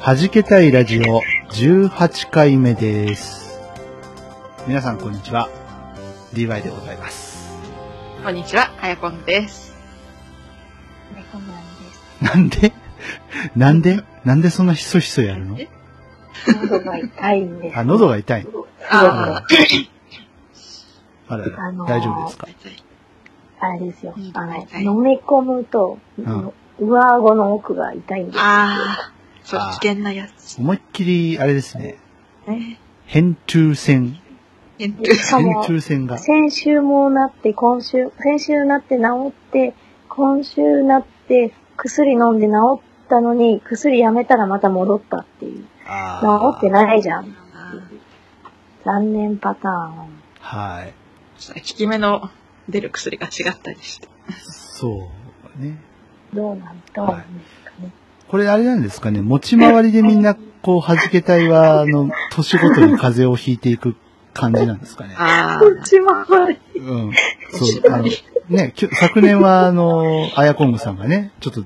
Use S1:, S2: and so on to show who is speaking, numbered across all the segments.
S1: はじけたいラジオ18回目です。皆さんこんにちは。DY でございます。
S2: こんにちは、はやこんです。
S3: 猫村です。
S1: なんで なんでなんでそんなひそひそやるの
S2: え
S3: 喉が痛いんで
S1: あ、喉が痛い。
S2: あ
S1: あらら
S3: あのー
S1: 大丈夫です
S2: あ
S1: か、
S3: あれですよ
S2: うん
S3: あの、
S2: はい
S3: 飲み込むと、
S1: ん
S3: 上顎の奥が痛いんですよ。
S2: あー、そう、危険なやつ。
S1: 思いっきり、あれですね。
S2: ね。
S1: 扁中線。
S2: えっと
S3: でしか
S1: 扁
S3: も、
S1: 中線が。
S3: 先週もなって、今週、先週なって治って、今週なって、薬飲んで治ったのに、薬やめたらまた戻ったっていう。
S1: あ
S3: 治
S1: ー
S3: ってないじゃん。
S2: あー
S3: 残念パターン。
S1: はい。
S2: 効き目の出る薬が違ったりして。
S1: そう。ね。
S3: どうなんどうなんですかね。
S1: これあれなんですかね。持ち回りでみんな、こう、はじけたいは、あの、年ごとに風邪をひいていく感じなんですかね。
S2: あ
S3: こっちも悪い。
S1: うん。そう、あの、ね、きゅ昨年は、あの、アヤコングさんがね、ちょっと、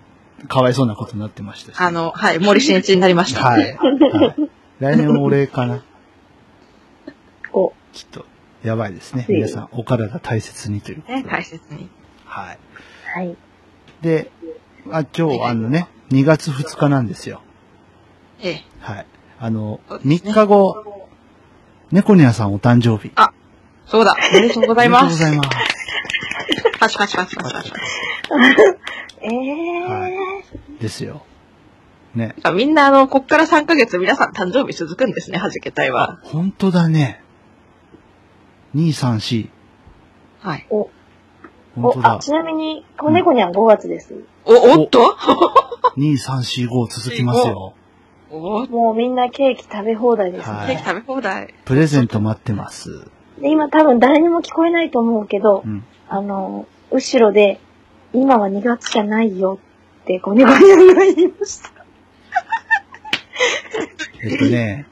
S1: かわいそうなことになってましたし。
S2: あの、はい、森進一になりました。
S1: はい。はい。来年お礼 かな。
S3: こ
S1: ちょっと、やばいですね。
S3: うん
S1: 皆さん、お体大切にということで。
S2: ね、大切に。
S1: はい。
S3: う。はい。
S1: で、あ、今日、あのね、2月2日なんですよ。
S2: ええ。
S1: はい。あの、
S2: そうですね
S1: 3日後、猫ニャさんお誕生日。
S2: そうだ、おめでとうございま
S1: おめでとうご
S2: す。
S1: ざいます。
S2: パチパチパチパチパチパチ。
S3: えー、
S1: はいですよ。ね。
S2: なんかみんな、あの、こっから3ヶ月皆さん誕生日続くんですね、はじけたいは。
S1: 本当だね。2、3、4。
S2: はい。
S1: 本当
S3: おあ
S1: だ。
S3: ちなみに、子猫には5月です。
S2: お、おっと
S1: 2,3,4,5続きますよ。
S2: おー
S3: もうみんなケーキ食べ放題ですね。
S1: はい
S2: ケーキ食べ放題。
S1: プレゼント待ってます。
S3: で今多分誰にも聞こえないと思うけど、
S1: うん。
S3: あの、後ろで、今は2月じゃないよって、ゴニョゴニョが言いました。
S1: えっとね、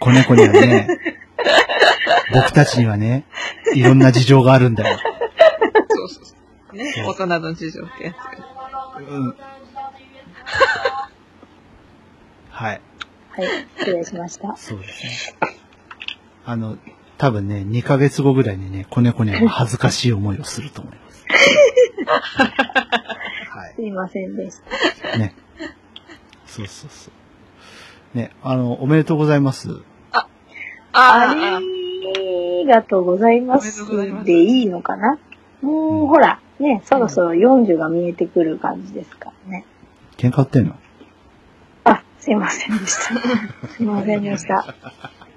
S1: 子猫にはね、僕たちにはね、いろんな事情があるんだよ。
S2: そうそうそう。ね、大人の事情ってやつ。
S1: うん。はい。
S3: はい、失礼しました。
S1: そうですね。あの、多分ね、2ヶ月後ぐらいにね、子猫には恥ずかしい思いをすると思います。はい。
S3: すいませんでした。
S1: ね。そうそうそう。ね、あの、おめでとうございます。
S2: あ
S3: あ
S2: ーあー、
S3: りがとうございます
S2: おめでとうございます
S3: でいいのかなもう、ほら、ね、そろそろ40が見えてくる感じですからね。
S1: 喧嘩売ってんの
S3: あ、すいません でした。すいませんでした。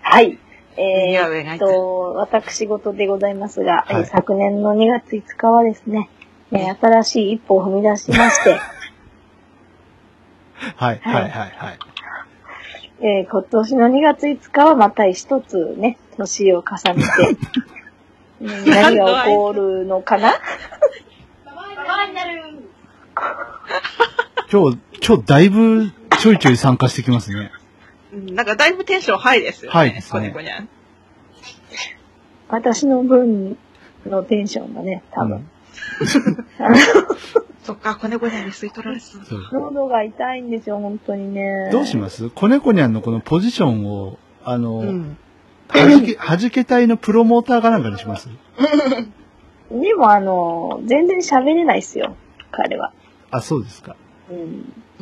S3: はい。
S2: い
S3: え
S2: や
S3: ー、っと、私事でございますが、えー
S1: はい
S3: 昨年の2月5日はですね、えー新しい一歩を踏み出しまして、
S1: はい、はい、はい、はい。
S3: えー今年の2月5日はまた一つね、年を重ねて、 うん何が起こるのかな
S1: 今日、今日だいぶちょいちょい参加してきますね。
S2: うんなんかだいぶテンションハイですよ、ね。
S1: ハイですね
S2: こにゃん
S3: 私の分のテンションがね、多
S1: う
S3: 分。
S1: ん
S2: そっか、子猫にゃんに吸い取られそう。
S1: そう
S3: 喉が痛いんですよ、本当にね。
S1: どうします子猫にゃんのこのポジションを、あ
S2: う
S1: の、
S2: ん。
S1: はじけ、はじけ隊のプロモーターかなんかにします
S3: でもあの、全然喋れないっすよ、彼は。
S1: あ、そうですか。
S3: うん。
S2: うん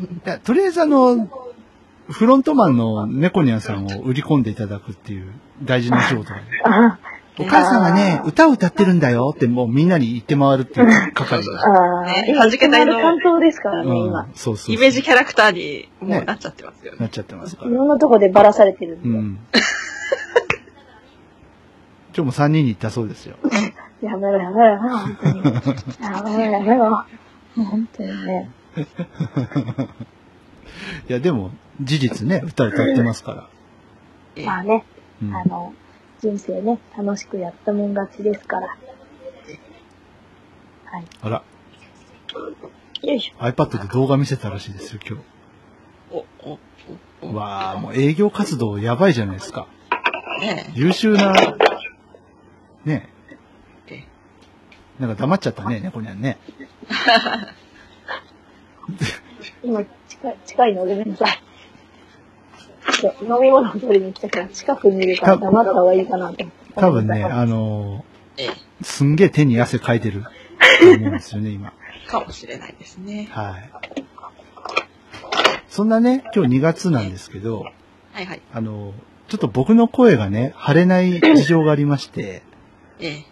S1: いや、とりあえずあの、フロントマンの猫にゃんさんを売り込んでいただくっていう大事な仕事がね。
S3: あ
S1: お母さんはね、歌を歌ってるんだよってもうみんなに言って回るっていう係が。
S3: あ、
S2: ね
S3: 今
S2: 弾けたいの
S3: 一番担当ですからね、
S1: う
S3: 今
S1: ん。、そうそうそう
S2: イメージキャラクターにもうなっちゃってますよね。
S1: なっちゃってますか
S3: い
S1: ら。
S3: ろんなとこでばらされてるん
S1: う
S3: で。
S1: ん。今日も3人に行ったそうですよ。
S3: やめろやめろやめろ、本当に。やめろやめろ。もう本当に ね。
S1: いや、でも、事実ね、歌歌ってますから。
S2: ええ
S3: まあね、
S1: うん
S3: あの、人生ね、楽しくやったもん勝ちですから。はい。
S1: あら、
S3: よいし
S1: iPad で動画見せたらしいですよ、今
S2: お、お、
S1: 日。わあ、もう営業活動やばいじゃないですか。
S2: ね
S1: 優秀な、ね
S2: ええ
S1: なんか黙っちゃったね、猫にゃんね。
S3: ょ。今、近い、近いのでごめんなさい。ちょっと飲み物を取りに来たから、近くにいるから黙った方がいいかなと思って。
S1: 多分ね、あの
S2: ええ
S1: ーすんげえ手に汗かいてると思うんですよね、今。
S2: えかもしれないですね。
S1: はい。そんなね、今日2月なんですけど、
S2: はいはい。
S1: あの、ちょっと僕の声がね、腫れない事情がありまして、
S2: ええ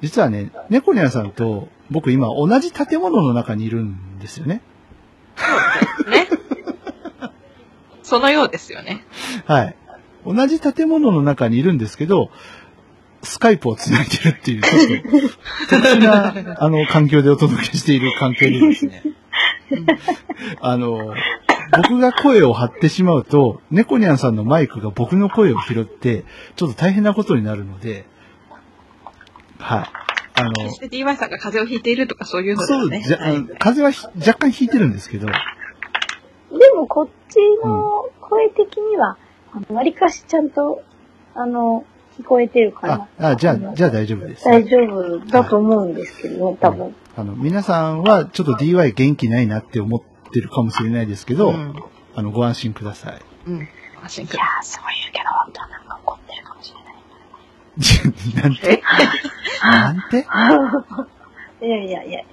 S1: 実はね、猫ニャンさんと僕今同じ建物の中にいるんですよね。
S2: ね。そのようですよね。
S1: はい。同じ建物の中にいるんですけど、スカイプを繋いでるっていう、ちょっと特殊な、あの、環境でお届けしている関係でですね。あの、僕が声を張ってしまうと、猫ニャンさんのマイクが僕の声を拾って、ちょっと大変なことになるので、はい。あの、
S2: 決して DY さんが風邪をひいているとかそういうので
S1: そ
S2: は
S1: う、
S2: ね。
S1: じゃあの風はひ若干引いてるんですけど、
S3: でもこっちの声的には、わりかしちゃんと、あの、聞こえてるか
S1: あ
S3: ら、、
S1: あじゃあ、じゃあ大丈夫です。
S3: 大丈夫だと思うんですけどね、多分。
S1: あの、皆さんはちょっと DY 元気ないなって思ってるかもしれないですけど、
S2: うん。
S1: あの、ご安心ください。
S2: うん。安心く
S3: いやー、そう言うけど、本当はなんか怒ってるかもしれな
S1: な
S3: い。
S1: んてなんて
S3: いやいやいやい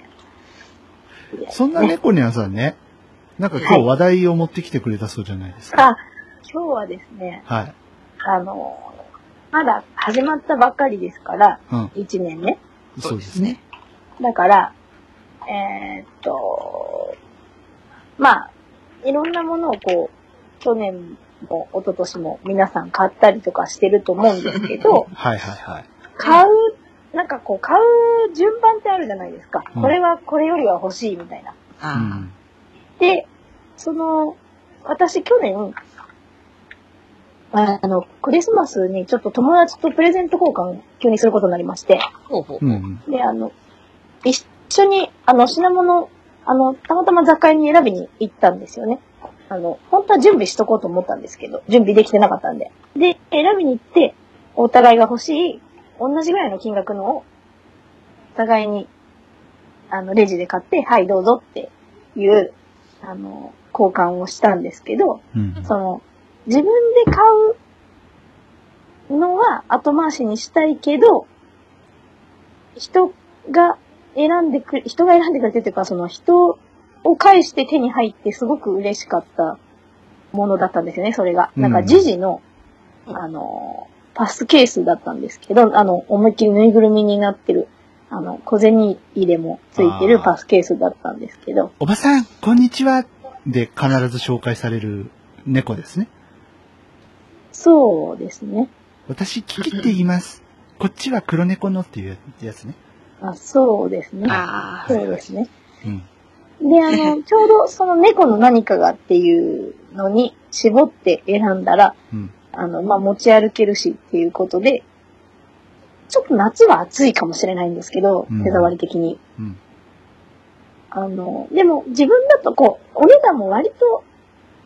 S1: そんな猫にゃんさんね、なんか今日話題を持ってきてくれたそうじゃないですか。
S3: や。あ、今日はですね、
S1: はい。
S3: あのー、まだ始まったばかりですから、
S1: うん。
S3: 1年ね。
S1: そうですね。。
S3: だから、えーっと、まあ、いろんなものをこう、去年も一昨年も皆さん買ったりとかしてると思うんですけど、
S1: はいはいはい。
S3: 買う、なんかこう、買う順番ってあるじゃないですか。
S1: うん
S3: これはこれよりは欲しいみたいな。
S1: う
S2: あ
S1: ん。
S3: で、その、私去年、ああの、クリスマスにちょっと友達とプレゼント交換を急にすることになりまして、
S2: あ。ほうほう。
S1: うん。
S3: で、あの、一緒に、あの、品物、あの、たまたま雑貨屋に選びに行ったんですよね。あの、本当は準備しとこうと思ったんですけど、準備できてなかったんで。で、選びに行って、お互いが欲しい、同じぐらいの金額のを、お互いに、あの、レジで買って、はい、どうぞっていう、あの、交換をしたんですけど、
S1: うん。
S3: その、自分で買うのは後回しにしたいけど、人が選んでくれ、人が選んでくれてっていうか、その人を介して手に入ってすごく嬉しかったものだったんですよね、それが。
S1: うん
S3: なんか、ジジの、あの、パスケースだったんですけど、あの、思いっきりぬいぐるみになってる、あの、小銭入れもついてるパスケースだったんですけど、
S1: おばさん、こんにちはで必ず紹介される猫ですね。
S3: そうですね。
S1: 私、キキって言います。こっちは黒猫のっていうやつね。
S3: あそうですね。
S2: ああ。
S3: そうですね。
S1: うん。
S3: で、あ の、ちょうどその猫の何かがっていうのに絞って選んだら、
S1: うん。
S3: あの、まあ、持ち歩けるしっていうことで、ちょっと夏は暑いかもしれないんですけど
S1: うん、
S3: 手触り的に。
S1: うん。
S3: あの、でも自分だとこう、お値段も割と、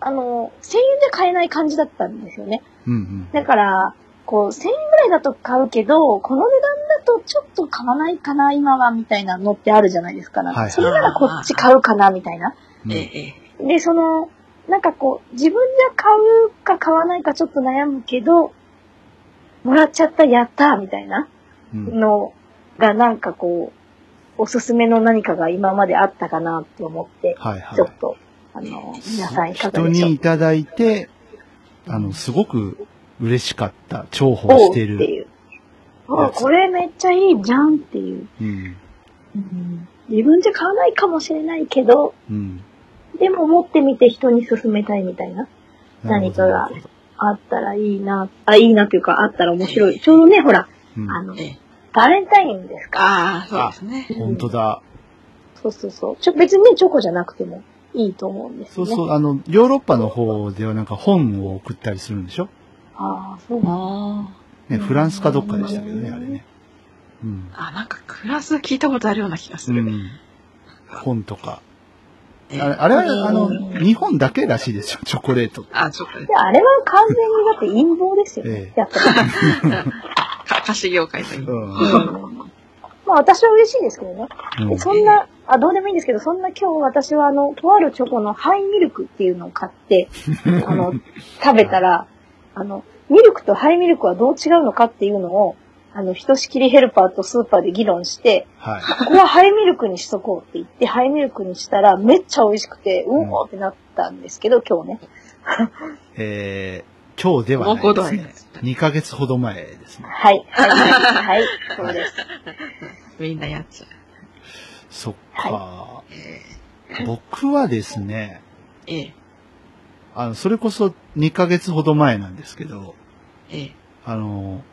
S3: あの、1000円で買えない感じだったんですよね。
S1: うんうん。
S3: だから、こう、1000円ぐらいだと買うけど、この値段だとちょっと買わないかな、今は、みたいなのってあるじゃないですか。なん
S1: はいは
S3: か
S1: い
S3: それならこっち買うかな、みたいな。
S1: うん
S2: ええ、ええ。
S3: で、その、なんかこう、自分じゃ買うか買わないかちょっと悩むけど、もらっちゃった、やった、みたいな
S1: うん。
S3: のがなんかこう、おすすめの何かが今まであったかなって思って、
S1: はいはい
S3: ちょ。っと、あの、皆さんいかが
S1: 人
S3: でしょ
S1: に
S3: う
S1: いただいて、あの、すごく嬉しかった、重宝
S3: おう
S1: し
S3: って
S1: いる。
S3: いう。おうこれめっちゃいいじゃんっていう。
S1: うん。
S3: 自分じゃ買わないかもしれないけど、
S1: うん。
S3: でも持ってみて人に勧めたいみたいな。
S1: なるほ
S3: 何か
S1: ど
S3: があったらいいな、あ、いいなというか、あったら面白い。ちょうどね、ほら、
S1: うん
S3: あの
S2: え、え
S3: バレンタインですか
S2: ああ、そうですね。
S1: 本当だ。
S3: そうそうそう。ちょ、別にね、チョコじゃなくてもいいと思うんです
S1: そ
S3: よ
S1: う
S3: ね。。
S1: そうう、あの、ヨーロッパの方ではなんか本を送ったりするんでしょ
S3: ああ、そうなん
S2: あ
S1: ね、
S2: うん
S1: フランスかどっかでしたけどね、あれね。うん
S2: あ。。あ、なんかクラス聞いたことあるような気がす
S1: う
S2: る。
S1: ん。本とか。あ
S2: え
S1: れ、あれは、あの
S3: うん、
S1: 日本だけらしいですよ、チョコレート。
S2: あ、そうか。
S3: で、あれは完全にだって陰謀ですよね。
S1: ええ
S3: やっぱり。
S2: か菓子業界というう。
S1: ん。
S3: うんまあ私は嬉しいですけどね。
S1: うん
S3: でそんな、あ、どうでもいいんですけど、そんな今日私はあの、とあるチョコのハイミルクっていうのを 買って、あの、食べたら、あの、ミルクとハイミルクはどう違うのかっていうのを、あの、ひとしきりヘルパーとスーパーで議論して、
S1: はい。
S3: ここはハイミルクにしとこうって言って、ハイミルクにしたらめっちゃ美味しくて、うおーってなったんですけど、今日ね。
S1: えー、今日ではないです
S2: もう
S1: ね
S2: 五度。
S1: 2ヶ月ほど前ですね。
S3: はい、は い、はい、そうです。
S2: みんなやっちゃう。
S1: そっか。
S2: え
S1: 僕はですね、
S2: ええ
S1: あの、それこそ2ヶ月ほど前なんですけど、
S2: ええ
S1: あの、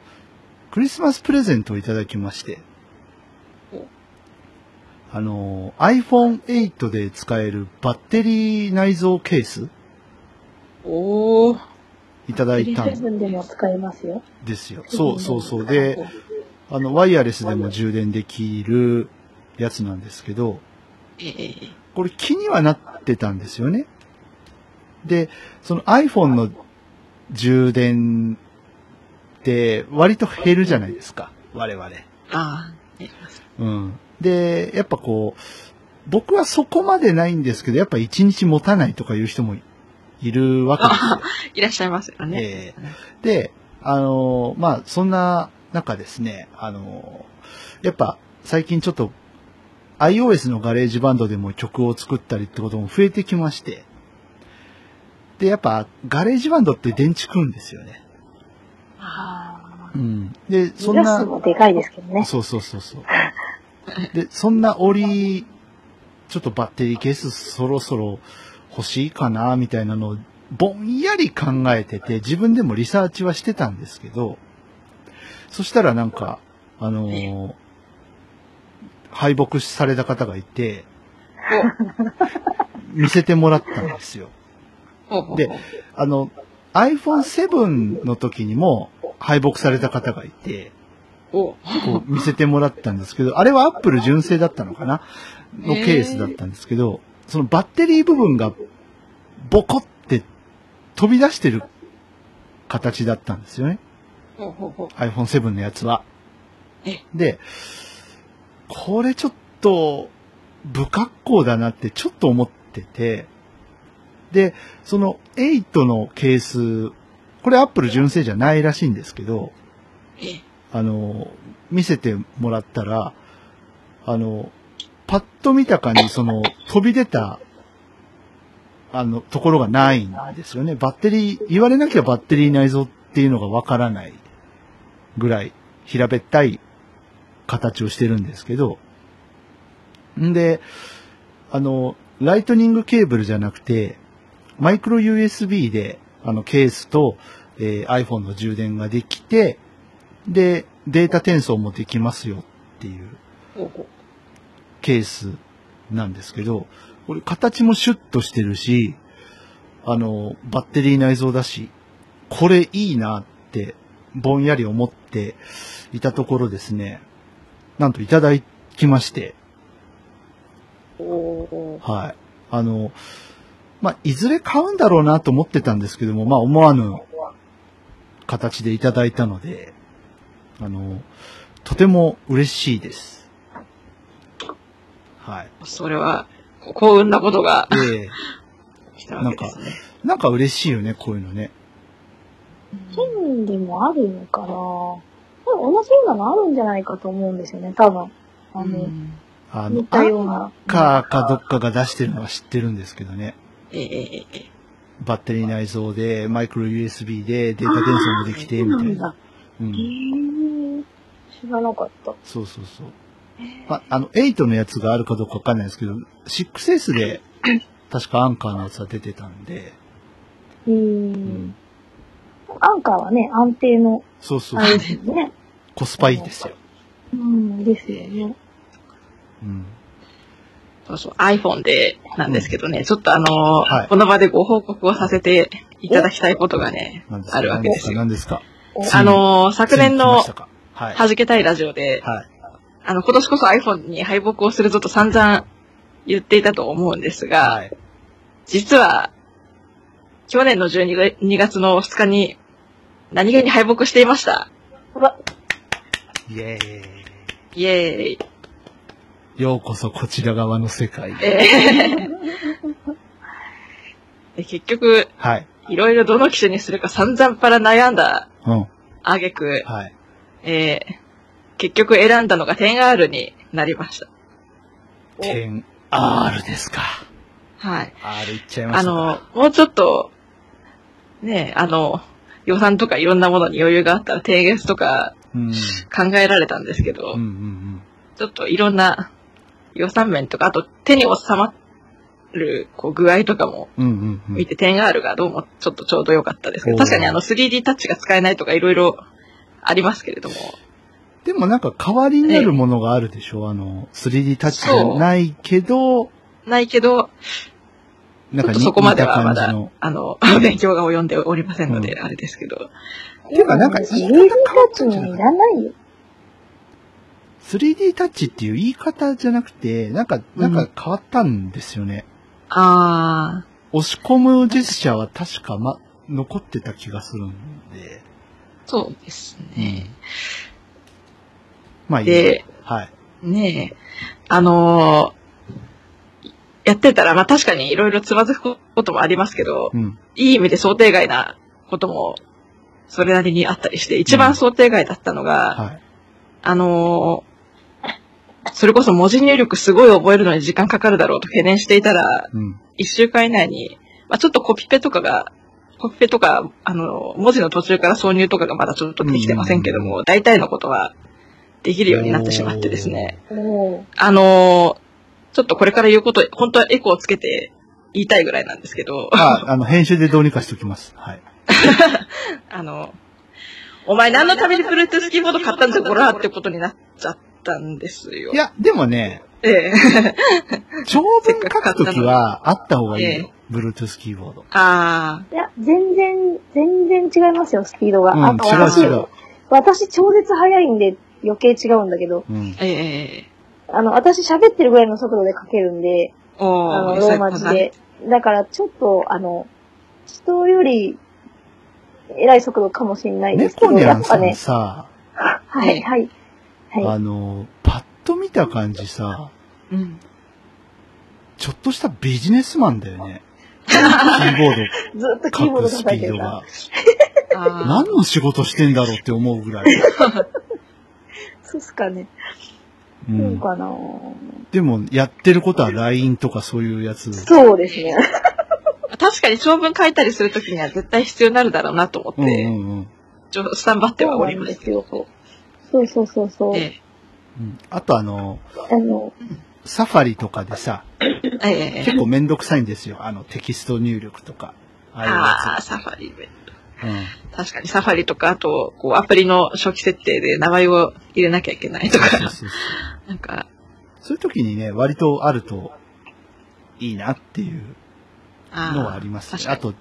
S1: クリスマスプレゼントをいただきまして
S3: お、
S1: あの、iPhone8 で使えるバッテリー内蔵ケース
S2: おー。
S1: いただいた
S3: セ
S1: ん
S3: ブンでも使えますよ。
S1: ですよ。そうそうそう。で、あの、ワイヤレスでも充電できるやつなんですけど、
S2: ええええ
S1: これ気にはなってたんですよね。で、その iPhone の充電って割と減るじゃないですか。我々。
S2: ああ、ええ
S1: うん。で、やっぱこう、僕はそこまでないんですけど、やっぱ一日持たないとかいう人もいるわ けですよ。
S2: いらっしゃいますよね。
S1: えで、あの、まあ、そんな中ですね、あの、やっぱ最近ちょっと iOS のガレージバンドでも曲を作ったりってことも増えてきまして、で、やっぱガレージバンドって電池食うんですよね。
S2: あ
S1: うん。で、そん
S3: ガ
S1: な
S3: ス、もでかいですけどね。
S1: そうそうそうそう。で、そんな折、ちょっとバッテリーケースそろそろ欲しいかな、みたいなのをぼんやり考えてて、自分でもリサーチはしてたんですけど、そしたらなんか、あのー敗北された方がいて、見せてもらったんですよ。
S2: あ。ほうほうほう
S1: であの、iPhone7 の時にも敗北された方がいて、
S2: お
S1: こう見せてもらったんですけど、あれはアップル純正だったのかなのケースだったんですけど、そのバッテリー部分がボコって飛び出してる形だったんですよね。
S2: ほうほうほう
S1: iPhone7 のやつは
S2: え。
S1: で、これちょっと不格好だなってちょっと思ってて、で、その8のケース、これアップル純正じゃないらしいんですけど、
S2: ええ
S1: あの、見せてもらったら、あの、パッと見た感じ、その、飛び出た、あの、ところがないんですよね。バッテリー、言われなきゃバッテリー内蔵っていうのがわからないぐらい、平べったい形をしてるんですけど、んで、あの、ライトニングケーブルじゃなくて、マイクロ USB で、あの、ケースと、えー iPhone の充電ができて、で、データ転送もできますよっていう
S2: ほうほう
S1: ケースなんですけど、これ形もシュッとしてるし、あの、バッテリー内蔵だし、これいいなってぼんやり思っていたところですね、なんといただきまして、
S3: おー
S1: はい。あの、まあ、いずれ買うんだろうなと思ってたんですけども、まあ、思わぬ形でいただいたので、あの、とても嬉しいです。はい。
S2: それは、幸運なことが
S1: で、
S2: 起きたわけですね。
S1: なんか嬉しいよね、こういうのね。
S3: 県でもあるのかなでも同じようなのあるんじゃないかと思うんですよね、多分。あの、
S2: うん
S1: あ
S3: 似
S1: の、
S3: た
S1: ア
S3: よう
S1: ン
S3: な。
S1: カーかどっかが出してるのは知ってるんですけどね。
S2: ええええええ
S1: バッテリー内蔵で、マイクロ USB で、データ伝送もできて、み
S3: な
S1: たい
S3: ん
S1: な。
S3: だ。
S1: う
S3: へ
S1: ん。
S3: ー知らなかった。
S1: そうそうそう。ま、あの、8のやつがあるかどうかわかんないですけど、6S で、確かアンカーのやつは出てたんで、
S3: うーん。アンカーはね、安定の
S1: そうそう
S3: あ
S1: そ
S3: れ
S1: う
S3: ですよね。
S1: コスパいいですよ。
S3: うん、ですよね。
S1: うん。
S2: そうそう、iPhone でなんですけどね、ちょっとあのー
S1: はい
S2: この場でご報告をさせていただきたいことがね、
S1: 何ですか
S2: あるわけですよ。
S1: 何ですか
S3: お
S1: 何ですか
S2: あのー昨年の
S1: ついに来ましたかはい。
S2: 弾けたいラジオで、
S1: はい。
S2: あの、今年こそ iPhone に敗北をするぞと散々言っていたと思うんですが、
S1: はい。
S2: 実は、去年の12月2月の2日に、何気に敗北していました。
S3: うわ
S1: イエー
S2: イエーイ。
S1: イ。ようこそこちら側の世界へ。
S2: えーで結局、
S1: はい。
S2: いろいろどの機種にするか散々パラ悩んだ
S1: うん。
S2: 挙句、
S1: はい。
S2: えー、結局選んだのが 10R になりました。
S1: 10R ですか。
S2: はい。
S1: R いっちゃいまし
S2: あ
S1: たか。
S2: の、もうちょっと、ねえ、あの、予算とかいろんなものに余裕があったら低月とか
S1: うん、
S2: 考えられたんですけど、
S1: うんうん
S2: ちょっといろんな予算面とか、あと手に収まるこう具合とかも
S1: うん。うんうんうん。
S2: 見て 10R がどうもちょっとちょうど良かったですけど、
S1: おー
S2: 確かにあの 3D タッチが使えないとかいろいろありますけれども、
S1: でもなんか代わりになるものがあるでしょあの、3D タッチじゃないけど、
S2: ないけど、
S1: なん
S2: ちょ
S1: か
S2: っとそこまではま
S1: 似た
S2: だ
S1: 感じの、
S2: あの、 勉強が及んでおりませんので、あれですけど。
S3: て
S1: いうかなんか
S3: 自分たちにいらないよ。
S1: 3D タッチっていう言い方じゃなくて、なんか、なんか変わったんですよね。
S2: あ
S1: 押し込むジェスチャーは確かま、残ってた気がするんで。
S2: ー、そうですね。
S1: まあいいや。
S2: で、
S1: はい。
S2: ねえ、あのーやってたら、まあ確かにいろいろつまずくこともありますけど、
S1: うん。
S2: いい意味で想定外なことも、それなりにあったりして、一番想定外だったのが、
S1: はい。
S2: あのーそれこそ文字入力すごい覚えるのに時間かかるだろうと懸念していたら、
S1: うん。
S2: 一週間以内に、まあ、ちょっとコピペとかが、コピペとか、あの、文字の途中から挿入とかがまだちょっとできてませんけども、大体のことはできるようになってしまってですね、
S3: おー
S2: あのーちょっとこれから言うこと、本当はエコーをつけて言いたいぐらいなんですけど、
S1: まあ、あの、編集でどうにかしておきます。はい。
S2: あの、お前何のために Bluetooth キーボード買ったんじゃこらってことになっちゃったんですよ
S1: い。や、でもね、
S2: ええ。
S1: 長文書くときはあった方がいいよ
S2: え。
S1: Bluetooth キーボード。
S2: あ
S3: いや、全然、全然違いますよ、スピードが。
S1: うん、
S3: あと私
S1: 違う違う。
S3: 私超絶速いんで余計違うんだけど、
S1: うん
S2: あ、。ええ
S3: あの、私喋ってるぐらいの速度で書けるんで、
S2: お
S3: あの、
S2: ー
S3: ローマ字。で。だからちょっと、あの、人より、偉い速度かもしれないですけ
S1: 猫
S3: ど、
S1: ニ
S3: や
S1: ャン
S3: っ
S1: さ
S3: ぱ
S1: ん
S3: ね、
S1: さ、
S3: はい、はい、は
S1: あの、パッと見た感じさ、
S2: うん。
S1: ちょっとしたビジネスマンだよ ね。キーボー
S3: い。ずっとキー
S1: ド
S3: ボー
S1: 書く
S3: ド
S1: スピ
S3: 叩いて
S1: ード
S3: るから。
S1: が。
S2: あ
S1: 何の仕事してんだろうって思うぐ らい。
S3: そうっすかね。
S1: う、
S3: そうんかな、
S1: でも、やってることは LINE とかそういうや つ。
S3: そうですね。
S2: あ。確かに長文書いたりするときには絶対必要になるだろうなと思っ
S1: うんう
S2: て、
S1: んうん
S2: ちょスタンバっては
S3: そう
S2: お
S3: な
S2: り
S3: ん
S2: ま
S3: ですすよ。そうそうそうそう。
S2: ええ
S1: うん。あとあの、
S3: あの、
S1: サファリとかでさ、
S2: ええ
S1: 結構めんどくさいんですよ。あの、テキスト入力とか。
S2: あ
S1: あ
S2: あ、サファリ。
S1: あいうや
S2: 確かにサファリとか、あと、こう、アプリの初期設定で名前を入れなきゃいけないと
S1: つ。うん。そう
S2: か、
S1: そうそう
S2: なんか、
S1: そういう時にね、割とあるといいなっていうのはあ
S2: あ
S1: りますね。
S2: 確
S1: あ
S2: か
S1: と、
S2: あ、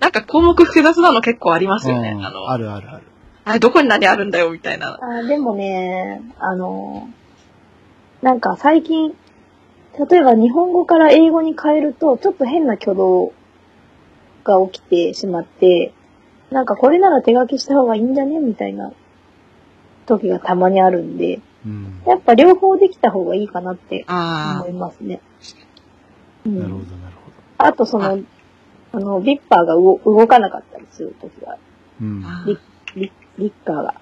S2: なんか項目複雑なの結構ありますよね。
S1: うん
S2: あの、
S1: あるあるある。
S2: あれどこに何あるんだよ、みたいな。
S3: あでもね、あの、なんか最近、例えば日本語から英語に変えると、ちょっと変な挙動が起きてしまって、なんかこれなら手書きした方がいいんじゃねみたいな時がたまにあるんで、
S1: うん。
S3: やっぱ両方できた方がいいかなって
S2: あ
S3: 思いますね。う
S1: なるほ
S3: ん
S1: ど、なるほど。
S3: あとその、あの、ビッパーが動動かなかったりする時が、
S1: うん。
S2: あ。
S3: ビビッカーが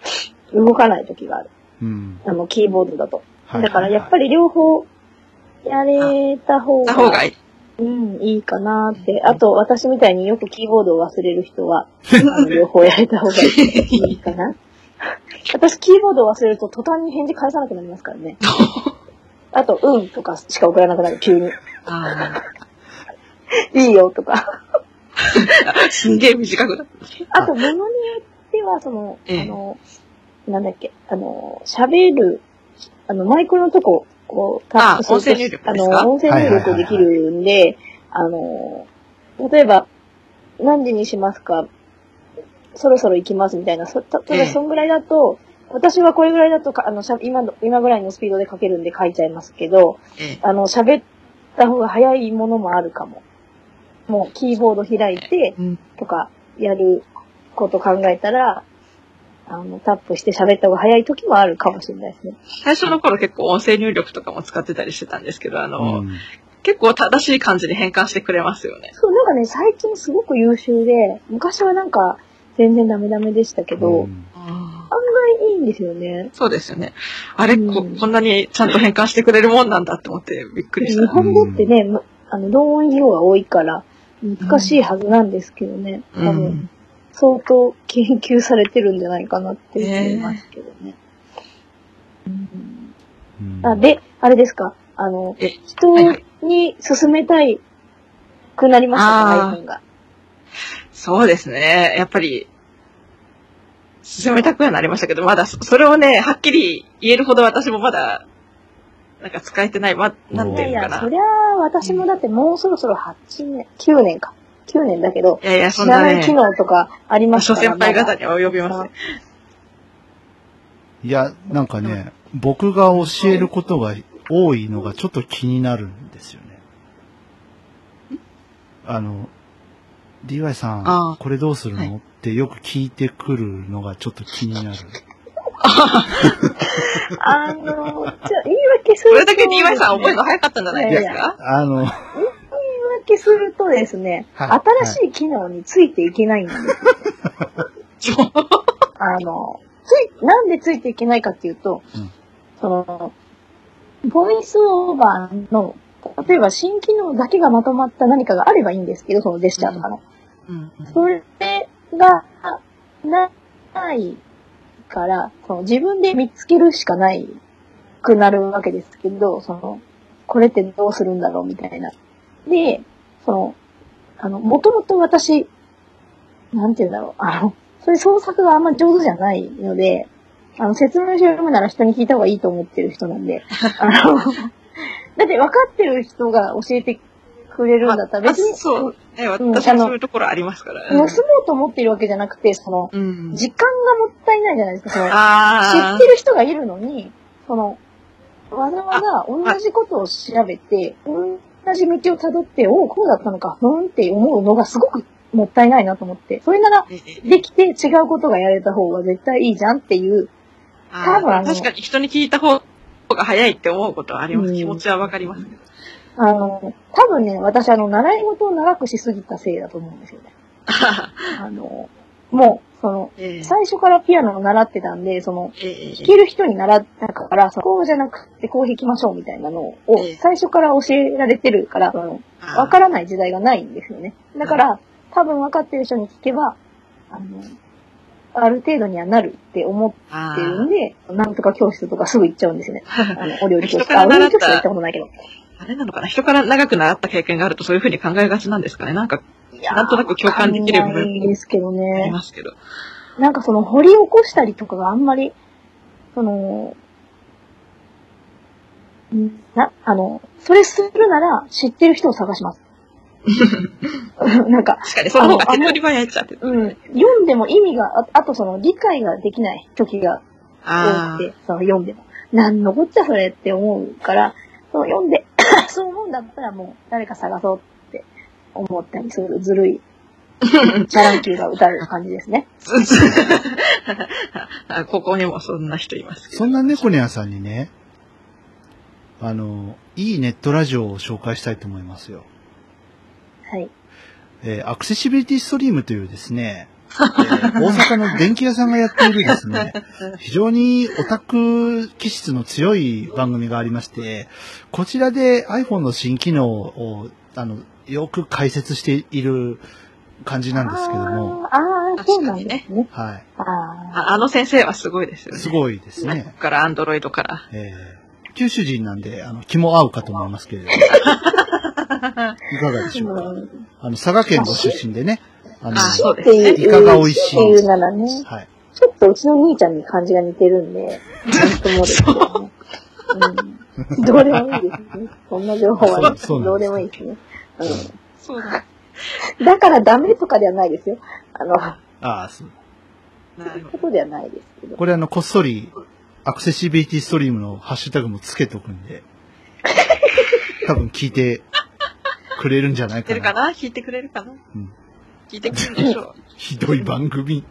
S3: 動かない時がある。
S1: うん。
S3: あの、キーボードだと。
S1: はい
S3: だからやっぱり両方やれた方
S2: た
S3: が
S2: 方がいい。
S3: うん、いいかなって。あと、私みたいによくキーボードを忘れる人 は、あの両方やれた方がいいかな。私、キーボードを忘れると途端に返事返さなくなりますからね。あと、うんとかしか送らなくなる、急に。
S2: あ
S3: いいよとか。
S2: あ。すんげえ短くなった。
S3: あと、ものによっては、その、
S2: ええ
S3: あの、なんだっけ、あの、喋る、あの、マイクのとこ、こう、
S2: あ
S3: タップすると
S2: 音声入力ですか
S3: あの、音声入力できるんで、あの、例えば、何時にしますかそろそろ行きますみたいな、そた例え
S2: ええ
S3: ばそんぐらいだと、私はこれぐらいだとか、あの、しゃ今の、今ぐらいのスピードで書けるんで書いちゃいますけど、
S2: ええ
S3: あの、喋った方が早いものもあるかも。もう、キーボード開いて、
S2: うん
S3: とか、やること考えたら、あの、タップして喋った方が早い時もあるかもしれないですね。
S2: 最初の頃結構音声入力とかも使ってたりしてたんですけど、あの、
S1: うん
S2: 結構正しい感じに変換してくれますよね。
S3: そう、なんかね、最近すごく優秀で、昔はなんか、全然ダメダメでしたけど、
S1: う
S3: 案
S1: ん
S3: 外いいんですよね。
S2: そうですよね。あれ、こ、
S3: うん
S2: こんなにちゃんと変換してくれるもんなんだって思ってびっくりし
S3: 日
S2: た。
S3: 本語ってね、むあの、同音異義語が多いから、難しいはずなんですけどね。
S2: うん
S3: 多分、相当研究されてるんじゃないかなって思いますけどね。
S1: うん
S3: あで、あれですか、あの、
S2: え
S3: 人
S2: はいはい
S3: に勧めたいくなりましたね、
S2: あー
S3: iPhone が。
S2: そうですね。やっぱり、進めたくはなりましたけど、まだそそれをね、はっきり言えるほど私もまだ、なんか使えてない、ま、なん
S3: い
S2: て
S3: や
S2: い
S3: いう
S2: のか
S3: や、
S2: な
S3: そ。りゃあ、私もだってもうそろそろ8年、9年か。9年だけど、
S2: いやいや、そ
S3: 知
S2: ん
S3: ら
S2: な
S3: ない
S2: ね
S3: 機、能とかあります
S2: 諸
S3: から
S2: 先輩方
S3: ま
S2: には及びますね。
S1: いや、なんかね、僕が教えることが多いのがちょっと気になるんですよね。あの、DY さ
S2: あ
S1: ん
S2: あ、
S1: これどうするの、
S2: はい
S1: ってよく聞いてくるのがちょっと気になる。
S3: だあの、じゃあ言い訳す
S2: こ
S3: る。
S2: とれだけ DY さん覚える
S3: 言
S2: の早かったんじゃないですか
S1: あの、
S3: い訳するとですね、
S1: はい
S3: 新しい機能についていけないんですよ
S2: そう。
S3: あの、つい、なんでついていけないかっていうと、
S1: うん
S3: その、ボイスオーバーの、例えば新機能だけがまとまった何かがあればいいんですけど、そのジェスチャーとかの。
S2: うんうん
S3: それが、なないから、その自分で見つけるしかないくなるわけですけど、その、これってどうするんだろうみたいな。で、その、あの、もともと私、なんて言うんだろう、あの、そういう創作があんま上手じゃないので、あの、説明書読むなら人に聞いた方がいいと思ってる人な んで、あの、だって分かってる人が教えてくれるんだったら別
S2: あ
S3: に、
S2: そう。ね、私
S3: うん
S2: も
S3: あの
S2: そういうところありますから。
S3: 盗もうと思っているわけじゃなくて、その、
S2: うん。
S3: 時間がもったいないじゃないですか。その
S2: あ
S3: 知っ
S2: あ
S3: て。る人がいるのに、その、わざわざ同じことを調べて、同じ道を辿って、おお、こうだったのか、ふーんって思うのがすごくもったいないなと思って。それなら、できて違うことがやれた方が絶対いいじゃんっていう。
S2: あ
S3: 多分あ
S2: ー
S3: の
S2: 確かに人に聞いた方が早いって思うことはありま
S3: う
S2: す。
S3: ん
S2: 気持ちはわかりますけど。
S3: あの、多分ね、私あの、習い事を長くしすぎたせいだと思うんです よね。あの、もう、その、
S2: ええ
S3: 最初からピアノを習ってたんで、その、
S2: ええ
S3: 弾ける人に習ったから、そのこうじゃなくてこう弾きましょうみたいなのを
S2: ええ
S3: 最初から教えられてるから、わ
S2: あー
S3: からない時代がないんですよね。だから、多分分かってる人に聞けば、あの、ある程度にはなるって思
S2: あ
S3: ってるん
S2: ー
S3: で、なんとか教室とかすぐ行っちゃうんですよ ね。あの、お料理教
S2: 人
S3: 室。
S2: から
S3: あ、お料
S2: 習っ
S3: 理
S2: た
S3: 教室は行ったことないけど。
S2: あれなのかな人から長く習った経験があるとそういうふうに考えがちなんですかねなんか、
S3: いやー
S2: なんとなく共感できる
S3: わかんないですけど
S2: あり
S3: ね。
S2: ますけど。
S3: なんかその掘り起こしたりとかがあんまり、その、んな、あの、それするなら知ってる人を探します。なんか、
S2: 確かに、その方が手っ取り早いっちゃって。
S3: うん、読んでも意味が、ああとその理解ができない時が多
S2: ああ
S3: く。て、その読んでも。なんのこっちゃそれって思うから、その読んで、 そう思うんだったらもう誰か探そうって思ったりするずるい、チャランキューが打たれる感じですね。
S2: ずずあここにもそんな人いますけど。
S1: そんな猫ニャンさんにね、あの、いいネットラジオを紹介したいと思いますよ。
S3: はい。
S1: えーアクセシビリティストリームというですね、え ー大阪の電気屋さんがやっているですね、非常にオタク気質の強い番組がありまして、こちらで iPhone の新機能を、あの、よく解説している感じなんですけども、
S3: あーあー、そうなんですね。
S1: は
S3: あ
S2: ああの先生はすごいですよ
S1: い。
S2: ね。
S1: すごいです
S2: ね。こ
S1: ね
S2: こ。からアンドロイドから。
S1: えー九州人なんで、あの、気も合うかと思いますけれども。いかがで
S3: あ。
S1: しょうか。
S3: うん
S1: あの、佐賀県ご出身でね、あの、
S2: あそうです
S3: って
S2: ね。
S3: いう
S1: イカが美味しい
S3: っていうならね、
S1: はい。
S3: ちょっとうちの兄ちゃんに感じが似てるんで、なんともですけどね。うん、どうでもいいですね。そんな情報は、
S1: そうそうなんです
S3: どうでもいいですね。
S2: そうだ。
S3: うん、だからダメとかではないですよ。あの、
S1: ああ、そう。
S2: なるほ
S3: こ
S2: ど。
S3: とではないですけど。
S1: これあの、こっそり、アクセシビリティストリームのハッシュタグもつけとくん で、多分聞いてくれるんじゃない
S2: 聞いて
S1: か
S2: るか
S1: な。
S2: な聞いてくれるかな、
S1: ん
S2: 聞いてくれるでしょ
S1: ひどい番組。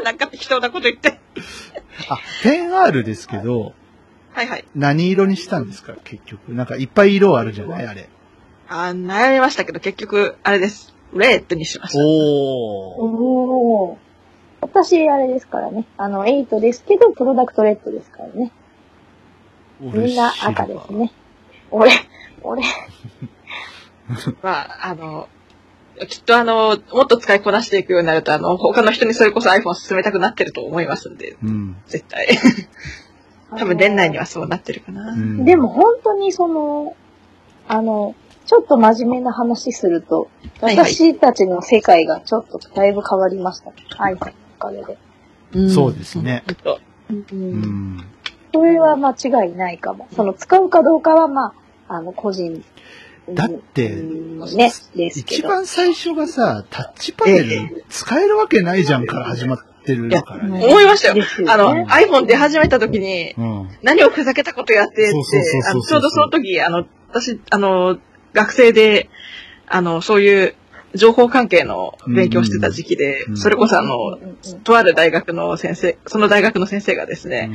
S2: う。 なんか適当なこと言って。
S1: あ、10R ですけど、
S2: はいはい。
S1: 何色にしたんですか結局。なんかいっぱい色あるじゃないあれ。
S2: あー悩みましたけど、結局、あれです。レートにしました。
S1: おー。
S3: おお。私、あれですからね。あの、8ですけど、プロダクトレッドですからね。みんな赤ですね。俺、俺、
S2: まあ、あの、きっとあの、もっと使いこなしていくようになると、あの、他の人にそれこそ iPhone 進めたくなってると思いますんで、
S1: うん。
S2: 絶対。多分年内にはそうなってるか
S1: う
S2: な。
S1: ん。
S3: でも本当にその、あの、ちょっと真面目な話すると、
S2: はいはい
S3: 私たちの世界がちょっとだいぶ変わりました。はい、おかげで。
S2: ん
S1: そうですね。
S2: ほんと
S1: うん。
S3: それは間違いないかも。その使うかどうかは、まあ、あの、個人。
S1: だって
S3: うんね、ですけ
S1: 一
S3: ど。
S1: 番最初がさ、タッチパネル使えるわけないじゃんから始まってるから
S3: い
S1: ね。
S3: や
S2: 思いましたよ。
S3: ですよね
S2: あの、iPhone 出始めた時に、
S1: うん。
S2: 何をふざけたことやってって
S1: そうそうそう、
S2: あ
S1: そう
S2: のちょうどその時、あの、私、あの、学生で、あの、そういう情報関係の勉強してた時期で
S1: うんう、ん
S2: それこそあ
S3: うん
S2: の、
S3: うんうん
S2: とある大学の先生、その大学の先生がですね、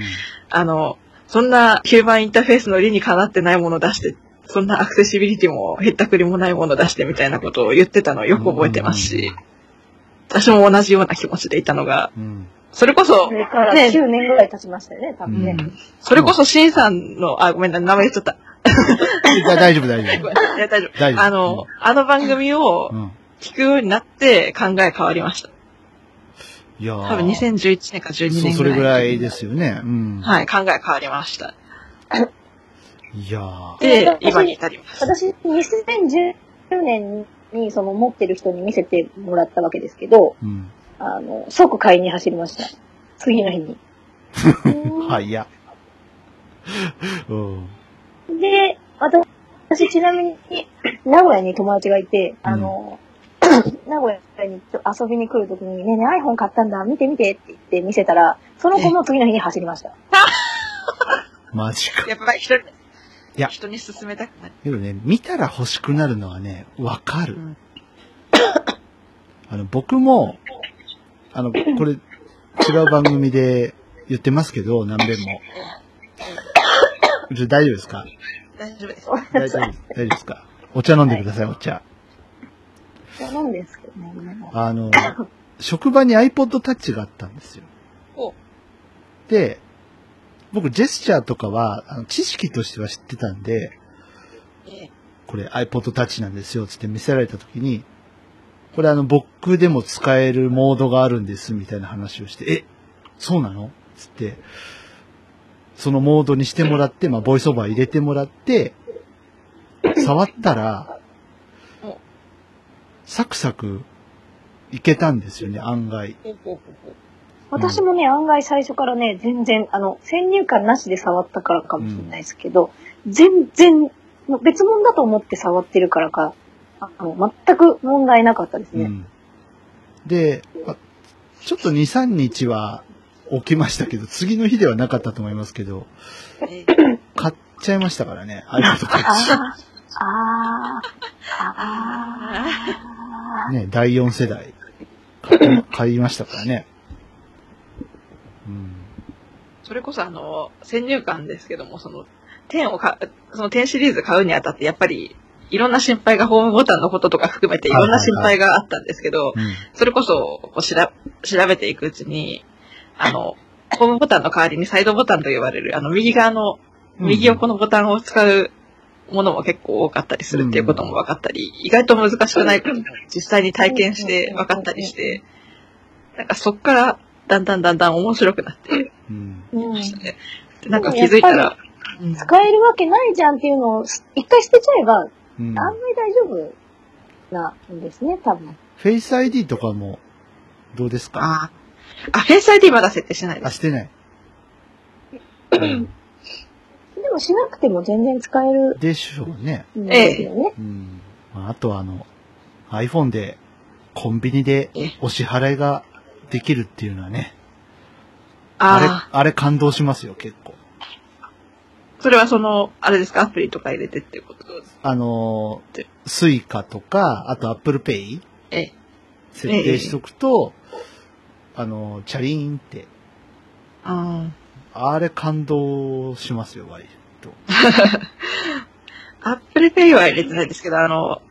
S2: あの、そんなヒューマンインターフェースの理にかなってないもの出して、そんなアクセシビリティもへったくりもないもの出してみたいなことを言ってたのをよく覚えてますし、私も同じような気持ちでいたのが、
S1: うん。
S2: それこそ
S3: そ、れから
S2: ね
S3: 9年ぐらい経ちましたよね、多分ね。
S1: うん
S2: それこそ、シンさんの、あ、ごめんな、名前言っちゃった。
S1: いや大丈夫、大丈
S2: ご
S1: 夫。
S2: めんいや大丈夫。
S1: 大丈夫。
S2: あの、あの番組を
S1: うん、うん。
S2: 聞くようになって考え変わりました。
S1: いやー
S2: 多分2011年か12
S1: そう、
S2: 年
S1: そ
S2: ぐらい。
S1: れぐらいですよね。うん。
S2: はい、考え変わりました。
S1: いやー
S3: い
S2: で、
S3: や私
S2: 今に至ります。
S3: 私、2010年に、その、持ってる人に見せてもらったわけですけど、
S1: うん。
S3: あの、即買いに走りました。次の日に。
S1: はい、いや。 うん。
S3: で、私、私ちなみに、名古屋に友達がいて、あの、 名古屋に遊びに来るときに、ねえねえ iPhone 買ったんだ、見て見てって言って見せたら、その子も次の日に走りました。
S1: マジか。
S2: やっぱり人に、
S1: いや
S2: 人に勧めたくない。
S1: けどね、見たら欲しくなるのはね、わかる。
S2: うん
S1: あの、僕も、あの、これ、違う番組で言ってますけど、何遍も。じゃ大丈夫ですか
S2: 大丈夫です。
S1: 大丈夫です。大丈夫ですかお茶飲んでください、お茶。
S3: そうなんですけどね。
S1: あの、職場に iPod Touch があったんですよ。
S2: お
S1: で、僕、ジェスチャーとかは、あの知識としては知ってたんで、
S2: ええ
S1: これ iPod Touch なんですよ、つって見せられた時に、これあの、僕でも使えるモードがあるんです、みたいな話をして、え、そうなのつって、そのモードにしてもらって、まあ、ボイスオーバー入れてもらって、触ったら
S2: うん、
S1: サクサクいけたんですよね、案外。
S3: 私もね、案外最初からね、全然、あの、先入観なしで触ったからかもしれないですけど、全然、別物だと思って触ってるからか、あの、全く問題なかったです
S1: う
S3: ね。
S1: ん。で、まあちょっと2、3日は起きましたけど、次の日ではなかったと思いますけど、
S2: ええ
S1: 買っちゃいましたから ね、iPod
S3: あ
S1: Touch。
S3: あ、ああ、
S1: ね、第4世代買って買いましたからね。うん。
S2: それこそあの、先入観ですけども、その、10をか、その10シリーズ買うにあたって、やっぱり、いろんな心配が、ホームボタンのこととか含めて、いろんな心配があったんですけど、
S1: うん。
S2: それこそ、こうしら、調べていくうちに、あの、ホームボタンの代わりにサイドボタンと呼ばれる、あの、右側の、右横のボタンを使うものも結構多かったりするっていうことも分かったり、意外と難しくないことも実際に体験して分かったりして、なんかそっから、だんだんだんだん面白くなって、
S1: うん。
S3: うん
S2: ねでなんか気づいたら、うん
S3: 使えるわけないじゃんっていうのを一回捨てちゃえば、
S1: うん。
S3: 案外大丈夫なんですね、多分。
S1: フェイス ID とかも、どうですか
S2: あーあ、フェイス ID まだ設定してないで
S1: あ、
S2: す。
S1: してない。うん
S3: もしなくても全然使える
S1: でしょうね。
S3: んですよね。
S1: うん。まあ、あとはあの、iPhone でコンビニで
S2: え
S1: お支払いができるっていうのはね、あ
S2: ああ、
S1: れ、あれ感動しますよ、結構。
S2: それはその、あれですかアプリとか入れてってこと
S1: あの
S2: で、
S1: スイカとか、あと Apple Pay
S2: ええ
S1: 設定しとくと、あの、チャリーンって、
S2: あ
S1: あれ感動しますよ、割と。
S2: あ。アップルペイは入れてないですけど、あの、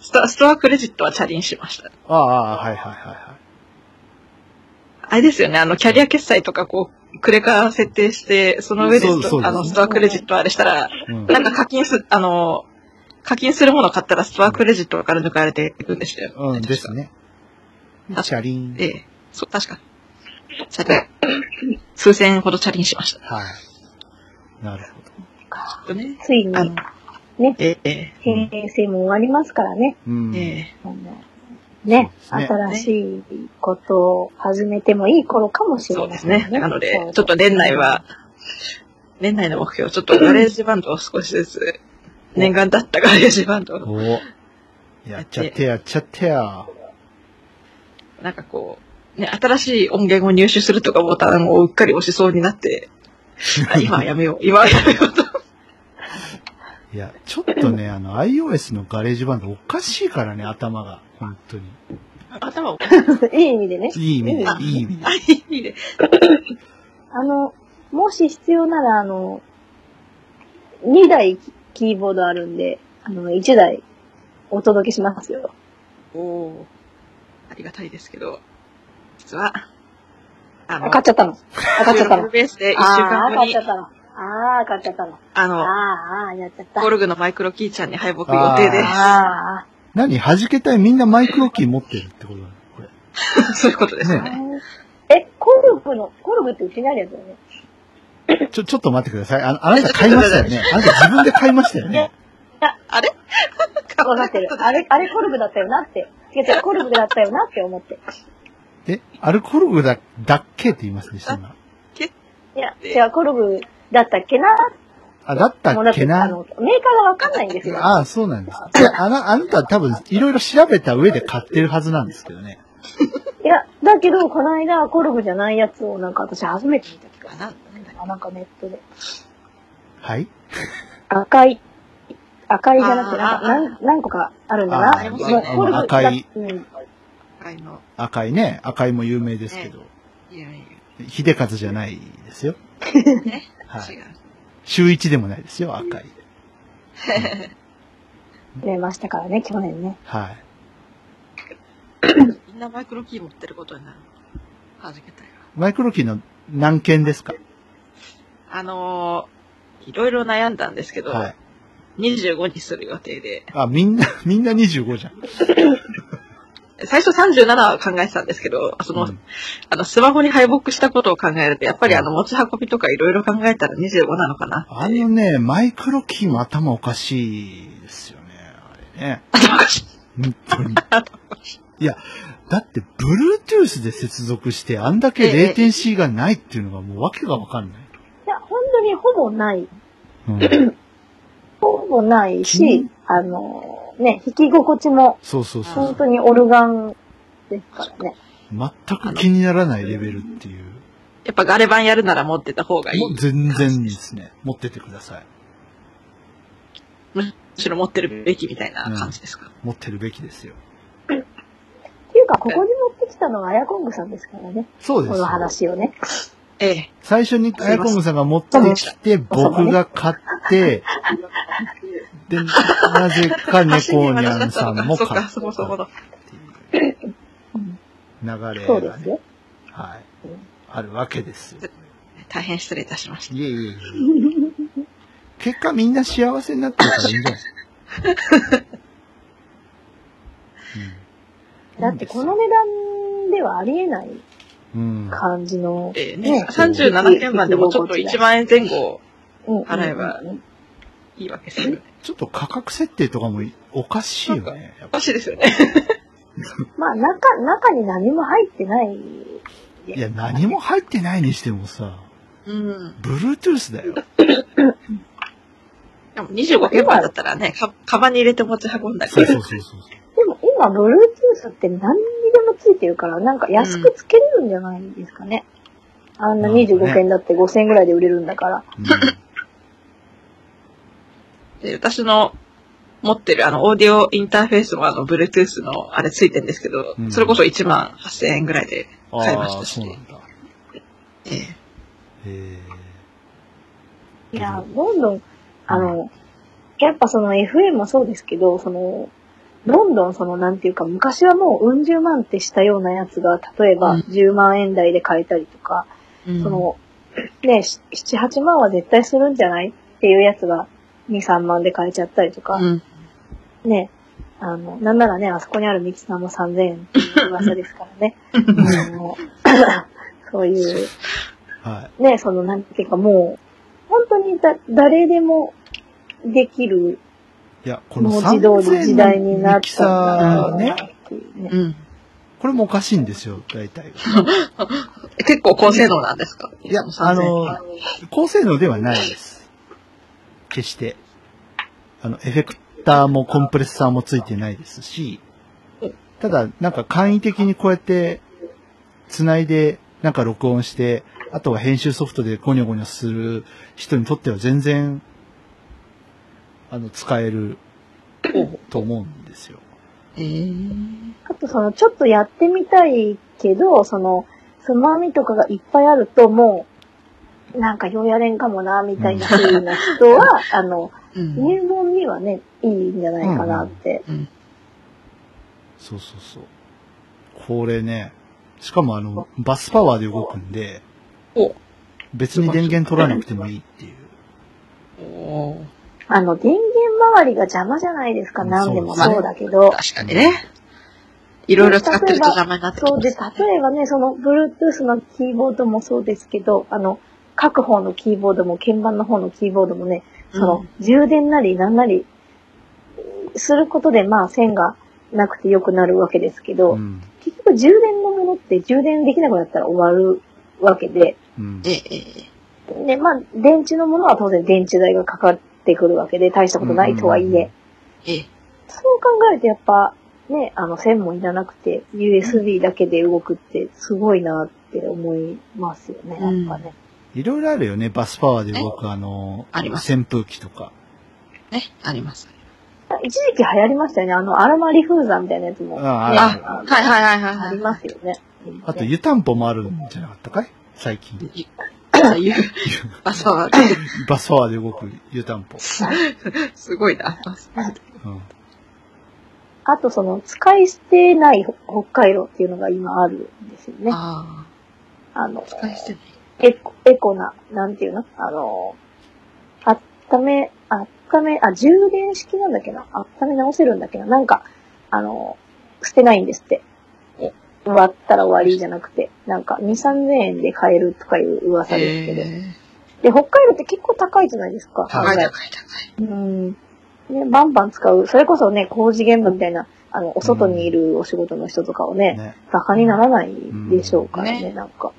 S2: ストストアクレジットはチャリンしました。
S1: ああ、はいはいはいはい。
S2: あれですよね、あの、キャリア決済とかこう、クレカ設定して、その上で
S1: そう
S2: ス
S1: そう
S2: ト
S1: です
S2: あのストアクレジットあれしたら、
S1: うん
S2: なんか課金す、あの、課金するもの買ったらストアクレジットから抜かれていくんでしたよ。
S1: うん、ですね。
S2: あ
S1: チャリン。
S2: ええ。そう、確か。チャリン。数千円ほどチャリンしました。
S1: はい。なるほど。
S2: きっとね。
S3: ついに
S2: あ、の、
S3: ね、
S2: ええ、
S3: 平成も終わりますからね。
S1: うん。
S2: ええ。
S3: あのね、
S1: そうですね
S3: 新しいことを始めてもいい頃かもし
S2: そ
S3: れ
S2: う
S3: な
S2: で
S3: い
S2: すね。なので、ちょっと年内は、年内の目標、ちょっ とガレージバンドを少しずつ、念願だったガレージバンドを、
S1: おやっちゃってやっちゃってや。
S2: なんかこう、ね、新しい音源を入手するとかボタンをうっかり押しそうにな って、あ今はやめよう、今はやめようと。
S1: いや、ちょっと ね、あの、iOS のガレージバンドおかしいからね、頭が。本当に。
S2: 頭を、
S3: いい意味でね。
S1: いい意味で
S3: う、ん
S1: いい意味で。
S2: あ、いいね。
S3: あの、もし必要なら、あの、2台キーボードあるんで、あの、1台お届けしますよ。
S2: おおありがたいですけど、実は、あ
S3: あ、買っちゃったの。あ、買っちゃっ
S2: 収
S3: たの
S2: 録。ベースで1週間
S3: あー、
S2: 後
S3: 買っ
S2: に
S3: ちゃっ、たの。あー、買っちゃったの。
S2: あの、
S3: あー、あー、やっちゃった。
S2: コルグのマイクロキーちゃんに敗北予定で
S3: あ
S1: 何弾けたいみんなマイクロキー持ってるってことだね、これ。
S2: す。 そういうことですよ
S3: ー、あ
S2: ね。
S3: ー。え、コルグの、コルグってうちにあるやつだよね。
S1: ちょ、ちょっと待ってください。あの、あなた買いましたよね。あなた自分で買いましたよね。
S2: あれ
S3: わかってる。 あれ、あれコルグだったよなって。違う違う、コルグだったよなって思って。
S1: え、アルコールグだ、だっけって言いますね、今。
S3: いや、違う、コルグだったっけな
S1: あ、だった
S3: もうだ
S1: っ
S3: っ
S1: け
S3: て、あ
S1: な。
S3: の、メーカーがわかんないんですよ。
S1: ああ、そうなんです。いや、あな、あなたは多分、いろいろ調べた上で買ってるはずなんですけどね。
S3: いや、だけど、この間、コルグじゃないやつを、なんか私初めて見た気が
S2: あ
S3: す
S2: な
S3: る。あ、なんかネットで。
S1: はい
S3: 赤い、赤いじゃなくて、なん
S2: あ
S3: か何、何個かあるんだな。
S1: あ
S2: ー
S3: まコルグだ
S1: 赤い
S3: うん。
S2: あの、
S1: 赤いね。赤いも有名ですけど。
S2: いやい
S1: 秀和じゃないですよ。
S2: や、ね、
S1: は
S2: 違
S1: い。
S2: う。
S1: 週一でもないですよ、赤い。
S3: 出ましたからね、去年ね。
S1: はい。
S2: みんなマイクロキー持ってることになる。はじけたよ。
S1: マイクロキーの何件ですか
S2: あのー、いろいろ悩んだんですけど、
S1: はい。
S2: 25にする予定で、
S1: あ、みんな、 みんな25じゃん。
S2: 最初37は考えてたんですけど、その、
S1: うん
S2: あの、スマホに敗北したことを考えると、やっぱりあの、持ち運びとかいろいろ考えたら25なのかな。
S1: あのね、マイクロキーも頭おかしいですよね。あれね。
S2: 頭がし
S1: 本当 に。いや、だって、Bluetooth で接続して、あんだけレーテンシーがないっていうのがもうわけがわかんない。
S3: いや、本当にほぼない。
S1: うん、
S3: ほぼない
S1: うん
S3: し、あの、ね、弾き心地も、
S1: そうそうそ
S3: 本
S1: う
S3: 当。にオルガンですからね。
S1: 全く気にならないレベルっていう。
S2: やっぱガレ版やるなら持ってた方がいい
S1: もう。全然ですね。持っててください。
S2: むしろ持ってるべきみたいな感じですか。
S1: 持ってるべきですよ。
S3: っていうか、ここに持ってきたのはアヤコングさんですからね。
S1: そうで
S3: こ
S1: す
S3: の
S1: よ。
S3: 話をね。
S2: ええ。
S1: 最初にアイコムさんが持ってきて、僕が買って、で、なぜか猫にゃんさんも
S2: そっ
S1: 買
S2: か、
S1: っ
S2: そもそもの。
S1: ていう流れ
S3: そ
S1: が
S3: うで
S1: ね
S3: すよ。
S1: はい。あるわけですよ。
S2: 大変失礼いたしました。
S1: いえいえいえ。結果みんな幸せになってるからいいんじゃないうん
S3: だってこの値段ではありえない
S1: うん。
S3: 感じの。
S2: ええ
S3: ね
S2: ね、37点までもちょっと1万円前後
S3: うん
S2: 払えば
S3: うんうん
S2: いいわけですよね。
S1: ちょっと価格設定とかもおかしいよね。やっ
S2: お
S1: ぱ
S2: かしいですよね。
S3: まあ、中、中に何も入ってない。
S1: いや、何も入ってないにしてもさ、
S2: うん。
S1: Bluetooth だよ。
S2: でも25鍵盤だったらね、かカバンに入れて持ち運んだり。
S1: そうそうそうそう。
S3: でも今、Bluetooth って何にでもついてるから、なんか安くつけれるんじゃないですかね。あんな25件だって5000円ぐらいで売れるんだから。
S1: う
S2: で、私の持ってるあの、オーディオインターフェースもあの、Bluetooth のあれついてるんですけど、
S1: うん
S2: それこそ1万8000円ぐらいで、
S1: ん、
S2: 買いまし
S1: ああ、
S2: たし
S1: そうなんだ。
S2: ええ
S1: え
S3: いや、どんどん、あの、やっぱその FM もそうですけど、その、どんどんその、なんていうか、昔はもううん十万ってしたようなやつが、例え
S2: うん
S3: ば10万円台で買えたりとか、そ、の、ね、7、8万は絶対するんじゃないっていうやつが、2、3万で買えちゃったりとか、
S2: うん。
S3: ね、あの、なんならね、あそこにあるミキさんも3000円っていう噂ですからね。あ のそういう、
S1: えはい。
S3: ね、その、なんていうかもう、本当にだ、誰でもできる
S1: いや、この
S3: 文字通り時代にな
S1: ミ
S3: っ
S1: キ
S3: たんだ
S1: サ
S3: ろ
S1: ー
S3: う
S1: ね
S3: な。っていうね。
S2: うん。
S1: これもおかしいんですよ、大体。
S2: 結構高性能なんですか
S1: いや
S2: そ、3000
S1: あの、高性能ではないです。決して。あの、エフェクターもコンプレッサーもついてないですし、ただ、なんか簡易的にこうやって、繋いで、なんか録音して、あとは編集ソフトでゴニョゴニョする人にとっては全然、あの、使えると思うんですよ。
S2: えー
S3: あと、その、ちょっとやってみたいけど、その、つまみとかがいっぱいあると、もう、なんかようやれんかもな、みたいな風な人は、あの、
S2: うん
S3: 入門にはね、いいんじゃないかなって。
S2: うん
S1: そうそうそう。これね、しかもあの、バスパワーで動くんで、
S2: お
S1: 別に電源取らなくてもいいっていう。
S2: おー
S3: あの、電源周りが邪魔じゃないですか、
S1: うん
S3: 何でも
S1: そうですね
S3: そうだけど。
S2: 確かにね。いろいろ使ってると邪魔になってき
S3: そう
S2: ま
S3: で、
S2: す。
S3: 例えばね、その、Bluetooth のキーボードもそうですけど、あの、各方のキーボードも、鍵盤の方のキーボードもね、その、充電なりなんなり、することで、まあ、線がなくて良くなるわけですけど、
S1: うん。
S3: 結局充電のものって充電できなくなったら終わるわけで、
S1: うん
S2: え。ええ
S3: で、まあ、電池のものは当然電池代がかかってくるわけで、大したことないとはいえ、
S2: ええ
S3: そう考えるとやっぱ、ね、あの、線もいらなくて、USB だけで動くってすごいなって思いますよね、やっぱね。
S1: いろいろあるよね、バスパワーで動くあの、
S2: あります
S1: 扇風機とか。
S2: え。ね、あります。
S3: 一時期流行りましたよね、あの、アラマリフーザーみたいなやつも。
S1: あ
S3: ね、
S1: あ
S2: あ、
S1: ある
S2: はいはいはいはいはい。
S3: ありますよね。
S1: あと、
S3: ね
S1: 湯たんぽもあるんじゃなかったかい最近。
S2: あいうバスパワー。
S1: バスパワーで動く湯たんぽ。
S2: すごいな。
S1: うん。
S3: あとその、使い捨てない北海道っていうのが今あるんですよね。あ
S2: あ
S3: の、
S2: あ、使い捨てない。
S3: エコ、エコな、なんていうのあの、温め、温め、あ、充電式なんだっけな温め直せるんだっけななんか、あの、捨てないんですって
S2: お。
S3: 割ったら終わりじゃなくて、なんか2、3000円で買えるとかいう噂ですけど。
S2: え
S3: で、北海道って結構高いじゃないですか。
S2: ー高い
S3: 考え
S2: 高い高い。
S3: うん。ね、バンバン使う。それこそね、工事現場みたいな、あの、お外にいるお仕事の人とかをね、
S1: ね。
S3: 馬鹿にならないでしょうからね、
S2: うんね
S3: なんか。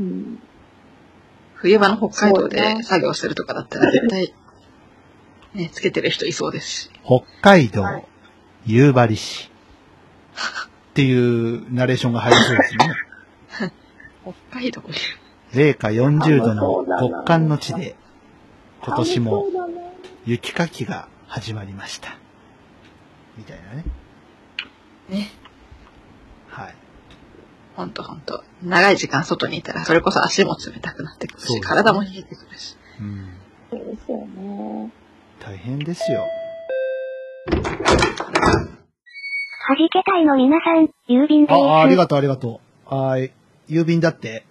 S3: うん。
S2: 冬場の北海道
S3: そうだ
S2: で
S3: な
S2: 作業するとかだったら絶対、ね、つけてる人いそうですし。
S1: 北海道
S3: はい、
S1: 夕張市。っていうナレーションが入りそうですね。
S2: 北海道
S1: 零下40度の
S3: 寒そうだな
S1: 極寒の地で、今年も
S3: 寒そうだな
S1: 雪かきが始まりました。みたいなね。
S2: ね。
S1: はい。
S2: ほんとほんと。長い時間外にいたら、それこそ足も冷たくなってくる
S1: そうですね
S2: し、体も冷えてくるし。
S1: うん。
S3: そうですよね。
S1: 大変ですよ。
S4: はじけたいの皆さん、郵便です。
S1: あ、あありがとう、ありがとう。はーい。郵便だって。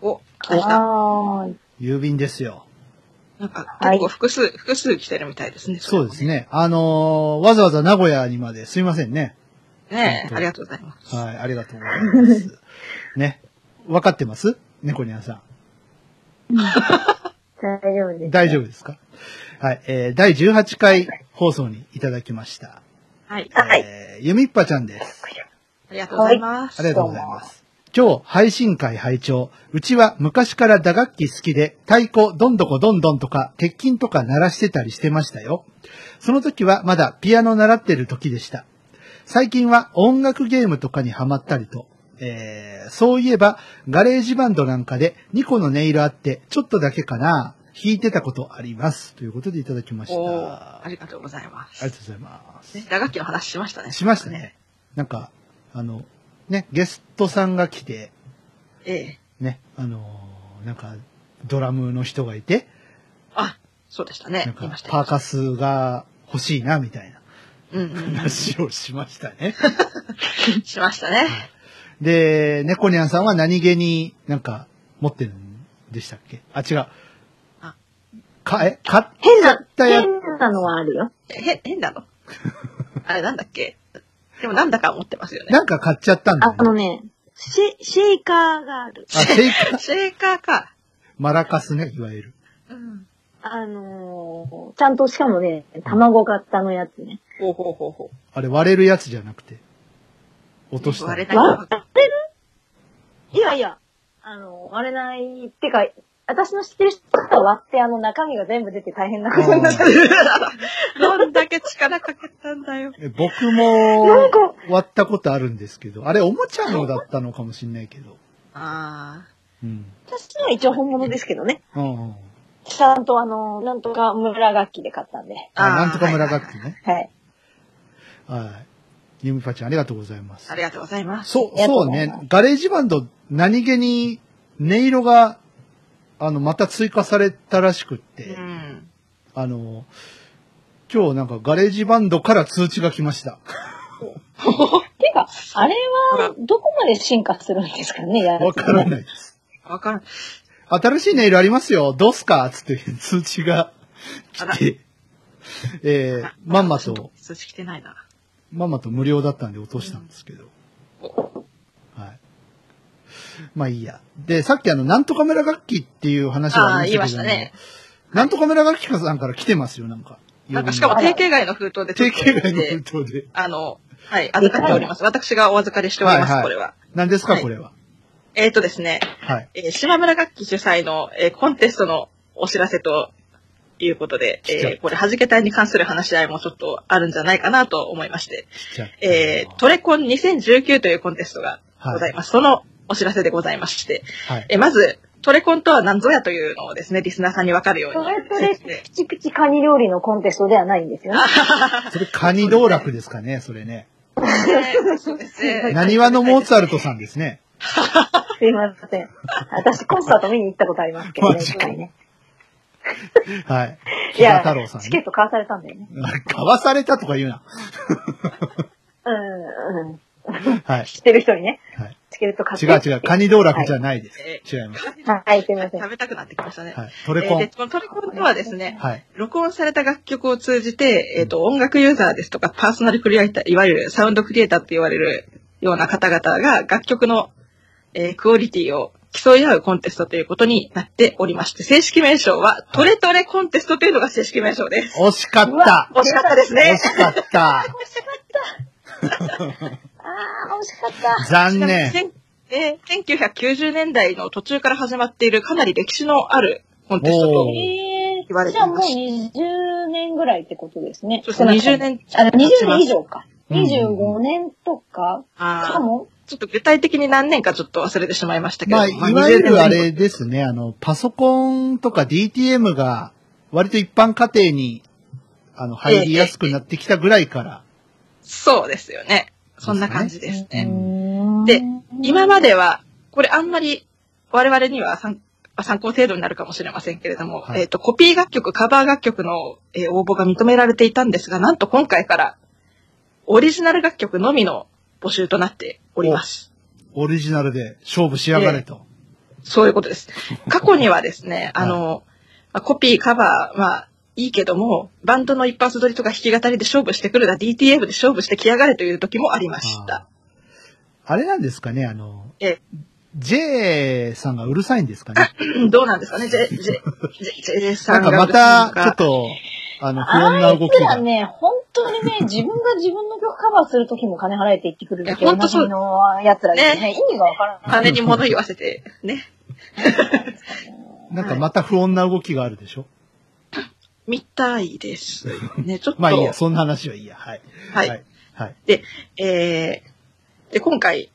S2: お、来た。
S3: はーい。
S1: 郵便ですよ。
S2: なんか
S3: はい
S2: 結構複数、複数来てるみたいですね。
S1: そうです。ね。あのーわざわざ名古屋にまですいませんね。
S2: ねえ、ありがとうございます。
S1: はい、ありがとうござい ます。ね。わかってます猫ニャンさん。
S3: 大丈夫です。
S1: 大丈夫ですかはい、えー、第18回放送にいただきました。
S2: はい。
S3: はい
S1: えー、ゆみっぱちゃんです。
S2: ありがとうございます。
S1: ありがとうございます。今日、配信会拝聴。うちは昔から打楽器好きで、太鼓、どんどこどんどんとか、鉄筋とか鳴らしてたりしてましたよ。その時はまだピアノ習ってる時でした。最近は音楽ゲームとかにハマったりと、えー、そういえば、ガレージバンドなんかで2個の音色あって、ちょっとだけかな、弾いてたことあります。ということでいただきました。
S2: おー
S1: あ
S2: ありがとうございま
S1: りが
S2: す。
S1: とうございます。
S2: ね打楽器の話しましたね。
S1: しましたね。。なんか、あの、ね、ゲストさんが来て、
S2: ええ。
S1: ね、あのーなんか、ドラムの人がいて、
S2: あ、そうでした
S1: なん
S2: ね。
S1: か
S2: 言いまし、た。
S1: パーカスが欲しいな、みたいな
S2: うんうん
S1: 話をしましたね。
S2: うん。しましたね。
S1: で、猫ニャンさんは何気になんか持ってるんでしたっけあ、違う
S2: あ。
S1: か、え、買っ
S3: 変な、
S1: たや、
S3: 変なのはあるよ。
S2: へ、変なの。あれなんだっけでもなんだか持ってますよね。
S1: なんか買っちゃったんだ
S3: あ
S1: よ、
S3: あ
S1: ね。
S3: のね、シシェイカーがある。
S1: あ、シェイカー、
S2: シェーカーか。
S1: マラカスね、いわゆる。
S2: うん。
S3: あのーちゃんとしかもね、卵型のやつね。
S2: ほうほうほうほ
S1: あれ割れるやつじゃなくて。落とし
S2: う。
S1: た。
S2: 割れない
S3: 割
S2: わ。
S3: れるいやいや、あの、割れない。ってか、私の知ってる人が割って、あの中身が全部出て大変なことになった。
S2: どんだけ力かけたんだよ。
S1: え僕も
S3: なんか
S1: 割ったことあるんですけど、あれおもちゃのだったのかもしんないけど。
S2: あ
S1: うん。
S3: 私のは一応本物ですけどね。
S1: うんうん。
S3: ちゃんとあの、なんとか村楽器で買ったんで。
S2: あ
S1: あ、なんとか村楽器
S2: はい
S1: ね。
S3: はい。
S1: はい。ゆみぱちゃんありがとうございます
S2: あ。りがとうございます。
S1: そう、
S3: ありがと
S1: そうう
S3: ござい
S1: ね
S3: ます。
S1: ガレージバンド、何気に、音色が、あの、また追加されたらしくって、
S2: うん。
S1: あの、今日なんかガレージバンドから通知が来ました。
S3: てか、あれは、どこまで進化するんですかね、や
S1: わからないです。
S2: わかん、
S1: 新しい音色ありますよ。どうすかつって通知が来て、えー、まんまと、
S2: 数値来てないな。
S1: まんまと無料だったんで落としたんですけど。はい。まあいいや。で、さっきあの、なんとか村楽器っていう話が
S2: あ
S1: あ
S2: あ、
S1: り
S2: 言い
S1: ま
S2: ま
S1: し
S2: した
S1: けども
S2: たね。
S1: なんとか村楽器さんから来てますよ、なんか。
S2: なんかしかも定型外の封筒で
S1: 定
S2: 取って
S1: 型外
S2: おい
S1: の
S2: て、
S1: 封筒で。
S2: あの、はい、預かっております。私がお預かりしておりま
S1: はいは
S2: す、
S1: い
S2: これは。
S1: 何ですか、
S2: はい
S1: これは。
S2: えっとですね、
S1: はい。
S2: えー島村楽器主催の、えーコンテストのお知らせということで、
S1: 来ちゃっ
S2: え
S1: た
S2: ーこれ、弾け隊に関する話し合いもちょっとあるんじゃないかなと思いまして、
S1: 来ちゃった
S2: えートレコン2019というコンテストがございます。そのお知らせでございまして、
S1: はい。
S2: えーまず、トレコンとは何ぞやというのをですね、リスナーさんにわかるよう
S3: そ
S2: に
S3: れそれ
S2: 説、明。
S3: プチプチカニ料理のコンテストではないんですよね。
S1: それ、カニ道楽ですかね、それね。
S2: そうですね
S1: なにわのモーツァルトさんですね。
S3: すいません。私、コンサート見に行ったことありますけど
S1: マ
S3: ね、
S1: ジ
S3: 一
S1: か
S3: 回ね。
S1: はい。
S3: い
S1: 木田
S3: や
S1: 太郎さん、
S3: チケッ
S1: ね。
S3: ト買わされたんだよね。
S1: 買わされたとか言うな。
S3: うん、うん。
S1: はい。
S3: 知ってる人にね、
S1: はい、
S3: チケット買っ
S1: 違
S3: て。
S1: う違う、カニ道楽じゃないです。
S2: はい
S1: 違います。
S3: はい、すいません。
S2: 食べたくなってきましたね。
S1: はい。ト
S2: え
S1: レコ
S2: ー
S1: ン。
S2: でこのトレコンとはですね、
S1: はい。
S2: 録音された楽曲を通じて、えっ、と、音楽ユーザーですとか、パーソナルクリエイター、いわゆるサウンドクリエイターと言われるような方々が楽曲の、えークオリティを競い合うコンテストということになっておりまして、正式名称はトレトレコンテストというのが正式名称です。
S1: 惜しかった。
S2: 惜しかったです
S1: 惜
S2: ね。
S1: しかった。
S3: あー、惜しかった。
S1: 残念。
S2: ちなみにせんえー1990年代の途中から始まっているかなり歴史のあるコンテストと
S1: おー
S3: え
S2: 言わ
S3: ー、
S2: れ
S3: じ
S2: て
S3: ゃあ
S2: い
S3: もう
S2: ます
S3: 20年ぐらいってことですね。
S2: そうですね20年
S3: あの、20年以上か。
S1: うん
S3: 25年とか、か
S2: あー
S3: も。
S2: ちょっと具体的に何年かちょっと忘れてしまいましたけど。
S1: まあ、いわゆ
S2: 20年
S1: るあれですね、あの、パソコンとか DTM が、割と一般家庭に、あの、入りやすくなってきたぐらいから。
S2: そうですよね。そんな感じですね。
S3: う
S2: で
S3: ん、
S2: 今までは、これあんまり我々には参参考程度になるかもしれませんけれども、
S1: はい
S2: えっ、と、コピー楽曲、カバー楽曲の、えー応募が認められていたんですが、なんと今回から、オリジナル楽曲のみの募集となっております。
S1: オリジナルで勝負しやがれと。
S2: そういうこと です。過去にはですね、あの、まあコピー、カバー、まあ、いいけども、バンドの一発撮りとか弾き語りで勝負してくるな、DTM で勝負してきやがれという時もありました。
S1: あれなんですかね、あの、
S2: え
S1: J さんがうるさいんですかね。
S2: うんどうなんですかね、ジェ、ジェ、ジェ、ジェジェさ
S1: なん
S2: ん
S1: か
S2: が
S1: また、ちょっ
S2: と。
S1: と、あの、不穏な動き
S3: あいつら
S1: が。
S3: ね、本当に ね、自分が自分の曲カバーするときも金払えて言ってくるだけ
S2: いやほ
S3: 同
S2: んと
S3: じ
S2: そう
S3: の奴らですね意味がわからない。
S2: 金に物言わせて、ね。
S1: なんかまた不穏な動きがあるでしょ
S2: 見たいです。ね、ちょっと。
S1: まあいいや、そんな話はいいや。はい。
S2: はい。
S1: はい。はい。
S2: えー、で、今回、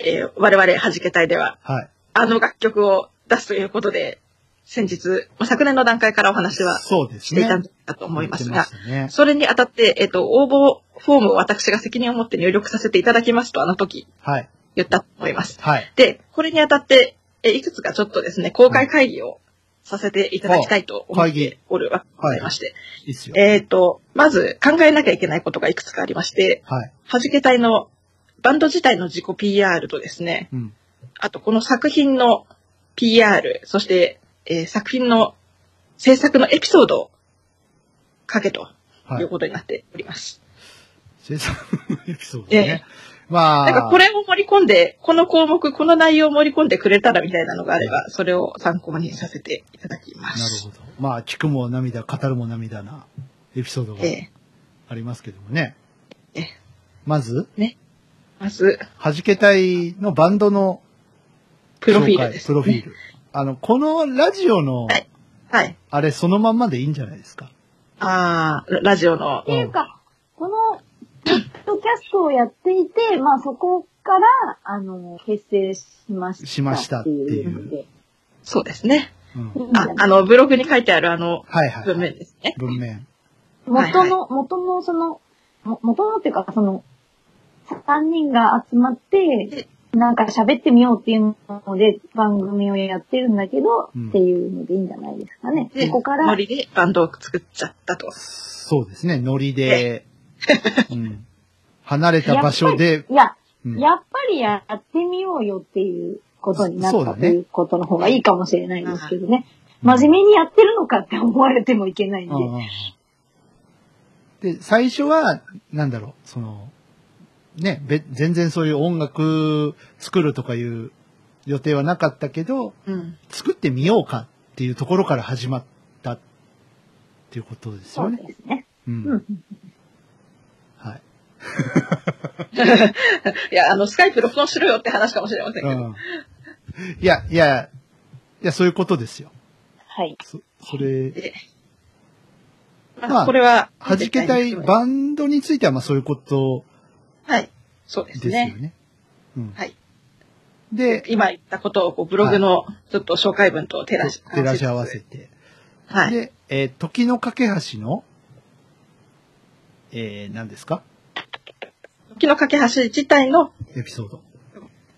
S2: えー、我々、はじけたいでは、
S1: はい。
S2: あの楽曲を出すということで、先日、まあ、昨年の段階からお話は
S1: そうで
S2: し
S1: す
S2: てい
S1: ね。
S2: たんだと思います
S1: 言
S2: が
S1: っ、てましたね。
S2: それにあたって、えっ、と、応募フォームを私が責任を持って入力させていただきますと、あの時
S1: はい。
S2: 言ったと思います。
S1: はい。
S2: で、これにあたって、えいくつかちょっとですね、公開会議をさせていただきたいと思っ
S1: 会議
S2: ておるわけでございまして、
S1: いいっすよ。
S2: えっ、と、まず考えなきゃいけないことがいくつかありまして、
S1: はい。
S2: はじけ隊のバンド自体の自己 PR とですね、
S1: うん。
S2: あとこの作品の PR、そして、えー作品の制作のエピソードを書けと。
S1: はいいう
S2: ことになっております。
S1: 生産のエピソードね。まあ。
S2: なんかこれを盛り込んで、この項目、この内容を盛り込んでくれたらみたいなのがあれば、それを参考にさせていただきま
S1: なる
S2: す。
S1: ほど。まあ、聞くも涙、語るも涙なエピソードが
S2: え
S1: ありますけどもね。
S2: ええ
S1: まず、
S2: ーまず、
S1: はじけたいのバンドの
S2: プロフィールです、
S1: プロフィール。あの、このラジオの、
S2: はいはい。
S1: あれそのまんまでいいんじゃないですか。
S2: あー、ラジオの
S3: っていうか、この、ポッドキャストをやっていて、まあそこから、あの、結成しました。
S1: しましたっていう
S3: ので。
S2: そうですね。
S1: うん。
S3: うん
S2: あ、あの、ブログに書いてあるあの、
S1: はいはい。
S2: 文面ですね。
S1: 文面。
S3: 元の、元のその、も元のっていうか、その、3人が集まって、なんか喋ってみようっていうので、番組をやってるんだけど、
S1: うん
S3: っていうのでいいんじゃないですかね。
S2: で、
S3: そこから、
S2: ノリでバンドを作っちゃったと。
S1: そうですね。ノリで、 うん。離れた場所で、
S3: いや、
S1: うん
S3: やっぱりやってみようよっていうことになっ
S1: そう
S3: た、
S1: だ
S3: と
S1: ね
S3: いうことの方がいいかもしれないですけどね。真面目にやってるのかって思われてもいけないんで。
S1: うんうんうんで、最初は、なんだろう、その、ね、べ全然そういう音楽作るとかいう予定はなかったけど、
S2: うん。
S1: 作ってみようかっていうところから始まったっていうことです
S3: そ
S1: よ
S3: う
S1: ね。
S3: ですね。
S1: う。
S3: うんん。
S1: はい。
S2: いや、あの、スカイプ録音しろよって話かもしれませんけ
S1: う
S2: ど。
S1: ん。いや、いや、いや、そういうことですよ。
S3: はい。
S1: そ、それ、
S2: で、まあ、
S1: まあ
S2: これは、
S1: 弾けたいバンドについては、まあそういうこと
S2: はい。そうで
S1: ですすよ
S2: ね。
S1: ね。うん。
S2: はい。
S1: で、
S2: 今言ったことを、こう、ブログの、ちょっと紹介文と照らし、
S1: 照らし合わせ
S2: て。
S1: て。
S2: はい。
S1: で、えー時の架け橋の、えー、何ですか
S2: 時の架け橋自体の
S1: エピソード。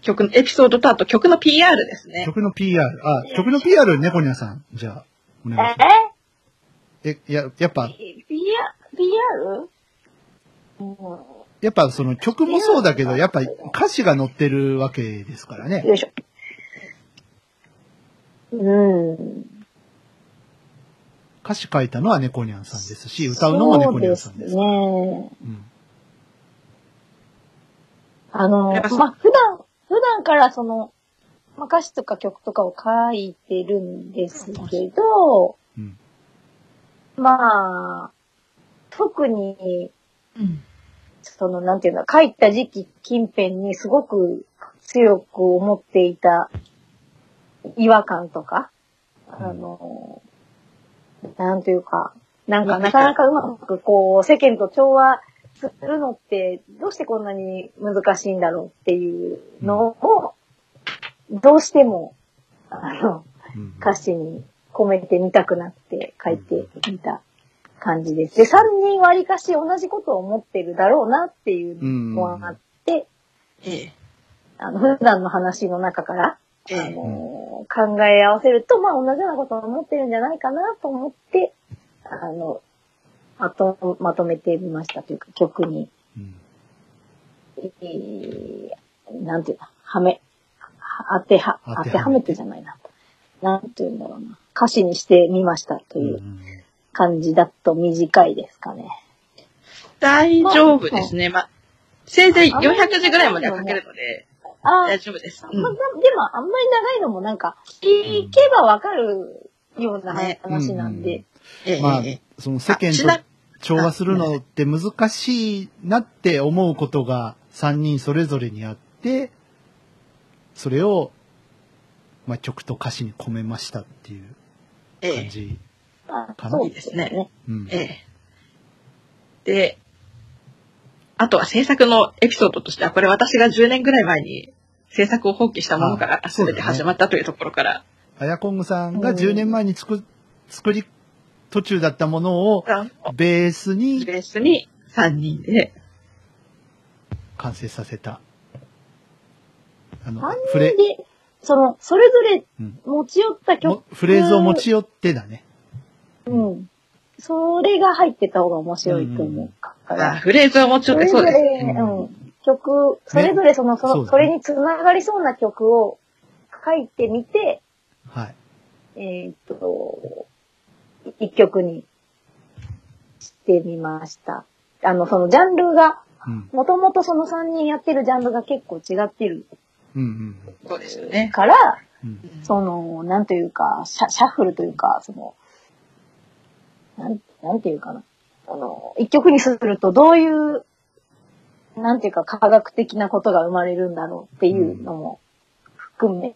S2: 曲のエピソードと、あと曲の PR ですね。
S1: 曲の PR。あ、曲の PR、猫にゃさん。じゃあ、お願いします。え、や、やっぱ、
S3: PR? PR? うん
S1: やっぱその曲もそうだけど、やっぱ歌詞が載ってるわけですからね。
S3: よいしょ。うん。
S1: 歌詞書いたのは猫にゃんさんですし、歌うのも猫にゃんさんです。
S3: そう
S1: う
S3: ですね。
S1: ん
S3: あの、
S2: やっぱそう
S3: まあ、普段、普段からその、まあ、歌詞とか曲とかを書いてるんですけど、
S1: うん。
S3: まあ、特に、
S2: うん。
S3: その、なんていうの、書いた時期近辺にすごく強く思っていた違和感とか、あの、なんというか、なんかなかなかうまくこう、世間と調和するのって、どうしてこんなに難しいんだろうっていうのを、どうしても、あの、
S1: うん
S3: 歌詞に込めてみたくなって書いてみた感じです。で、3人割りかし同じことを思ってるだろうなっていうのはあって、
S2: ええ。
S3: あの、普段の話の中から、
S2: え
S3: あ
S2: え。
S3: のー考え合わせると、まあ同じようなことを思ってるんじゃないかなと思って、あの、まと、まとめてみましたというか、曲に、
S1: うん
S3: えーなんていうの、はめ、は当ては、
S1: 当
S3: 当
S1: てはめて
S3: てはめてじゃないな。なんていうんだろうな。歌詞にしてみましたと
S1: う
S3: い
S1: ん
S3: う
S1: うん
S3: 感じだと短いですかね。
S2: 大丈夫ですね。まあ、せいぜい400字ぐらいまでは書けるので、
S3: あ、
S2: 大丈夫です。
S3: ま
S2: う
S3: あ
S2: ん。
S3: でもあんまり長いのもなんか、聞けばわかるような
S2: ね
S3: 話なんで。
S2: ええ。
S1: まあ
S2: ええ、
S1: その世間
S2: あち
S1: と
S2: な
S1: 調和するのって難しいなって思うことが3人それぞれにあって、それを、まあ、曲と歌詞に込めましたっていう
S2: え
S1: 感
S2: え。
S1: じ。
S3: あ
S1: かな
S3: そうです
S2: いいです
S3: ね。
S1: うん。
S2: ええ。で、あとは制作のエピソードとしては、これ私が10年ぐらい前に制作を放棄したものから
S1: あそうだ
S2: 全
S1: ね
S2: て始まったというところから、
S1: あやこんぐさんが10年前に作、作り途中だったものを
S2: あの
S1: ベースに
S2: ベースに3人で、
S1: 完成させた。あの
S3: 3、
S1: フレ、
S3: で、その、それぞれ
S1: うん
S3: 持ち寄った曲
S1: も、フレーズを持ち寄ってだね。
S3: うん。それが入ってた方が面白いと思うか
S2: あ
S3: ら。
S2: フレーズをもうちょっとそうです。
S3: れぞれ、
S1: うん
S3: うん。曲、それぞれその、
S1: そ
S3: そ
S1: うだ
S3: の
S1: ね
S3: それにつながりそうな曲を書いてみて、
S1: はい。
S3: えーっと、一曲にしてみました。あの、そのジャンルが、
S1: うん。
S3: もともとその3人やってるジャンルが結構違ってる
S1: うんうん
S2: そうですよね。
S3: から、
S1: うん。
S3: その、なんというか、シャシャッフルというか、その、なん、なんていうかな。あの、一曲にするとどういう、なんていうか科学的なことが生まれるんだろうっていうのも含め、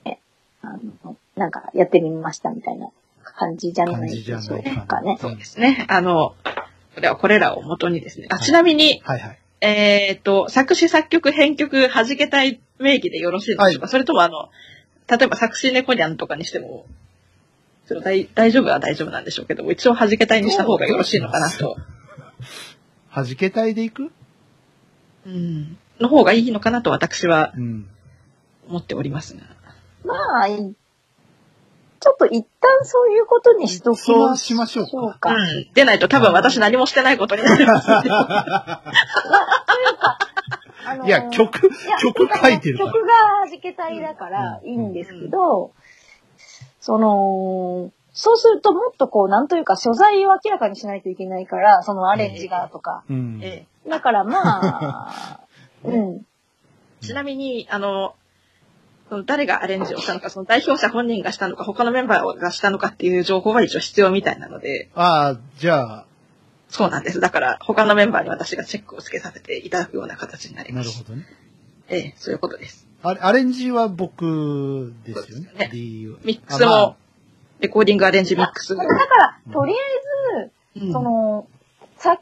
S3: あの、なんかやってみましたみたいな感じじゃないでしょ
S1: 感じじゃな
S3: う
S1: い
S3: か
S1: かな
S3: ね。
S2: そうですね。あの、これはこれらを元にですね。あ、
S1: はい
S2: ちなみに、
S1: はいはい。
S2: えっ、と、作詞作曲編曲弾けたい名義でよろしいでしょうか、それともあの、例えば作詞猫ニャンとかにしても、ちょっと大大丈夫は大丈夫なんでしょうけども、一応弾けたいにした方がよろしいのかなと。
S1: 弾けたいでいく
S2: うん。の方がいいのかなと私は
S1: うん。
S2: 思っておりますが。
S3: まあ、いちょっと一旦そういうことにしとき
S1: そう
S3: ま
S1: し
S3: し
S1: ま
S3: ょ
S1: しょうか
S3: う
S2: う
S3: か。
S2: ん。でないと多分私何もしてないことに なる。
S3: あのー
S1: いや、曲、
S3: いや
S1: 曲書いてるから
S3: 曲が弾けたいだから
S1: うん
S3: いいんですけど、その、そうするともっとこう、なんというか素材を明らかにしないといけないから、そのアレンジがとか。
S1: うん。
S2: え
S3: だか らまあ、うん。
S2: えちなみに、あの、その誰がアレンジをしたのか、その代表者本人がしたのか、他のメンバーがしたのかっていう情報は一応必要みたいなので、
S1: ああ、じゃあ、
S2: そうなんです。だから、他のメンバーに私がチェックをつけさせていただくような形になり
S1: な
S2: ま
S1: る
S2: す。
S1: ほどね。
S2: ええ、そういうことです。
S1: あれアレンジは僕ですよ
S2: そうです
S1: ね
S2: ね。
S1: D
S2: ミックスも、レコーディングアレンジミックス
S3: だ
S2: も
S3: か。ら、
S1: うん
S3: とりあ
S2: う
S3: え
S2: ん
S3: ず、その、さ、例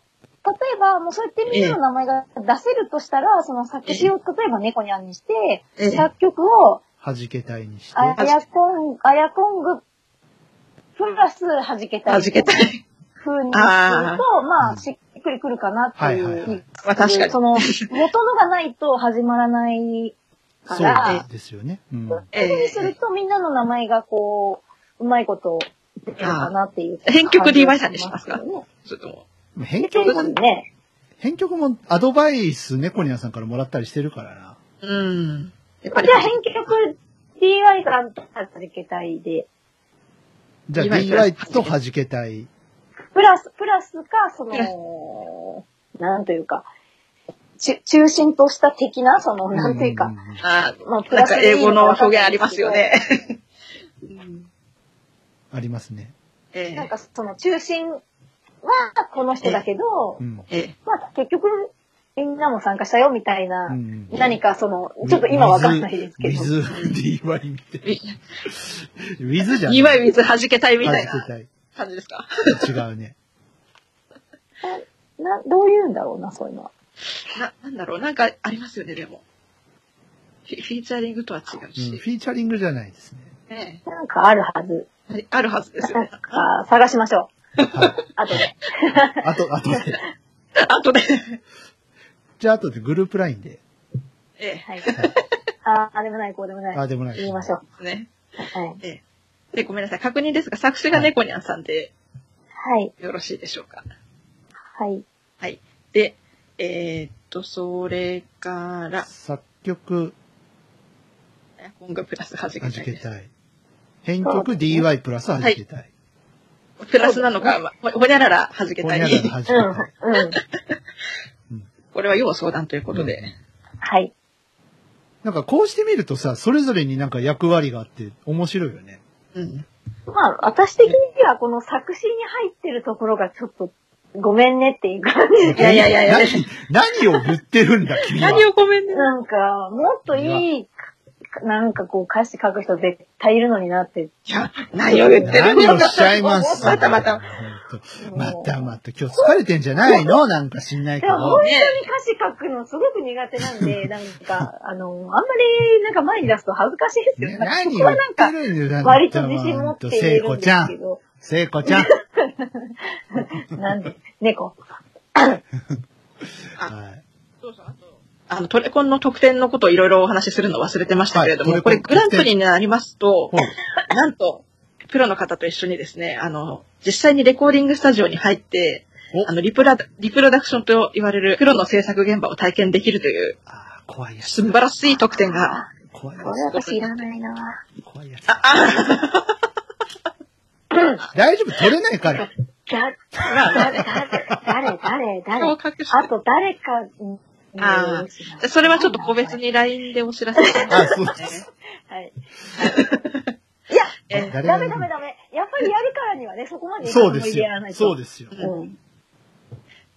S3: えば、もうそうやってみるの名前が出せるとしたら、その作詞を例えば猫にゃんにして、
S2: ええ
S3: 作曲を
S1: 弾けたいにして。
S3: あやこん、あやこんぐ、プラス弾けた
S2: 弾
S3: い。
S2: けたい。
S3: 風にすると、ま
S1: うん
S3: あ、しっくりくるかなってい。
S1: はいはいはいう
S2: まあ確かに
S3: そ。の、元のがないと始まらないか
S1: そう
S3: ら、
S1: ですよね。うん。
S2: え
S3: そうする
S2: え
S3: とみんなの名前がこう、うまいこと出てるかなっていう。
S2: あー編曲 DY さんにしますか
S3: ね
S2: ちょっとも
S1: 編
S3: 編
S1: 曲、
S3: 曲ね。
S1: 編曲もアドバイス猫ニャンさんからもらったりしてるからな。
S2: う。うん。やっぱり
S3: じゃあ、編曲 DY さんと弾けたいで、
S1: じゃあ DY と弾けたい。
S3: プラス、プラスか、そ
S2: プラ
S3: の、なんというか、ち中心とした的な、その、なんというか、
S1: ん
S2: あ
S3: まあ、
S2: ーなんか英語の表現ありますよ。ね。
S1: ありますね。
S2: え
S3: なん
S2: え
S3: かその中心はこの人だけど
S1: う、ん。
S2: ええ。
S3: まあ結局みんなも参加したよみたいな、
S1: うん
S3: 何かその、ちょっと今わかんないですけど。
S1: 水、 水 DY みたい
S2: み
S1: な。水じゃん。
S2: いわゆる水弾けたいみたい
S1: 弾
S2: な感じですか
S1: けたい。違うね。
S3: などういうんだろうな、そういうのは。
S2: な、なんだろう。なんかありますよね、でも。フィフィーチャリングとは違う
S1: うん
S2: し。
S1: フィーチャリングじゃないですね。
S2: え
S3: なんかあるはず。
S2: え。あるはずですよ
S3: なん
S2: ね。
S3: か探しましょ
S1: は
S3: う。あとで。
S1: い。あと、あと で。
S2: あとで。
S1: じゃあ、あとでグループラインで。
S2: ええ。
S3: はい。 ああ、でもない、こうでも
S1: あ
S3: な
S1: あ
S3: い。
S1: でもない。
S3: 言いましょう。
S2: ね。
S3: はい。
S2: ええで、ごめんなさい。確認ですが、作詞が猫ニャンさんで
S3: はい。
S2: よろしいでしょうか。
S3: はい。
S2: はい。で、えーっと、それから、
S1: 作曲、
S2: 音楽プラス弾けた
S1: 弾
S2: い
S1: け
S2: です。
S1: たい。編曲 DY プラス弾けたい。
S2: プラスなのか、まほほにゃらら弾け
S1: ほ
S2: た
S1: にゃ
S2: い。
S1: らら弾け
S3: う
S1: たい。
S3: ん。うん。
S2: これは要相談ということで。
S3: はい。
S1: なんかこうしてみるとさ、それぞれになんか役割があって面白いよね。
S2: うん。
S3: まあ、私的にはこの作詞に入ってるところがちょっと、ごめんねっていう感じ
S2: いやいやいやいや
S1: 何、何を言ってるんだ、君は。
S2: 何をごめんね。
S3: なんか、もっといい、なんかこう歌詞書く人絶対いるのになって。
S2: いや、何を言ってるん
S1: 何をお
S2: だ
S1: っしゃい ます。
S2: またまた。
S1: またまた。今日疲れてんじゃないのなんか知んないけ
S3: でも
S1: ど
S3: 本。当に歌詞書くのすごく苦手なんで、なんか、あの、あんまりなんか前に出すと恥ずかしいですよね。
S1: ね
S3: なん
S1: 何を
S3: かそこ
S1: 言
S3: はなん
S1: っ
S3: か
S1: て、るんだよ、なんか
S3: 割と自信持ってい
S1: 聖
S3: る
S1: 子
S3: ん
S1: ち
S3: で
S1: ゃ
S3: すけ
S1: ん、
S3: ど。
S1: 聖子ちゃん。
S3: なんで、猫。
S1: はい。
S2: あの、トレコンの特典のことをいろいろお話しするの忘れてましたけれども、
S1: はいト
S2: こ
S1: レ
S2: れ
S1: コン
S2: グランプリになりますと、
S1: ほう
S2: なんと、プロの方と一緒にですね、あの、実際にレコーディングスタジオに入って
S1: お、
S2: あのリプラ、リプロダクションと言われるプロの制作現場を体験できるという
S1: あー怖いやつ
S2: 素。晴らしい特典が、
S1: 怖いや
S3: これ私いらないな
S1: つ。怖いやつ。大丈夫、取れないから。
S3: だ、
S2: まあまあ、
S3: 誰、誰、誰、
S2: 顔
S3: 誰。
S2: 隠し
S3: あと誰かに。
S2: あて。それはちょっと個別。に LINE でお知らせしま
S1: あ、
S2: す
S1: そう
S2: ね。
S3: はい。いや、
S2: え
S1: 誰
S3: ダ
S1: が
S3: メダメダメ。やっぱりやるからにはね、そこまで
S1: そうで
S3: 入
S1: す
S3: れ
S1: よ
S3: やらな。いと。
S1: そうですよ。
S2: よ
S3: うん。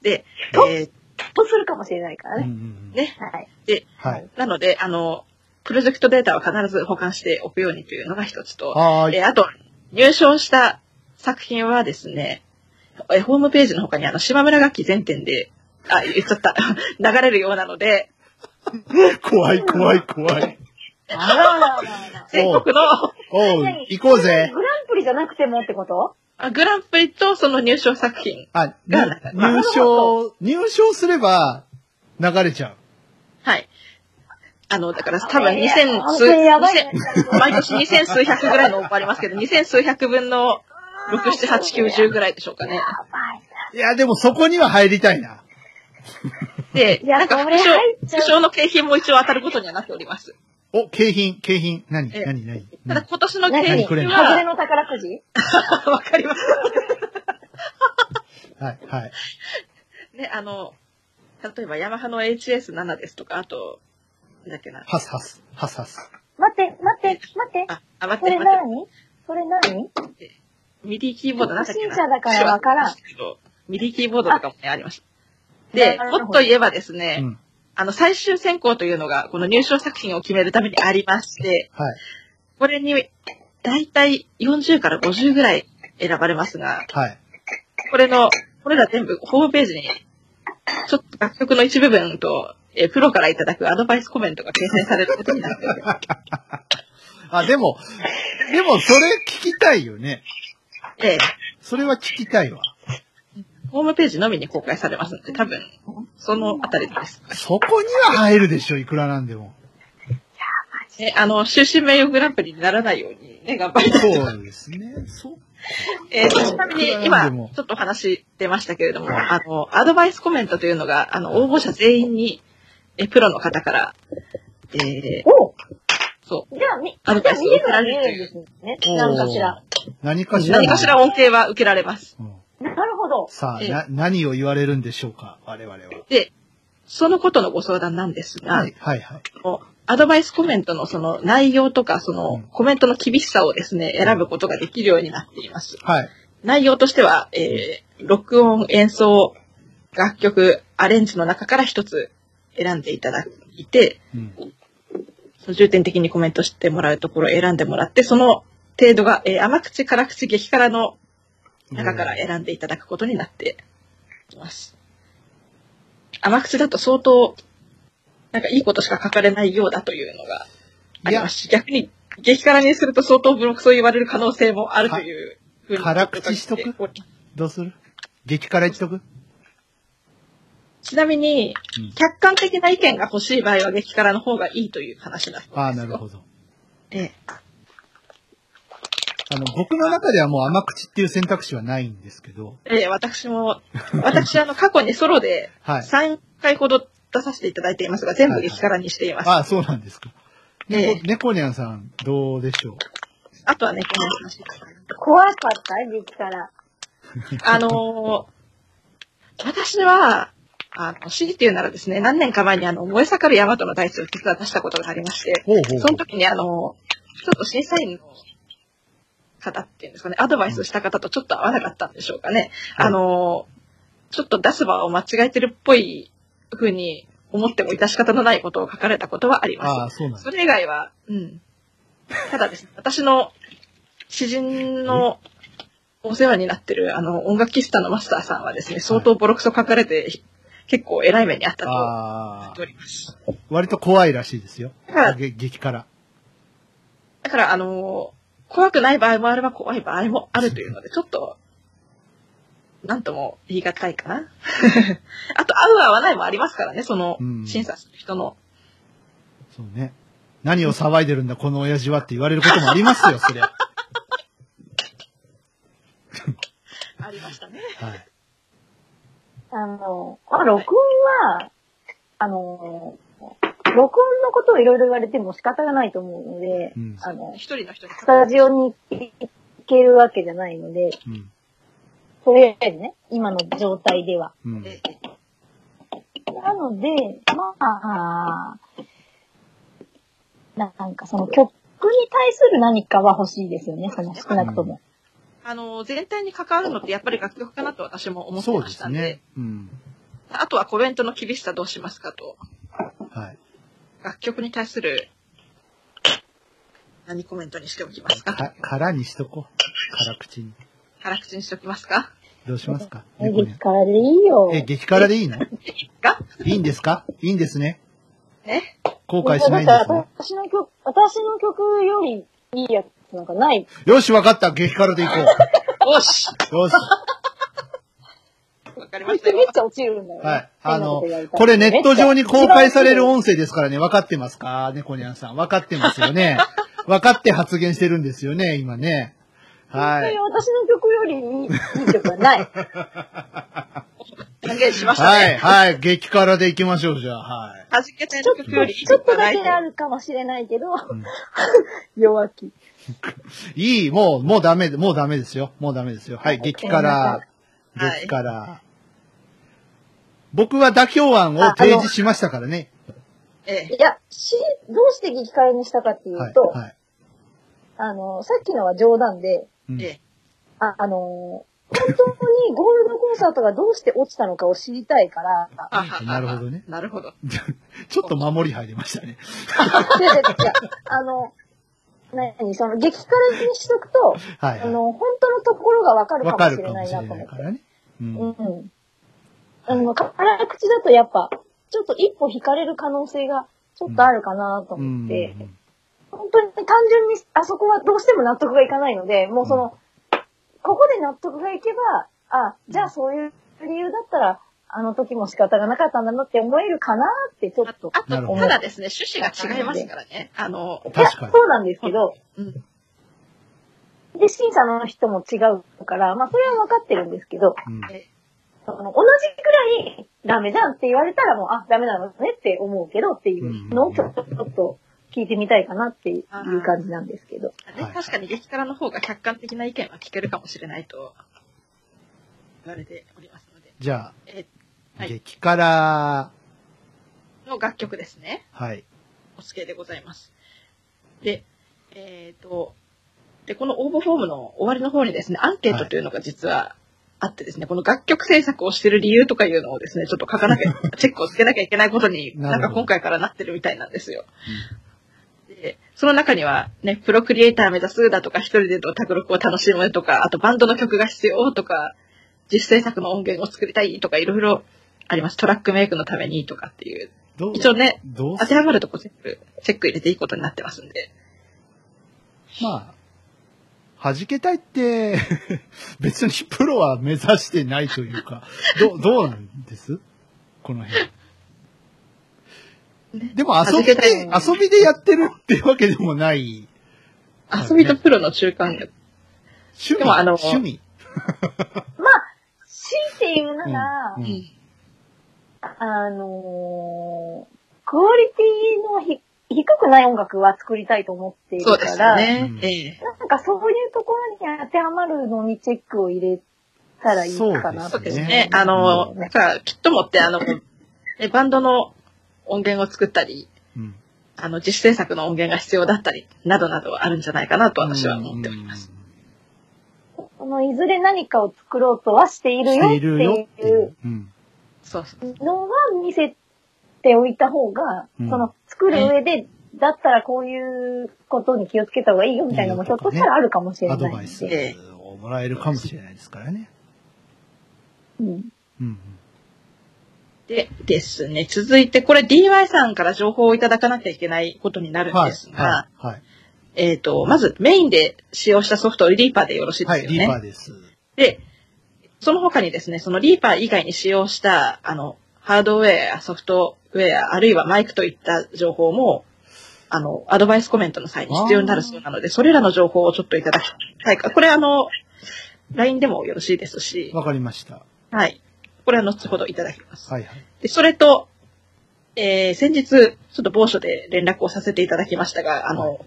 S2: で、
S3: と
S2: えー
S3: とするかもしれないか
S1: う
S3: ら
S1: んうんうん
S3: ね。
S2: ね
S3: はい。
S1: はい。
S2: なので、あの、プロジェクトデータは必ず保管しておくようにというのが一つと、
S1: はーい。
S2: えーあと、入賞した作品はですね、えーホームページの他にあの、島村楽器全店で、あ、言っちゃった。 流れるようなので、
S1: 怖い、怖い、怖い。
S3: あらあらあらあら。
S2: 全国の
S1: おう、行こうぜ。
S3: グランプリじゃなくてもってこと
S2: あグランプリとその入賞作品。
S1: あ、
S2: いや
S1: 入入賞、入賞すれば流れちゃう。
S2: はい。あの、だから多分
S3: え
S2: 2000
S3: ー
S2: 数、
S3: あそれやばいね
S2: 2000毎年2000数百ぐらいのオファーありますけど、2000数百分の6、7、8、90ぐらいでしょうかね。
S1: いや、でもそこには入りたいな。
S2: で、
S3: いや
S2: なんか
S3: こ
S2: 副
S3: れ
S2: 賞
S3: 入、っちゃう
S2: 副賞の景品も一応当たることにはなっております。
S1: お、景品、景品。何
S2: え
S1: 何何
S2: ただ
S1: 何
S2: 今年の景
S3: 何
S1: これ
S2: 品
S3: 外れ
S2: は、
S3: の宝くじ
S2: わかります。
S1: はい、はい。
S2: ね、あの、例えばヤマハの HS7 ですとか、あと、なんだっけな。
S1: ハスハス、ハスハス。
S3: 待って、待って、待って。
S2: あ、あ、待っ
S3: こ
S2: て
S3: れ
S2: 待っ
S3: 何これ何
S2: て。ミディキーボードなんだっけな。
S3: 初心者だからわからん
S2: 手話ですけどミディキーボードとかもね、ありました。で、
S3: なるほど
S2: もっと言えばですね、
S1: うん。
S2: あの、最終選考というのが、この入賞作品を決めるためにありまして、
S1: はい、
S2: これに、だいたい40から50ぐらい選ばれますが、
S1: はい。
S2: これの、これら全部ホームページに、ちょっと楽曲の一部分と、えープロからいただくアドバイスコメントが掲載されることになっております。
S1: あ、でも、でもそれ聞きたいよね。
S2: で、
S1: それは聞きたいわ。
S2: ホームページのみに公開されますので、多分、そのあたりです。
S1: そこには入るでしょ、いくらなんでも。
S2: え、あの、終身名誉グランプリにならないようにね、頑張りたい。
S1: そうですね。そう。
S2: えーちなみに
S1: なん
S2: 今、
S1: でも
S2: ちょっとお話出ましたけれども、あの、アドバイスコメントというのが、あの、応募者全員に、え、プロの方から、えー
S3: お
S2: そう、
S3: じゃあ、み、じ
S2: ア
S3: ゃあ
S2: ド
S3: 見
S2: バイスを受
S3: れる
S2: けら
S3: は見
S2: れ
S3: れ
S2: る
S3: る
S2: とい
S3: んですね。何かしら。。
S1: 何かし
S2: う、
S1: ら。
S2: 何かしら恩恵は受けられます。
S1: うん。
S3: なるほど。
S1: さあ、
S2: ええ
S1: な、何を言われるんでしょうか、我々は。
S2: で、そのことのご相談なんですが、
S1: はい、はい、はい。
S2: もうアドバイスコメントのその内容とか、そのコメントの厳しさをですね、選ぶことができるようになっています。
S1: はい。
S2: 内容としては、えー録音、演奏、楽曲、アレンジの中から一つ選んでいただいて、
S1: うん。
S2: その重点的にコメントしてもらうところを選んでもらって、その程度が、えー甘口、辛口、激辛の中から選んでいただくことになっています。甘口だと相当、なんかいいことしか書かれないようだというのがありますし、逆に激辛にすると相当ブロックそう言われる可能性もあるというふうに。
S1: 辛口しとくどうする激辛一く
S2: ちなみに
S1: うん、
S2: 客観的な意見が欲しい場合は激辛の方がいいという話だそうです。
S1: ああ、なるほど。
S2: ええ
S1: あの、僕の中ではもう甘口っていう選択肢はないんですけど、
S2: ええ私も、私、あの、過去にソロで
S1: はい。
S2: 3回ほど出させていただいていますが、全部激辛にしています。
S1: ああ、そうなんですか。
S2: え
S1: 猫
S2: え、
S1: 猫ニャンさん、どうでしょう
S2: あとはね、この話です。
S3: 怖かった激辛。
S2: あのー私は、あの、死っていうならですね、何年か前にあの、燃え盛る大和の大地を実は出したことがありまして、
S1: ほうほう
S2: その時にあの、ちょっと審査員の方っていうんですかね、アドバイスをした方とちょっと合わなかったんでしょうかね。
S1: うん
S2: あの、ちょっと出す場を間違えてるっぽい風に思っても致し方のないことを書かれたことはあります。
S1: ああ、そうなんだ。
S2: それ以外は、うん。ただですね、 私の詩人のお世話になってる、あの、音楽喫茶のマスターさんはですね、相当ボロクソ書かれて、結構偉い目にあったと思
S1: あ
S2: っ
S1: あ
S2: て、おります。
S1: 割と怖いらしいですよ。
S2: だから、
S1: げ激辛。
S2: だからあの、怖くない場合もあれば怖い場合もあるというので、ちょっと、なんとも言い難いかな。 あと、合う合わないもありますからね、その
S1: うん、
S2: 審査する人の。
S1: そうね。何を騒いでるんだ、この親父はって言われることもありますよ、そりゃ。 は
S2: ありましたね。
S1: い。
S3: あの、まあ、録音は、あの、録音のことをいろいろ言われても仕方がないと思うので、
S1: うん
S3: あの、
S2: 一人の人に。
S3: スタジオに行けるわけじゃないので、
S1: うん。
S3: とりあえずね、今の状態では。
S1: うん。
S2: で
S3: なので、まあ、なんかその曲に対する何かは欲しいですよね、その少なくとも。
S2: あの、全体に関わるのってやっぱり楽曲かなと私も思って
S1: そう
S2: ま
S1: で
S2: した
S1: す
S2: んで、
S1: ね。うん。
S2: あとはコメントの厳しさどうしますかと、
S1: はい。
S2: 楽曲に対する何コメントにしておきますか
S1: か、辛にしとこう。辛口に。
S2: 辛口にしておきますか
S1: どうします か
S3: え
S1: 猫に
S3: 激。辛でいいよ。
S1: え、激辛でいいの
S2: が
S1: いいんですかいいんですね。
S2: ね
S1: 後悔しないんで
S3: だ
S1: す
S3: から
S1: ね。
S3: 私の曲、私の曲よりいいやつなんかない。
S1: よし、わかった。激辛でいこ
S2: よし
S1: う。よし。
S2: わかり
S3: め
S2: ま
S3: っ
S2: した
S3: ちゃめっ
S2: よ。
S3: ちゃ落ちるんだよね。
S1: はい。
S3: 変
S1: あ
S3: な
S1: の
S3: と言われ、たら
S1: これネット上に公開される
S3: めっち
S1: 音声ですからね、分かってますか猫にゃんさん。分かってますよね。分かって発言してるんですよね、今ね。
S3: ゃ
S1: は
S3: 落ちる
S1: い。
S3: 本当に私の曲よりいいいい曲はない。
S2: 宣言しましたね。
S1: はい、はい。激辛でいきましょう、じゃあ。はい。
S2: はじけてる曲よりいい
S3: ちょっと
S2: 曲
S3: だ
S2: ない
S3: け
S2: と。
S3: あるかもしれないけど、
S1: ん
S3: 弱気。
S1: いい、もう、もうダメ、もうダメですよ。もうダメですよ。はい、激辛。
S2: はい
S1: 激辛。僕は妥協案を提示しましたからね。
S2: ええ
S3: いや、し、どうして激辛にしたかってい
S1: は
S3: う
S1: い、
S3: と、
S1: はい。
S3: あの、さっきのは冗談で、
S1: うん
S2: ええ
S3: あ、あのー本当にゴールドコンサートがどうして落ちたのかを知りたいから、
S2: あはは
S1: なるほどね
S2: なるほど。
S1: ちょっと守り入りましたね。
S3: で、でであの、何、その激辛にしとくと、
S1: はい、
S3: あ
S1: は
S3: の、本当のところがわか
S1: い。
S3: る
S1: わ
S3: か
S1: かる
S3: もし
S1: か
S3: れな
S1: も
S3: い
S1: しれ
S3: なと
S1: な
S3: 思
S1: い
S3: っ
S1: か
S3: て。
S1: らね。うん。
S3: うん。
S1: は
S3: あ
S1: い
S3: の、辛口だとやっぱ、ちょっと一歩引かれる可能性がちょっとあるかなと
S1: う
S3: 思っ
S1: ん
S3: て、本当に単純にあそこはどうしても納得がいかないので、もうその、ここで納得がいけば、あ、じゃあそういう理由だったら、あの時も仕方がなかったんだなって思えるかなってちょ
S2: あ
S3: っ
S2: と、
S3: と。
S2: あ
S1: なる
S2: と
S1: ほど
S2: ただですね、趣旨が違いますからね。あの、
S1: 確
S3: い
S1: か
S3: や
S1: に。
S3: そうなんですけど、
S2: うん。
S3: で、審査の人も違うから、まあそれは分かってるんですけど、
S1: うん
S2: ええ
S3: その同じくらいダメじゃんって言われたらもう、あ、ダメなのねって思うけどっていうのをちょっとちょっと聞いてみたいかなっていう感じなんですけど。
S2: ね
S1: はい
S2: 確かに激辛の方が客観的な意見は聞けるかもしれないと言われておりますので、
S1: じゃ
S2: え
S1: あ、
S2: はい
S1: 激辛、
S2: の楽曲ですね。
S1: はい。
S2: お付けでございます。で、えっ、と、で、この応募フォームの終わりの方にですね、アンケートというのが実はあってですね、この楽曲制作をしてる理由とかいうのをですね、ちょっと書かなき ゃ、チェックをつけなきゃいけないことに、
S1: なる
S2: な
S1: ほど
S2: んか今回からなってるみたいなんですよ。で、その中には、ね、プロクリエイター目指すだとか、一人でドタクロクを楽しむとか、あとバンドの曲が必要とか、実制作の音源を作りたいとか、いろいろあります。トラックメイクのためにとかっていう。
S1: どう
S2: 一応ね、
S1: どう
S2: 当てはまるとこ全部チェック入れていいことになってますんで。
S1: まあ、弾けたいって、別にプロは目指してないというか、どう、どうなんですこの辺。でも遊び
S2: 弾けたい
S1: で、遊びでやってるってわけでもない。はい
S2: 遊びとプロの中間が、
S1: 趣味
S2: でもあの
S1: 趣味。
S3: まあ、強いて言うなら、
S1: うんうん
S3: あのークオリティのひ低くない音楽は作りたいと思っている
S2: そう
S3: か
S2: ですよ
S3: ら、
S2: ね。
S1: うん
S2: ええ
S3: なんかそういうところに当てはまるのにチェックを入れたらいいか
S1: そ
S3: な
S2: そううです
S1: ね
S2: ね。あの、
S3: うん
S2: なんか、きっともって、あの、ねバンドの音源を作ったり、
S1: うん
S2: あの、自主制作の音源が必要だったり、などなどあるんじゃないかなと私は思っております。
S1: うん
S3: その、いずれ何かを作ろうとはしている
S1: しているよ
S3: よ
S1: っ
S3: ってて
S1: い
S3: いうう。
S1: うん。
S2: そうそう。
S3: のは見せておいた方が、
S1: うん
S3: その、作る上で、だったらこういうことに気をつけた方がいいよみたいなのも
S1: いい
S3: ひ
S1: よ
S3: ょっ
S1: とか
S3: と
S1: ね
S3: したらあるかもしれな
S1: ア
S3: いんで。
S1: ドバイスをもらえるかもしれないですからね。
S3: うん。
S1: うん。
S2: で、ですね。続いて、これ DY さんから情報をいただかなきゃいけないことになるん
S1: はい
S2: です。が、
S1: はい。はい。
S2: えっ、と、まずメインで使用したソフト、リーパーでよろしいで
S1: は
S2: す
S1: い、
S2: よ
S1: リー
S2: ね。
S1: パーです。
S2: で、その他にですね、そのリーパー以外に使用した、あの、ハードウェア、ソフトウェア、あるいはマイクといった情報も、あの、アドバイスコメントの際に必要になるそうなので、それらの情報をちょっといただきたいか。これあの、LINE でもよろしいですし、
S1: わかりました。
S2: はい。これは後ほどいただきます。
S1: はいはい。
S2: で、それと、えー、先日、ちょっと某所で連絡をさせていただきましたが、あの、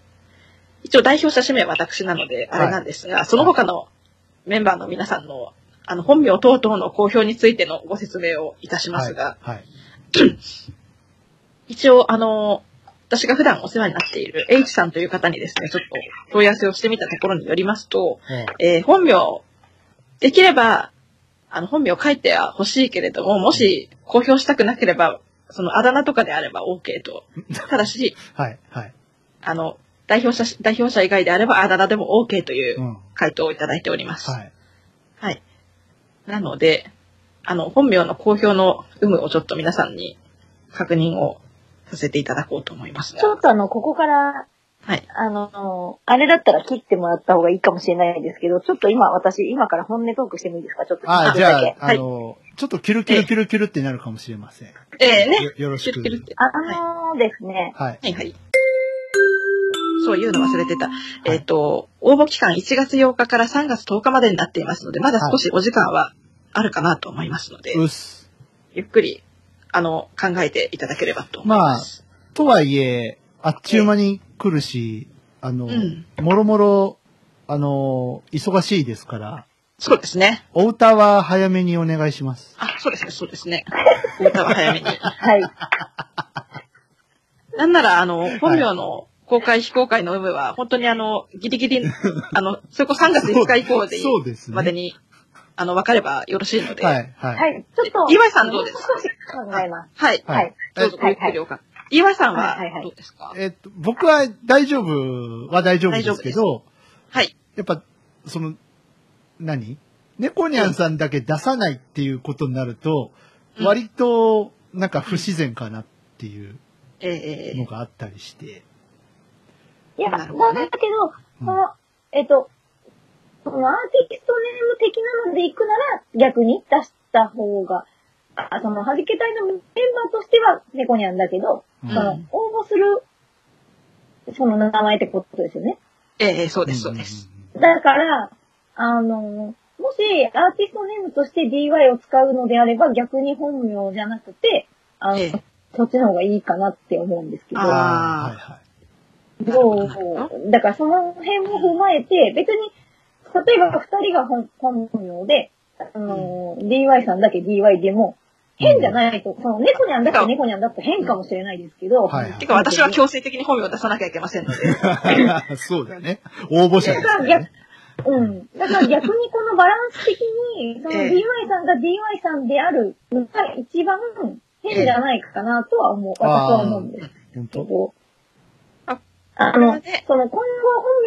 S2: 一応代表者指名は私なので、
S1: はい
S2: あれなんですが、その他のメンバーの皆さんの、あの、本名等々の公表についてのご説明をいたしますが、
S1: はい。はい。
S2: 一応、あの、私が普段お世話になっている H さんという方にですね、ちょっと問い合わせをしてみたところによりますと、
S1: うん
S2: えー本名、できれば、あの、本名を書いては欲しいけれども、もし公表したくなければ、そのあだ名とかであれば OK と。ただし、
S1: はい。はい。
S2: あの、代表者、代表者以外であればあだ名でも OK という
S1: うん。
S2: 回答をいただいております。
S1: はい。
S2: はい。なので、あの、本名の公表の有無をちょっと皆さんに確認をさせていただこうと思います
S3: ちょ
S2: が。
S3: っとあの、ここから、
S2: はい。
S3: あの、あれだったら切ってもらった方がいいかもしれないですけど、ちょっと今私、今から本音トークしてもいいですかちょっと
S1: あ
S3: 聞
S1: あ、
S3: く
S1: じゃ
S3: だ
S1: あ
S3: け。、
S1: あの、ちょっとキュルキュルキュルキュルってなるかもしれません。
S2: ええね。
S1: よよろしく
S2: 言って。るって。
S3: あのですね、
S1: はい。
S2: はいはい。そういうの忘れてた。えっ、と、応募期間1月8日から3月10日までになっていますので、まだ少しお時間はあるかなと思いますので、
S1: うっす。
S2: ゆっくり、あの、考えていただければと思います。
S1: とはいえ、あっちゅう間に来るし、あの、
S2: うん。
S1: もろもろ、あの、忙しいですから、
S2: そうですね。
S1: お歌は早めにお願いし ます。
S2: あ、そうですね、そうですね。お歌は早めに。
S3: はい。
S2: なんなら、あの、本名の公開、非公開の有無は、本当にあの、ギリギリ、あの、それこそ3月5日以降で、
S1: そうそうですね
S2: までに、あの、分かればよろしいので、
S1: はい、はい。
S3: はい。ちょっと、
S2: 岩井さんどうですか
S3: も少し考えます。
S2: はい
S1: はい
S3: はい
S2: どうぞ、ごゆっくりおか。岩さんは
S3: はいはいはい
S2: どうですか
S1: えっと、僕は大丈夫は大丈夫ですけど、
S2: はい。
S1: やっぱ、その、何猫ニャンさんだけ出さないっていうことになると、
S2: うん
S1: 割と、なんか不自然かなっていう
S2: え
S1: の
S2: ー、
S1: があったりして。
S3: いや、
S2: な
S3: だ
S2: るほどね
S3: だけど、
S1: う
S3: そ
S1: ん
S3: の、えっと、そのアーティストネーム的なので行くなら、逆に出した方が、あその、はじけ隊のメンバーとしては、猫にゃんだけど、
S1: うん
S3: その、応募する、その名前ってことですよね。
S2: えー、そうです、そうです。。
S3: だから、あの、もしアーティストネームとして DY を使うのであれば逆に本名じゃなくて、あの、
S2: ええ
S3: そっちの方がいいかなって思うんですけど、
S1: あ
S2: あ
S1: あ、はいはい。
S3: どうだからその辺も踏まえて、別に、例えば二人が本本名で、あの、DY さんだけ DY でも、変じゃないと、その猫にゃんだって猫にゃんだって変かもしれないですけど、
S1: はいはい
S2: てか、私は強制的に本名を出さなきゃいけませんので。
S1: そうだね。応募者ですからね。
S3: うん。だから逆にこのバランス的に、その
S2: ええ
S3: DY さんが DY さんであるのが一番変じゃないかなとは思う、
S1: ええ
S3: 私は思うんです
S1: 本
S3: け
S1: 当
S3: ど。
S2: あ
S3: あ
S2: これは
S3: の
S2: ね、
S3: その今後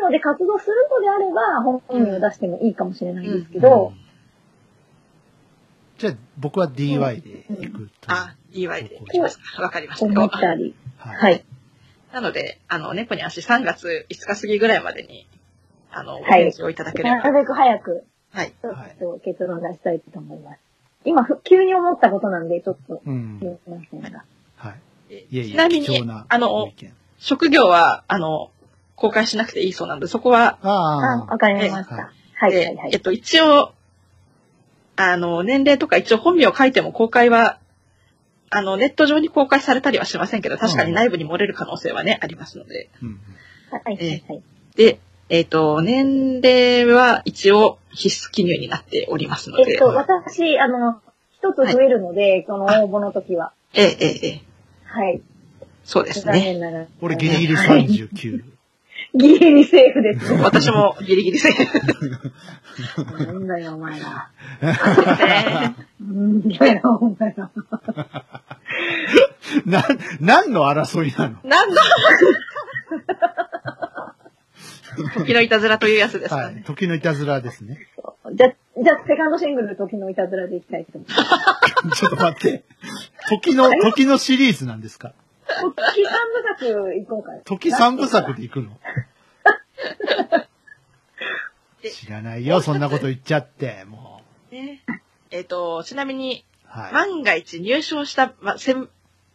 S3: 本名で活動するのであれば、本名を出してもいいかもしれないですけど、
S1: うんじゃあ、僕は DY で行くと。
S2: あ、DY でいきますか。わかりまし
S3: 思った
S2: た。
S3: り。
S1: は。
S3: はいい。
S2: なので、あの、猫に足3月5日過ぎぐらいまでに、あの、ご
S3: はい
S2: 返事をいただけれ
S3: な
S2: ば。
S3: るべく早く、
S2: はい。
S3: ちょっと結論出したいと思います。今、ふ急に思ったことなんで、ちょっと、
S1: うん
S3: す。いませんが。
S1: はい。
S2: え
S1: いえい
S2: ちな
S1: え、
S2: み
S1: 貴重
S2: に
S1: な、
S2: あ
S1: ご
S2: の
S1: 意、見
S2: 職業は、あの、公開しなくていいそうなので、そこは、
S3: あ、
S1: ああ
S3: わ、かりまし
S1: ええ
S3: た。はい、は
S2: え
S3: い、は
S2: えっ
S3: い。
S2: と、一応、あの、年齢とか一応本名を書いても公開は、あの、ネット上に公開されたりはしませんけど、確かに内部に漏れる可能性はね、ありますので。
S1: うん
S3: はい、はい、はい。
S2: で、えっ、と、年齢は一応必須記入になっておりますの
S3: えっ
S2: で
S3: と、、
S1: はい
S3: 私、あの、一つ増えるので、その応募の時は。
S2: ええええええ
S3: はい。
S2: そうです
S3: 残
S2: ね。
S3: 念ながら。
S1: 俺ギリギリ
S3: はい。
S1: 39。
S3: ギリギリセーフです。
S2: 私もギリギリセ ーフ。
S3: なんだよ、お前ら。
S2: ね
S3: なんだよ、お前ら。
S1: な、何の争いなの
S2: 何 度時のいたずらというやつですか
S1: は
S2: ね
S1: い。。時のいたずらですね。
S3: じゃ、じゃあ、セカンドシングルの時のいたずらでいきたいと思います。
S1: ちょっと待って。時の、時のシリーズなんですか
S3: 時三部作行こうか。
S1: 時三部作で行 くの知らないよ、そんなこと言っちゃって、も
S2: ねえっ、と、ちなみに、
S1: う。はい。
S2: 万が一入賞した、ま、1000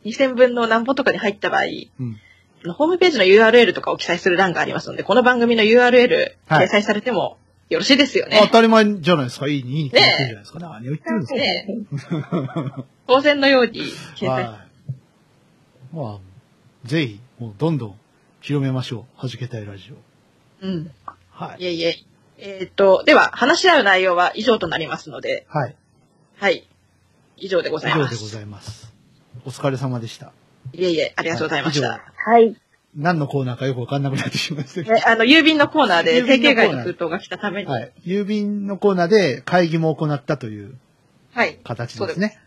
S2: 2000分の何本とかに入った場合、
S1: うん。
S2: あのホームページの URL とかを記載する欄がありますので、この番組の URL
S1: はい
S2: 掲載されてもよろしいですよね。
S1: 当たり前じゃないですか。いいに、いいに決まってるじゃないですか。何を言ってるんですか
S2: ね当然のように掲
S1: は
S2: 載
S1: い。まあ、ぜひ、もうどんどん広めましょう。はじけたいラジオ。
S2: うん。
S1: はいい。
S2: えいえ。えっ、と、では、話し合う内容は以上となりますので、
S1: はい。
S2: はい。以上でご
S1: 以
S2: ざい
S1: 上
S2: ま。
S1: ですございます。お疲れ様でした。
S2: いえいえ、ありがとうございまし
S1: はい以
S2: た。
S3: はい。
S1: 何のコーナーかよくわかんなくなってしまいましたけど。
S2: えあの、郵便のコーナーで
S1: 郵便の
S2: 定
S1: コーナー
S2: 型外の封筒が来たために、は。
S1: はいい。郵便のコーナーで会議も行ったという形
S2: そう
S1: で
S2: ですす
S1: ね。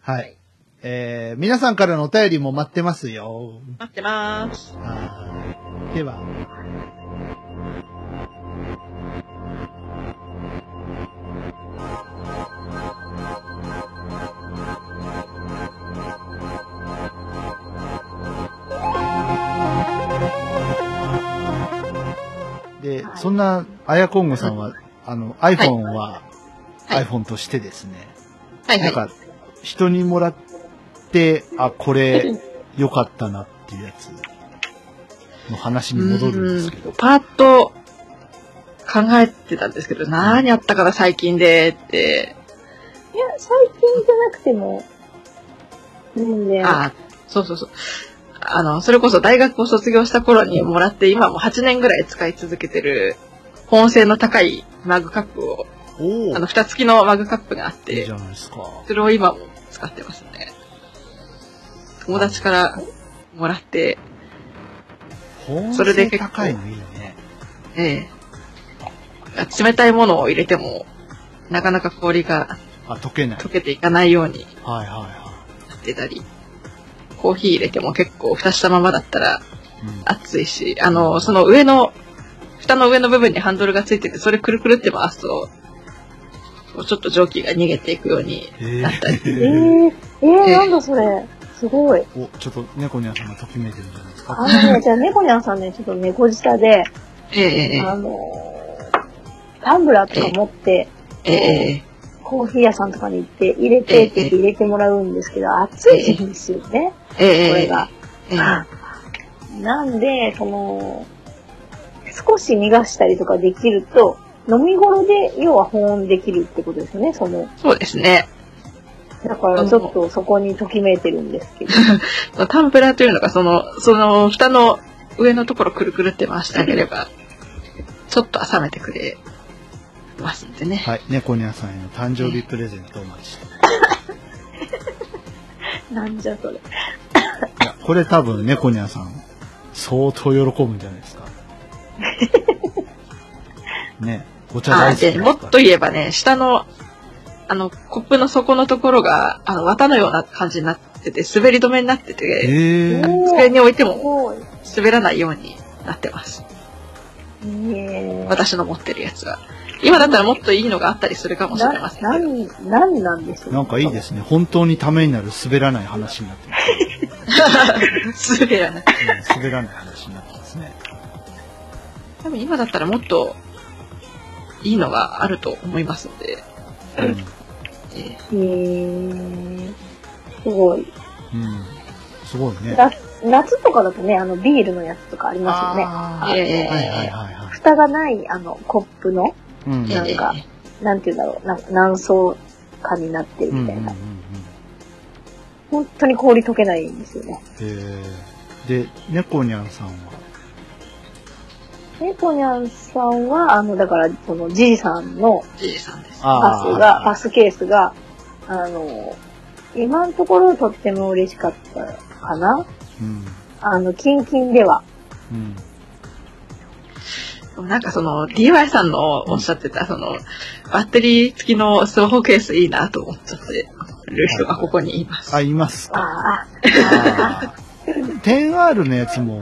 S1: はい。えー、皆さんからのお便りも待ってますよ。
S2: 待ってます。
S1: はいでは。で、
S3: はい
S1: そんな、あやこんごさんは、あの、iPhone は、
S2: はい
S1: iPhone としてですね、
S2: はいは
S1: ないん。か、人にもらって、あ、これ、良かったなっていうやつの話に戻るんですけ
S2: う
S1: ど
S2: ん。パーッと考えてたんですけど、何あったから最近でって、
S3: いや、最近じゃなくても、全然。
S2: あそうそうそう。あの、それこそ大学を卒業した頃にもらって、今も8年ぐらい使い続けてる、保温性の高いマグカップを、
S1: お
S2: あ
S1: ー
S2: の、蓋付きのマグカップがあ
S1: い
S2: っ
S1: いじ
S2: て、
S1: ゃないですか。
S2: それを今も使ってますね。友達からもらって、
S1: 本
S2: それで結構
S1: 高いのいいよね。
S2: ええ。冷たいものを入れても、なかなか氷が
S1: あ、溶けない。
S2: 溶けていかないように
S1: はいはいは
S2: なってたり、コーヒー入れても結構蓋したままだったら
S1: い。うん
S2: 熱いし、あの、その上の、蓋の上の部分にハンドルがついてて、それくるくるって回すと、こうちょっと蒸気が逃げていくように
S1: え
S2: なったり、
S3: え
S1: ー、
S3: ー、えー、なんだそれ。すごい。
S1: お、ちょっと猫にゃんさんがときめいてるんじゃないですか。
S3: あのね、じゃあ、猫ニャンさんね、ちょっと猫舌で、
S2: ええ
S3: あのータンブラーとか持って、
S2: えええ
S3: コーヒー屋さんとかに行って、入れてって言って入れてもらうんですけど、暑い時期ですよね、
S2: ええ
S3: これ
S2: え
S3: が。
S2: ええ
S3: なんで、その、少し逃がしたりとかできると、飲み頃で、要は保温できるってことですよね、その。
S2: そうですね。
S3: だからちょっとそこにときめいてるんですけど。
S2: タンプラーというのが、その、その、蓋の上のところくるくるって回してあげれば、ちょっと冷めてくれますんでね。
S1: はい、猫にゃんさんへの誕生日プレゼントをお待ちして。
S3: なんじゃそれ。
S1: いや、これ多分猫にゃんさん、相当喜ぶんじゃないですか。 ね、お茶
S2: あ
S1: 大好きで
S2: ですもっ
S1: から
S2: と言えばね、下の、あの、コップの底のところが、あの、綿のような感じになってて、滑り止めになってて、
S1: えー、
S2: 机に置いて
S3: す
S2: も
S3: ごい。
S2: 滑らないようになってます。
S3: ねえ。
S2: 私の持ってるやつは。今だったらもっといいのがあったりするかもしれません
S3: な、な
S2: けど。
S3: ん、なんなんでしょう。
S1: なんかいいですね。本当にためになる滑らない話になってま
S2: 滑らない。
S1: す。うん滑らない話になってますね。
S2: 多分今だったらもっといいのがあると思いますので。
S1: う
S2: え
S3: へえ。すご
S1: ん。
S3: い。
S1: うん。すごいね。
S3: 夏夏とかだとね、あの、ビールのやつとかありますよね。
S1: あ
S2: ー
S1: ー
S2: えー
S1: はいはいはいはい。
S3: 蓋がない、あの、コップの、
S1: うん。
S2: ー
S1: うん
S3: な
S1: うん
S3: んかなんて言うんだろう、なんか何層かになってる
S1: うん
S3: み
S1: う
S3: たい
S1: ん
S3: な。
S1: うん。
S3: 本当に氷溶けないんですよね。
S1: えー、で、猫にゃんさんは、
S3: で、ポニャンさんは、あの、だから、その、じいさんの
S2: じいさんです。
S3: パ
S1: あ
S3: ス
S1: ー
S3: が、パスケースが、あの、今のところとっても嬉しかったかな。
S1: うん。
S3: あの、キンキンでは、
S1: うん。
S2: なんかその DY さんのおっしゃってたそのバッテリー付きのスマホケースいいなと思っちゃってる人がここにいます。
S1: あ、いますか。
S3: ああ、
S1: 10R のやつも、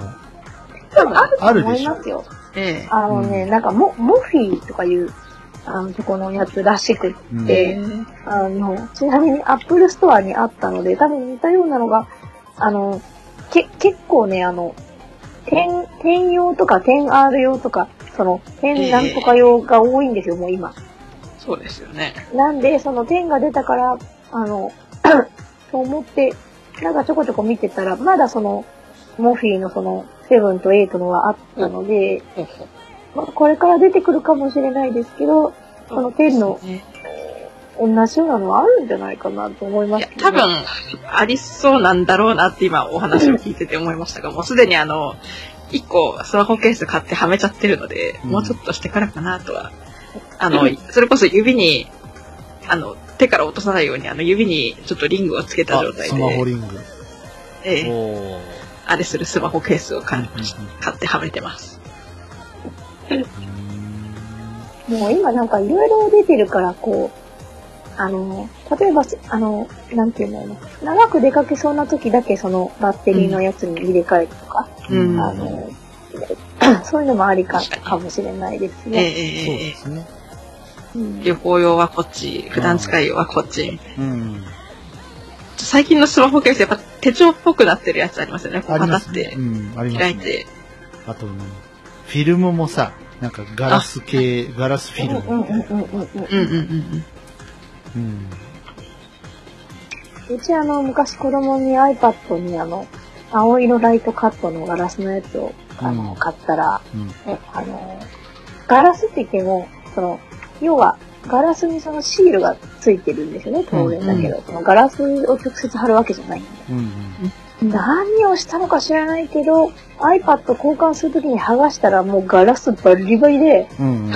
S3: 多分ある
S1: ある
S3: と思
S1: で
S3: い
S1: しょ
S3: ますよ。
S2: え
S3: あのね、
S1: う
S3: なんかモ、モフィーとかいう、あの、とこのやつらしくっ
S1: うん
S2: え。
S3: て、
S2: えー
S3: あの、ちなみにアップルストアにあったので、多分似たようなのが、あの、け、結構ね、あの、点、点用とか点 R 用とか、その、点なんとか用が多いんですよ、もう今。
S2: そうですよね。
S3: なんで、その点が出たから、あの、 と思って、なんかちょこちょこ見てたら、まだその、モフィーのその、7と8のはあったので、まあ、これから出てくるかもしれないですけど、この点の
S2: そうですね
S3: 同じようなのはあるんじゃないかなと思いま
S2: い
S3: す
S2: や
S3: けど
S2: 多
S3: ね、
S2: 分ありそうなんだろうなって今お話を聞いてて思いましたが、もうすでにあの、1個スマホケース買ってはめちゃってるので、
S1: うん
S2: もうちょっとしてからかなとは。あの、それこそ指に、あの、手から落とさないように、あの、指にちょっとリングをつけた
S1: あ
S2: 状態
S1: スマホ
S2: で、
S1: リング。
S2: ええ
S1: おー
S2: あれするスマホケースを買いまし
S1: うんうん
S2: 買ってはめてます。
S3: もう今なんかいろいろ出てるから、こう、あの、例えばす、あの、なんていうんだろうな、長く出かけそうな時だけそのバッテリーのやつに入れ替えるとか、
S2: うん
S3: あの、そういうの もありかかもしれないです
S2: ええ
S3: ね。
S1: そう
S2: えええ
S1: ですね。
S3: う
S2: え
S3: ん
S2: 旅行用はこっち、普段使い用はこっち。
S1: うん。
S2: 最近のスマホケースやっぱ手帳っぽくなってるやつありますよね。こ
S1: あ
S2: う
S1: り
S2: パタ
S1: ま
S2: っ
S1: すね。
S2: て
S1: うん、あります
S2: 開い
S1: ね。
S2: て。
S1: あとね、フィルムもさ、なんかガラス系、ガラスフィル
S3: うん
S1: ム
S3: う
S1: みたい
S3: ん
S1: な。
S3: うんうんうん
S2: うんうんうんうん。
S1: うん。
S3: うちあの、昔子供に iPad にあの、青色ライトカットのガラスのやつをあの、
S1: うん
S3: 買ったら、
S1: うん
S3: ねあの、ガラスって言っても、その、要は、ガラスにそのシールがついてるんですよね、当然だけど、そのガラスを直接貼るわけじゃないんで。
S1: うん
S3: 何をしたのか知らないけど、iPad 交換するときに剥がしたらもうガラスバリバリで、
S1: うん。うん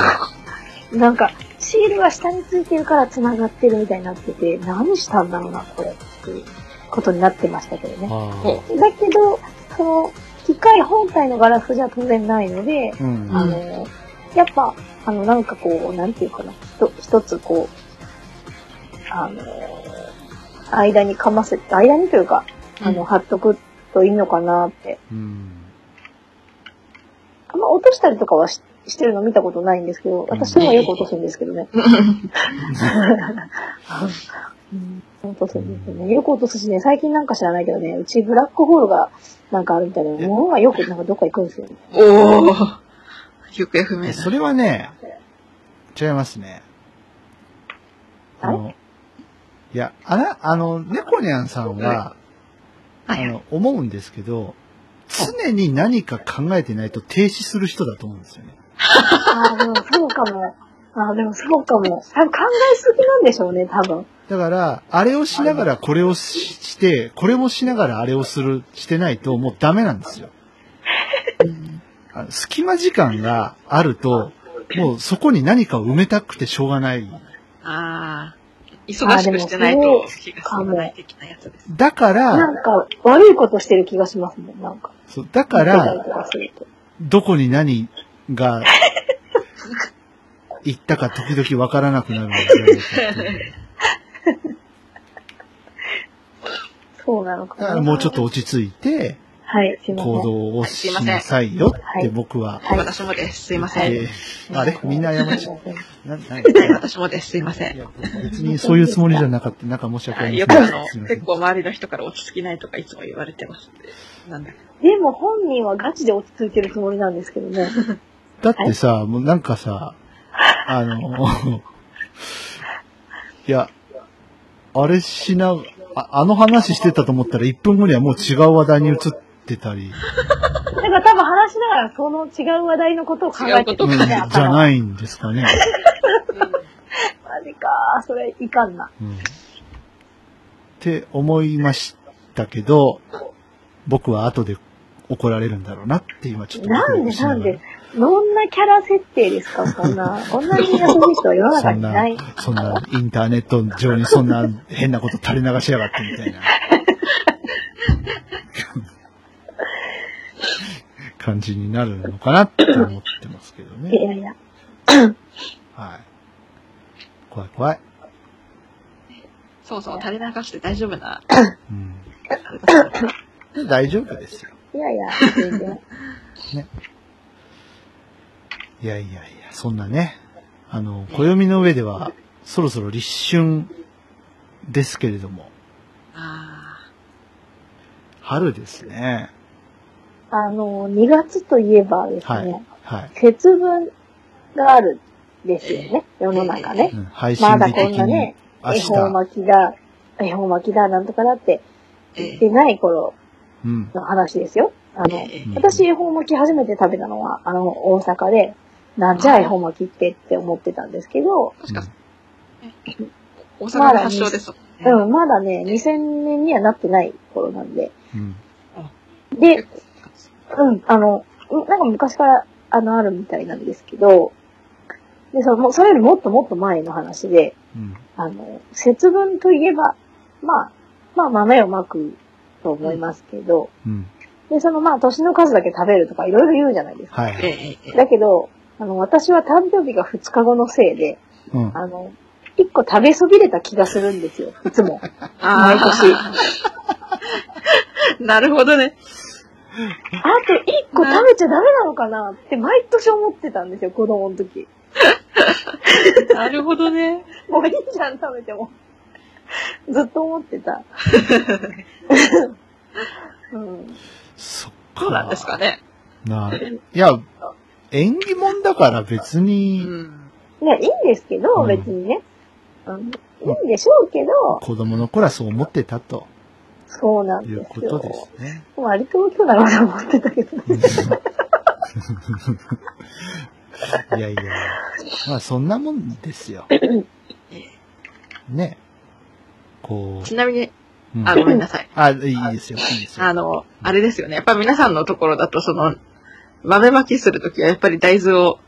S1: うん。
S3: なんか、シールが下についてるから繋がってるみたいになってて、何したんだろうな、これ、っていうことになってましたけどね。
S1: あ
S3: だけど、その、機械本体のガラスじゃ当然ないので、
S1: ーうん。
S3: あの、やっぱ、あの、なんかこう、なんていうかな、ひと一つこう、あの、間にかませて、間にというか、あの、貼っとくといいのかなって。
S1: うん。
S3: あんま落としたりとかはししてるの見たことないんですけど、私の方がよく落とすんですけど ね。うん、落とすんですよね。よく落とすしね、最近なんか知らないけどね、うちブラックホールがなんかあるみたいで、物がよくなんかどっか行くん ですよね。
S2: おお行方不明
S1: え
S2: だ。
S1: それはね、違いますね。あの、いや、あら、あの、猫ニャンさんは、
S2: は
S1: あ
S2: いはい。
S1: の、思うんですけど、常に何か考えてないと停止する人だと思うんですよね。
S3: ああ、でもそうかも。ああ、でもそうかも。多分考えすぎなんでしょうね、多分。
S1: だから、あれをしながらこれをしして、これもしながらあれをする、してないともうダメなんですよ。あの隙間時間があると、もうそこに何かを埋めたくてしょうがない。
S2: ああ。忙しくしてないと気が済まない的なやつです。
S1: だから、
S3: なんか、悪いことしてる気がしますもん、なんか。
S1: そうだか
S3: 見てたり
S1: ら、
S3: とかすると
S1: どこに何が行ったか時々わからなくなるんですよ。
S3: そうなのか
S1: だか
S3: な。
S1: らもうちょっと落ち着いて、
S3: はい、すいません。
S1: 行動をしなさいよって僕は。
S3: はい
S2: 私もです。すいません。
S1: えーあれみんな謝っちゃう。なな
S2: はい、私もです。すいませ
S1: い
S2: ん。
S1: や、別にそういうつもりじゃなかった。なんか申し訳あ
S2: はい
S1: り
S2: よ
S1: ま
S2: く
S1: せん。
S2: あの
S1: すい、ません
S2: 結構周りの人から落ち着きないとかいつも言われてますんで。なんだか。
S3: でも本人はガチで落ち着いてるつもりなんですけどね。
S1: だってさ、もうなんかさ、あの、 いや、あれしな、ああの話してたと思ったら1分後にはもう違う話題に移ってたり、
S3: だから多分話しながらその違う話題のことを考えて
S2: ど
S1: う
S3: る
S1: ん
S2: 違
S1: じ
S2: うこ
S3: んだ
S1: ゃないんですかね。
S3: マジかー、それいかんな。
S1: うんって思いましたけど、僕は後で怒られるんだろうなって今ちょっと
S3: な
S1: ドキ
S3: ん
S1: ド
S3: で
S1: キしが
S3: な
S1: ら
S3: んで、どんなキャラ設定ですか、そんな。こんなに優しい人は世の
S1: そ
S3: 中
S1: ん
S3: にい
S1: な
S3: ない。、
S1: そんな、インターネット上にそんな変なこと垂れ流しやがってみた いな。感じになるのかなって思ってますけどね。
S3: いや
S1: ね。
S3: いや。
S1: はい。怖い怖い。
S2: そうそう、垂れ流して大丈夫な。
S1: うん。大丈夫ですよ。
S3: いやいや、全然。
S1: いやいやいや、そんなね、あの、暦の上では、そろそろ立春ですけれども、
S2: あ
S1: 春ですね。
S3: あの、2月といえばですね、
S1: はい。はい。
S3: 節分があるんですよね、世の中ね
S1: う。ん、配信
S3: まだ
S1: 日的
S3: こんな
S1: に
S3: ね、
S1: 明
S3: 恵
S1: 日、
S3: 方巻きだ、恵方巻きだ、なんとかだって
S2: ー
S3: 言っ
S2: え
S3: てない頃
S1: うん。
S3: の話ですよ。あ
S2: え
S3: の、
S1: うん
S3: 私、恵方巻き初めて食べたのは、あの、大阪で、なんじゃ恵方巻きってって思ってたんですけど、
S2: 確か
S1: うん、
S2: 大阪の発祥ですもんね。
S3: うん、まだね、2000年にはなってない頃なんで。
S1: うん。
S3: で、うん、あの、うんなんか昔から、あの、あるみたいなんですけど、で、その、もうそれよりもっともっと前の話で、
S1: うん。
S3: あの、節分といえば、まあ、まあ豆をまくと思いますけど、
S1: うん。
S3: で、そのまあ年の数だけ食べるとかいろいろ言うじゃないですか。
S1: はいは
S2: え
S1: い。
S2: えええ
S3: だけど、あの、私は誕生日が2日後のせいで、
S1: うん。
S3: あの、1個食べそびれた気がするんですよ、いつも。
S2: あ
S3: 毎 年
S2: ーなるほどね。
S3: あと1個食べちゃダメなのかなって毎年思ってたんですよ、子供の時。
S2: なるほどね。
S3: もういいじゃん、食べても。ずっと思ってた。うん、
S1: そっか。
S2: そうなんですかね。
S1: なあいや、縁起物だから別
S2: う
S1: に、
S2: ん。
S3: ね、いいんですけ
S1: う
S3: ど、
S1: ん
S3: 別にね。うんいいんでしょうけど、
S1: 子供の頃はそう思ってたと
S3: そうなん
S1: い
S3: で
S1: う
S3: す
S1: こと
S3: よ。
S1: ですね。
S3: 割と大きくなるなと思ってたけどね。
S1: いやいや。まあそんなもんですよ。ね。こ
S2: ちなみに、
S1: う。うん
S2: あ、ごめんなさい。
S1: あ、いいですよ。いいです
S2: あ
S1: よ。
S2: の、あれですよね。やっぱ皆さんのところだと、その、豆まきするときはやっぱり大豆を、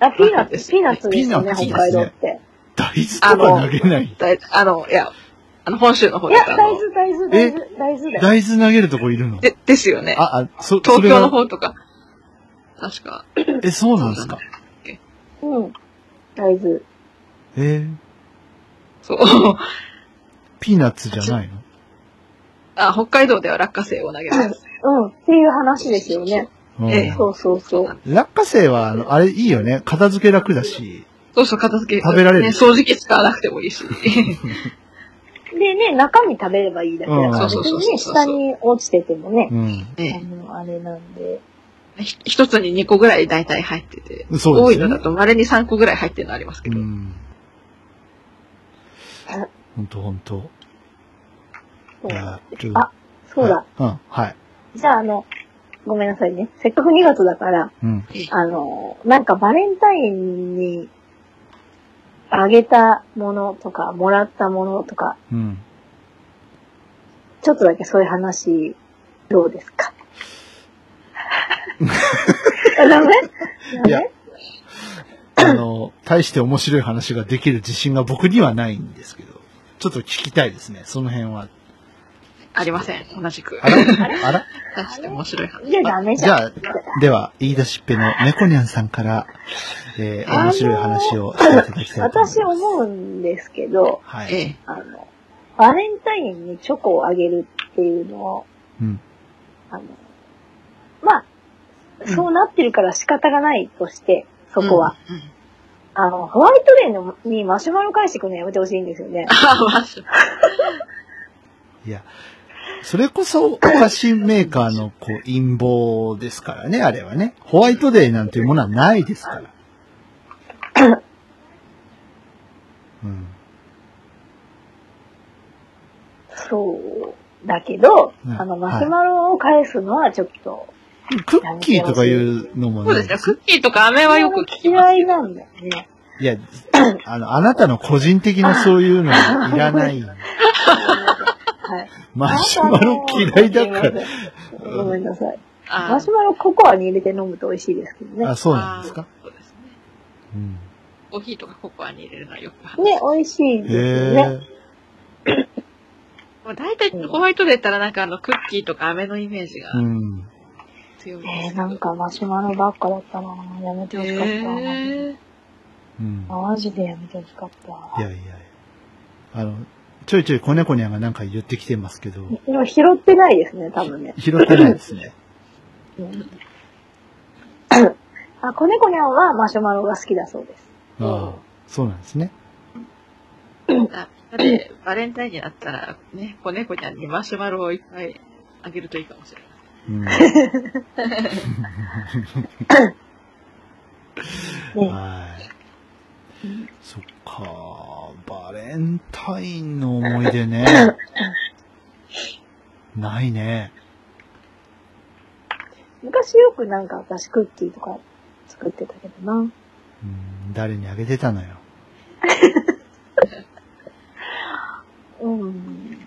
S3: あ、ピーナッ ツ、ピーナッツで
S1: ピー
S3: す
S1: ナ
S3: よね、
S1: ッツですね
S3: 北海道って。
S1: 大豆とか投げない。
S2: だいあの、いや、あの、本州の方
S3: い
S2: で
S3: や、
S2: すあ
S3: 大
S2: の
S3: 豆、大豆、大豆、大豆だよ。
S1: 大豆投げるとこいるの
S2: で、ですよね。
S1: あ、あ、そ、そ
S2: 東
S1: れ
S2: 京の
S1: は、
S2: 方とか。確か。
S1: え、そうなんですか。
S3: うん。大豆。
S1: えー
S2: そう。
S1: ピーナッツじゃないの
S2: あ、北海道では落花生を投げます。
S3: うん。っていう話ですよね。
S1: うん
S2: ええ
S3: そうそうそう。
S1: 落花生は、あの、あれいいよね。片付け楽だし。
S2: そうそう、片付け。
S1: 食べられる
S2: ね、掃除機使わなくてもいいし。
S3: でね、中身食べればいいだけだから、
S1: うん
S3: 別
S1: そう
S2: そうそうそう
S3: にね、下に落ちててもね、
S1: うん。
S3: あ
S2: ね
S3: の、あれなんで。
S2: ひ一つに2個ぐらい大体入ってて。
S1: そう
S2: 多
S1: で
S2: い
S1: す
S2: の
S1: よ
S2: だ
S1: ね。
S2: と稀に3個ぐらい入ってるのありますけ
S1: う
S2: ど。
S1: ん。ほんとほんと。
S3: そう
S1: いやちょっと
S3: あ、そう
S1: は
S3: だ。
S1: い。うん、はい。
S3: じゃあ、あの、ごめんなさいね。せっかく2月だから、
S1: うん。
S3: あの、なんかバレンタインにあげたものとか、もらったものとか、
S1: うん。
S3: ちょっとだけそういう話、どうで すかあダメ
S1: いや、あ の、大して面白い話ができる自信が僕にはないんですけど、ちょっと聞きたいですね、その辺は。
S2: ありません、同じく。
S1: あらあら
S2: 大して面白い話。
S3: じゃあダメじ
S1: じ
S3: ゃん。
S1: ゃあ、では、言い出しっぺの猫にゃんさんから、えー、
S3: あのー
S1: 面白い話をしていただきたいと思います。
S3: 私思うんですけど、
S1: は
S2: え
S1: い。
S2: え。
S3: あの、バレンタインにチョコをあげるっていうのを、
S1: うん。
S3: あの、まあ、
S2: うん
S3: そうなってるから仕方がないとして、そこは。
S2: うん。うん
S3: あの、ホワイトデーのにマシュマロ返してくるのやめてほしいんですよね。
S2: あ、マジ
S1: いや、それこそお菓子メーカーのこう陰謀ですからね、あれはね。ホワイトデーなんていうものはないですから。うん。
S3: そう。だけど、
S1: うん
S3: あの、マシュマロを返すのはちょっと、
S1: クッキーとかいうのも
S2: そう
S1: ね
S2: ですね。クッキーとか飴はよく聞きます。
S3: 嫌いなんだよね。
S1: いや、あの、あなたの個人的なそういうのはいら ない。
S3: はい。
S1: マシュマロ嫌いだから。
S3: らごめんなさい。
S2: あ
S3: マシュマロココアに入れて飲むと美味しいですけどね。
S1: あ、そうなんですか
S2: あそうですね。
S1: うん。
S2: コーヒーとかココアに入れるのはよく話す。
S3: ね、美味しいですよね。
S1: へ
S2: もう大体ホワイトデーったらなんかあのクッキーとか飴のイメージが
S1: え。うん。
S2: 強い
S3: えー、なんかマシュマロばっかだったなやめてほしかった、
S2: えー
S1: うん。
S3: マジでやめてほしかった
S1: い。やいやいや。あの、ちょいちょいコニャコニャがなんか言ってきてますけど、
S3: でも拾ってないですね、多分ね。
S1: 拾ってないですね。
S3: うんあ、子猫にゃんはマシュマロが好きだそうです。
S1: ああ、そうなんですね。
S2: あだってバレンタインになったら、ね、子猫ちゃんにマシュマロをいっぱいあげるといいかもしれない。
S1: うん
S3: ね、
S1: はい。そっか、バレンタインの思い出ね。ないね。
S3: 昔よくなんか私クッキーとか作ってたけどな。
S1: うん、誰にあげてたのよ。
S3: うん。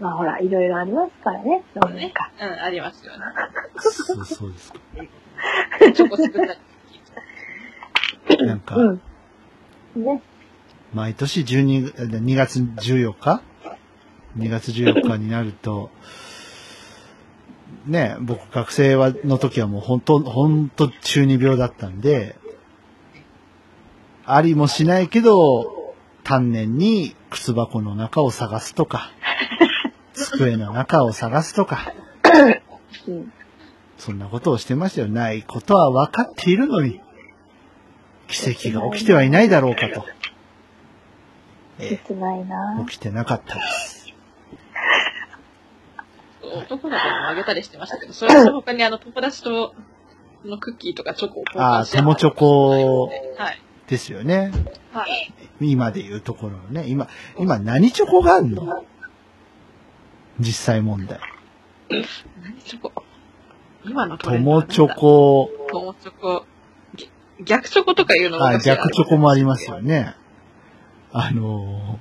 S3: まあほら、いろいろありますからね。そうね。
S2: うん、ありますよね。
S1: そうそうですか。
S2: チョコ作ったり。
S1: なんか、
S3: うん。ね。
S1: 毎年12、え2月14日 ?2 月14日になると、ね、僕学生は、の時はもう本当、本当中二病だったんで、ありもしないけど、丹念に靴箱の中を探すとか、机の中を探すとか、
S3: うん。
S1: そんなことをしてましたよ。ないことは分かっているのに、奇跡が起きてはいないだろうかと。ええ
S3: 切ないな
S1: 起きてなかったです。
S2: 男の子にもあげたりしてましたけど、それ と他にあの友達とそのクッキーとかチョコを交
S1: あ
S2: 換
S1: あ、
S2: して。
S1: 友チョコ
S2: はい。
S1: ですよね。
S2: はい。
S1: 今で言うところのね。今、今何チョコがあんの実際問題。
S2: 何チョコ今のトレンドは
S1: 友
S2: なんだ
S1: チョ。コ、
S2: 友チョコ。ぎ逆チョコとかいうのも
S1: あ
S2: 昔
S1: 逆チョコもありますよね。あのー、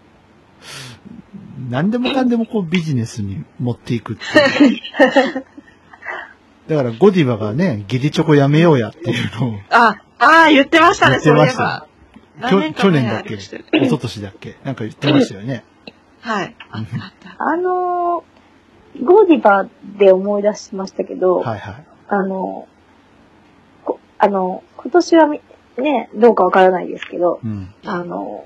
S1: 何でもかんでもこうビジネスに持っていくっていう。 だからゴディバがね、ギリチョコやめようやっていうのを
S2: あ、ああ、言ってました
S1: 言
S2: ね、
S1: ってまし
S2: そういえ
S1: た。
S2: ば
S1: 去去年だっけ
S2: 何
S1: 一
S2: 年か前にありましたよね
S1: 昨年だっけなんか言ってましたよ ね。
S2: はい。あったあった。
S3: あのー、ゴディバで思い出しましたけど、
S1: はいはい。
S3: あのー、こあのー、今年はみね、どうかわからないですけど、
S1: うん。
S3: あの、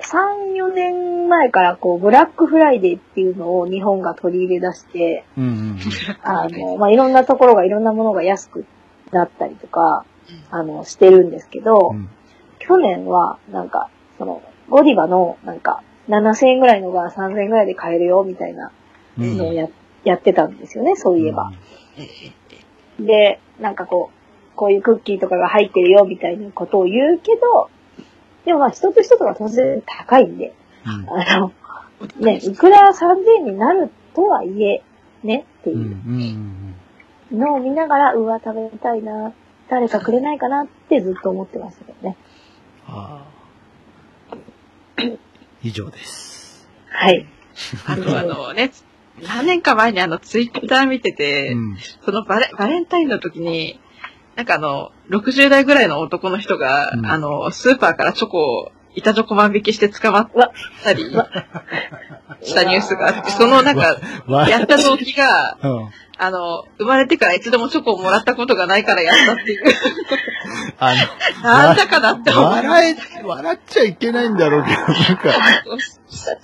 S3: 3、4年前からこう、ブラックフライデーっていうのを日本が取り入れ出して、
S1: うんうん
S3: あの、まあ、いろんなところがいろんなものが安くなったりとか、あの、してるんですけど、
S1: うん。うん
S3: 去年は、なんか、その、ゴディバの、なんか、7000円ぐらいのが3000円ぐらいで買えるよ、みたいな
S1: うん
S3: のをや,、やってたんですよね、そういえば。で、なんかこう、こういうクッキーとかが入ってるよ、みたいなことを言うけど、でもまあ、一つ一つが当然高いんで、
S1: うん
S3: あの、ね、いくら3000になるとはいえ、ね、ってい
S1: うんう
S3: うんのを見ながら、うわ、食べたいな、誰かくれないかなってずっと思ってましたけどね。
S1: あー以上です。
S3: はい。
S2: あとあのね、何年か前にあのツイッター見てて、
S1: うん
S2: そのバレバレンタインの時に、なんかあの、60代ぐらいの男の人が、
S1: うん
S2: あの、スーパーからチョコを、板チョコ万引きして捕まった りしたニュースがあって、そのなんか、
S1: わ
S2: やった動機が、
S1: うん
S2: あの、生まれてから一度もチョコをもらったことがないからやった っていう、
S1: あ
S2: なんだかなって
S1: の、
S2: 思いま
S1: 笑え、笑っちゃいけないんだろうけど、なんか、
S2: す。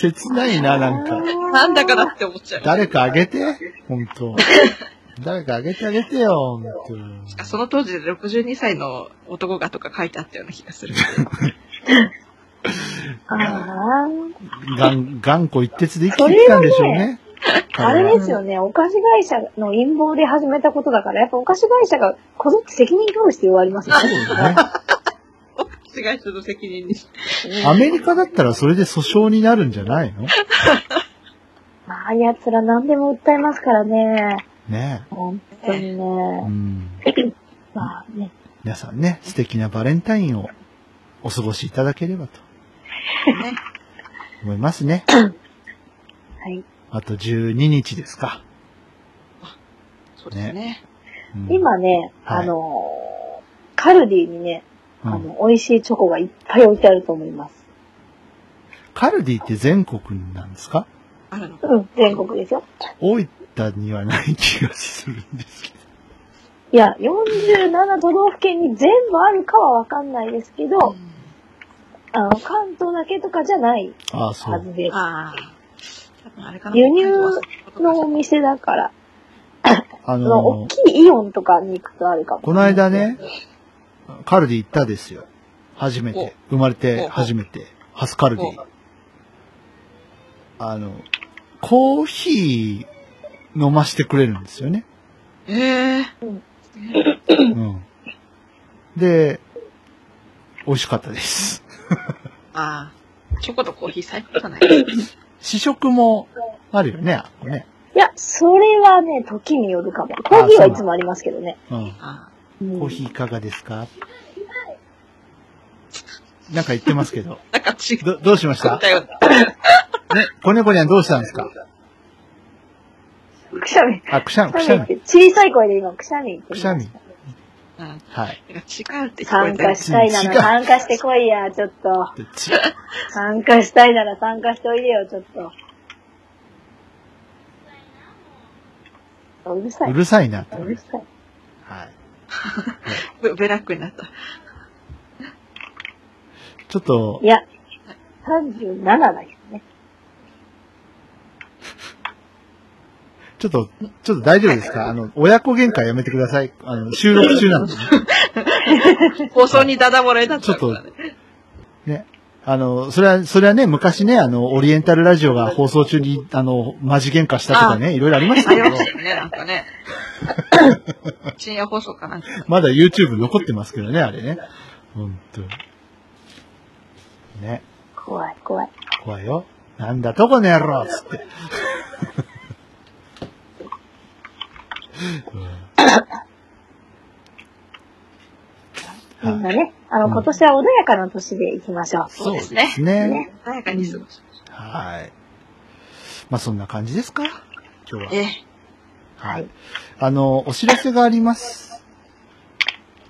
S1: 切ないな、なんか。
S2: なんだかなって思っちゃう。
S1: 誰かあげて、本 当誰かあげてあげてよ、本当
S2: その当時で62歳の男がとか書いてあったような気 がする。
S3: ああー、
S1: 頑頑固一徹で生きてきたんでしょうね。
S3: あ
S1: 彼は
S3: れですよね、お菓子会社の陰謀で始めたことだから、やっぱお菓子会社がこぞって責任取る必要はありますよ
S1: そうだね。
S2: 違う人の責任に。
S3: ね。
S1: アメリカだったらそれで訴訟になるんじゃないの
S3: まあ、奴ら何でも訴えますからね。
S1: ね
S3: 本当に
S1: え。う
S3: ね。
S1: ん。
S3: まあね。
S1: 皆さんね、素敵なバレンタインをお過ごしいただければと
S2: ね
S1: 思いますね。
S3: はい。
S1: あと12日ですか。
S2: そうですね。
S1: うん、
S3: 今ね、
S1: はい
S3: あのー、カルディにね、
S1: うん
S3: あの、美味しいチョコがいっぱい置いてあると思います。
S1: カルディって全国なんですか
S2: あるの。
S3: うん、全国ですよ。
S1: 大分タにはない気がするんですけど。
S3: いや、47都道府県に全部あるかはわかんないですけど、あの、関東だけとかじゃない
S1: ああ、そ
S3: は
S1: う。
S3: ずです。
S2: ああ。多分あれかな
S3: 輸入のお店だから、
S1: あ
S3: その、
S1: の
S3: 大きいイオンとかに行くとあるかも。
S1: この間ね、カルディ行ったですよ。初めて。生まれ
S2: お
S1: て
S2: お
S1: 初めて。初カルディ
S2: お。
S1: あの、コーヒー飲ましてくれるんですよね。
S2: ええ
S1: うん。で、美味しかったです。
S2: ああ。チョコとコーヒー最高じゃないですか。
S1: 試食もあるよね、あこれね。
S3: いや、それはね、時によるかも。コーヒーはいつもありますけどね。
S1: うん。
S2: あ
S1: コーヒーいかがですかなんか言ってますけど
S2: あ。なんか違
S1: ど、どうしました
S2: ったような。
S1: ね、子猫にはどうしたんですか
S3: ー。くしゃみ。
S1: あ、くしゃみ、く
S3: く
S1: し
S3: しゃ
S1: ゃ
S3: みっ
S1: み。
S3: て、小さい声で今、くしゃみって
S1: く
S3: 言い
S1: しゃ
S3: ま
S1: み
S3: し。た。
S2: あ
S1: はい。
S2: あ違うって聞こえ
S3: 参
S2: てる
S3: 加。したいな
S1: 違う
S3: ら参加してこいや、ちょっと。
S1: でち
S3: 参加したいなら参加しておいでよ、ちょっと。うるさ
S1: う
S3: い。
S1: るさいなって。
S3: うるさい。
S1: はい。
S2: ブブラックになった。
S1: ちょっと
S3: い、や、37だけどね。
S1: ちょっと、ちょっと大丈夫ですかあの、親子喧嘩やめてください。あの、収録中なのでね。
S2: 放送にダダ漏れだっ
S1: ちょ
S2: た
S1: っ
S2: か
S1: と
S2: らね。、
S1: ね。あの、それは、それはね、昔ね、あの、オリエンタルラジオが放送中に、あの、マジ喧嘩したとかね、いろいろありました
S2: あ
S1: けど
S2: りま、したよね、なんかね。深夜放送かなんか。
S1: まだ YouTube 残ってますけどね、あれね。本当に。ね、
S3: 怖い、怖い。
S1: 怖いよ。なんだとこの野郎つって。うん
S3: みんなね、あの、
S1: うん
S3: 今年は穏やかな年で行きましょう。
S2: そうですね
S1: そうですね。
S2: 穏やかに過ごし
S1: はい。まあ、そんな感じですか今
S2: ま
S1: 日
S2: す。
S1: は。
S2: ええ。
S1: はい。あの、お知らせがあります。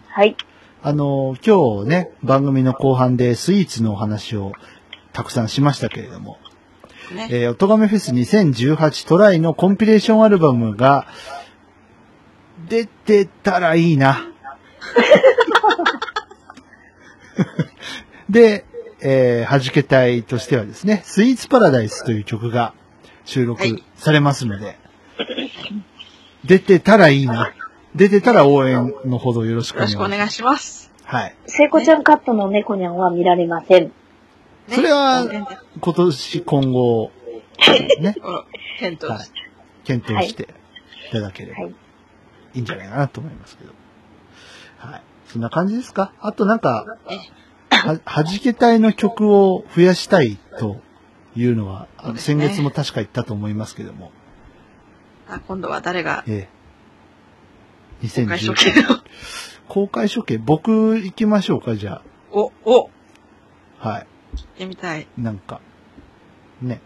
S3: はい。
S1: あの、今日ね、番組の後半でスイーツのお話をたくさんしましたけれども、
S2: ね。
S1: えー、おとがめフェス2018トライのコンピレーションアルバムが出てたらいいな。 で、えー、はじけ隊としてはですね、スイーツパラダイスという曲が収録
S2: はい
S1: されますので、出てたらいいな。出てたら応援のほどよろしくお願
S2: よろ
S1: いし
S2: しくお
S1: ます。
S2: 願いします。
S1: はい。
S3: 聖子ちゃんカットの猫にゃんは見られません。
S2: ね
S1: それは
S2: 全然
S1: 今年今後、ね、
S2: うん検討して。
S1: 検討していただければ
S3: はい。
S1: いいんじゃないかなと思いますけど。はい。そんな感じですかあとなんか、は、はじけ隊の曲を増やしたいというのは、あの
S2: そうです
S1: 先
S2: ね
S1: 月も確か言ったと思いますけども、
S2: あ今度は誰が
S1: ええ。
S2: 公開処
S1: 2019。
S2: 刑を。
S1: 公開処刑僕行きましょうかじゃ
S2: お、お、行
S1: あ。は
S2: ってみたい。
S1: い。なんか、ね。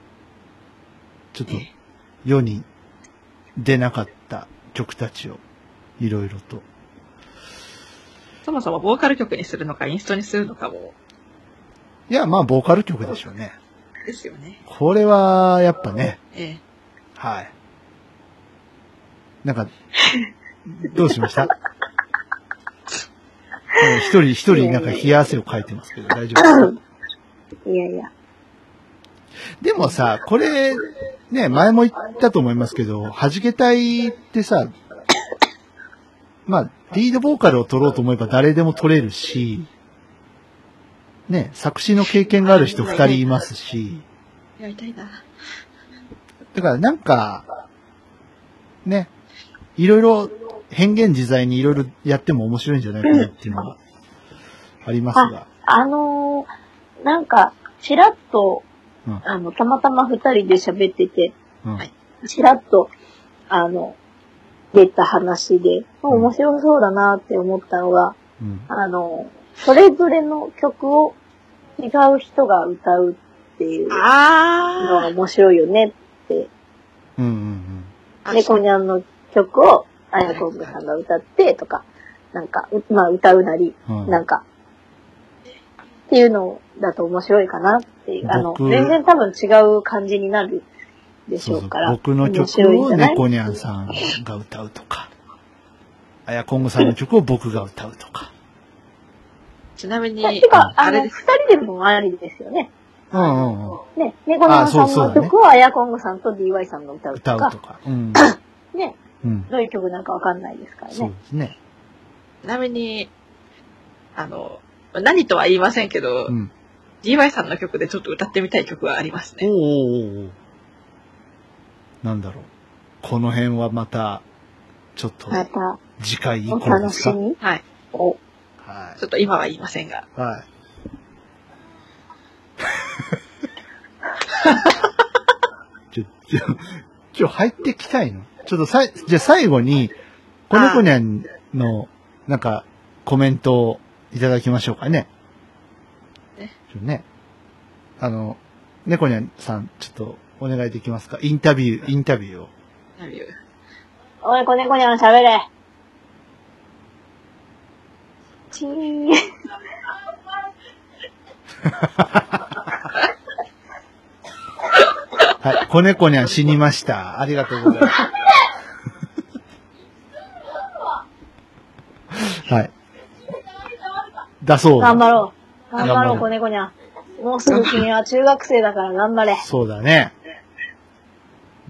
S1: ちょっと
S2: ね
S1: 世に出なかった曲たちを、いろいろと。
S2: そもそもボーカル曲にするのか、インストにするのかも、
S1: いや、まあ、ボーカル曲でしょうね。
S2: ですよね。
S1: これは、やっぱね、
S2: ええ。
S1: はい。なんか、どうしましたもう一人、一人、なんか冷や汗をかいてますけど、大丈夫です
S3: いやいや。
S1: かでもさ、これ、ね、前も言ったと思いますけど、弾け隊ってさ、まあ、リードボーカルを取ろうと思えば誰でも取れるし、ね、作詞の経験がある人二人いますし、
S2: やりたいな。
S1: だからなんか、ね、いろいろ変幻自在にいろいろやっても面白いんじゃないかなっていうのがありますが。
S3: あのー、なんか、ちらっと、
S1: うん
S3: あの、たまたま二人で喋ってて、
S1: うん
S2: はい
S3: ちらっと、あの、出た話で、面白そうだなって思ったのが、
S1: うん
S3: あの、それぞれの曲を違う人が歌うっていうのが
S2: あ
S3: 面白いよねって、
S1: うんうん
S2: あ
S3: 猫にゃんの曲をあやこんぐさんが歌ってとか、なんか、うまあ歌うなり、
S1: うん
S3: なんか、っていうのだと面白いかなっていう、あの、
S1: 僕
S3: 全然多分違う感じになるでし
S1: そ
S3: ょ
S1: うそう
S3: うから。
S1: 僕の曲
S3: 面白いんじ
S1: を
S3: ゃない
S1: 猫ニャンさんが歌うとか、あやこんごさんの曲を僕が歌うとか。
S2: ちなみ に、
S3: てか、あ
S2: あれ
S3: の、二
S2: です。
S3: 人でもありですよね。
S1: うんうんうん。
S3: ね、猫のさんの曲をあやこんごさんと DY さんの歌う
S1: 歌
S3: と
S1: う
S3: か
S1: と、か。 うん。
S3: ね、
S1: うん。
S3: どういう曲なんかわかんないですから
S1: そう
S3: ね。
S1: ですね。
S2: ちなみに、あの、何とは言いませんけど、
S1: うん
S2: DY さんの曲でちょっと歌ってみたい曲はあります
S1: お
S2: ね。
S1: うおうおうおうなんだろう。この辺はまた、ちょっと、
S3: また、
S1: 次回以
S3: お
S1: 降で
S3: 楽
S1: す
S3: し
S1: か。
S3: み。
S2: はい。
S3: お、
S1: は
S2: ちょっと今は言いませんが。
S1: い。はい。ちょ、ちょ、ちょ、入ってきたいのちょっとさい、じゃあ最後に、このこにゃんの、なんか、コメントをいただきましょうかね。
S2: ね
S1: ちょっとね。あの、猫にゃんさん、ちょっと、お願いできますかインタビュー、インタビューを。
S2: 何言う
S3: おい、こねこにゃん喋れ。チーン。
S1: はい。子猫にゃん死にました。ありがとうございます。はい。だそうだ
S3: 頑張ろう。頑張
S1: 頑張ろ
S3: ろ
S1: う
S3: う、こねこにゃん。もうすぐ君は中学生だから頑張れ。
S1: そうだね。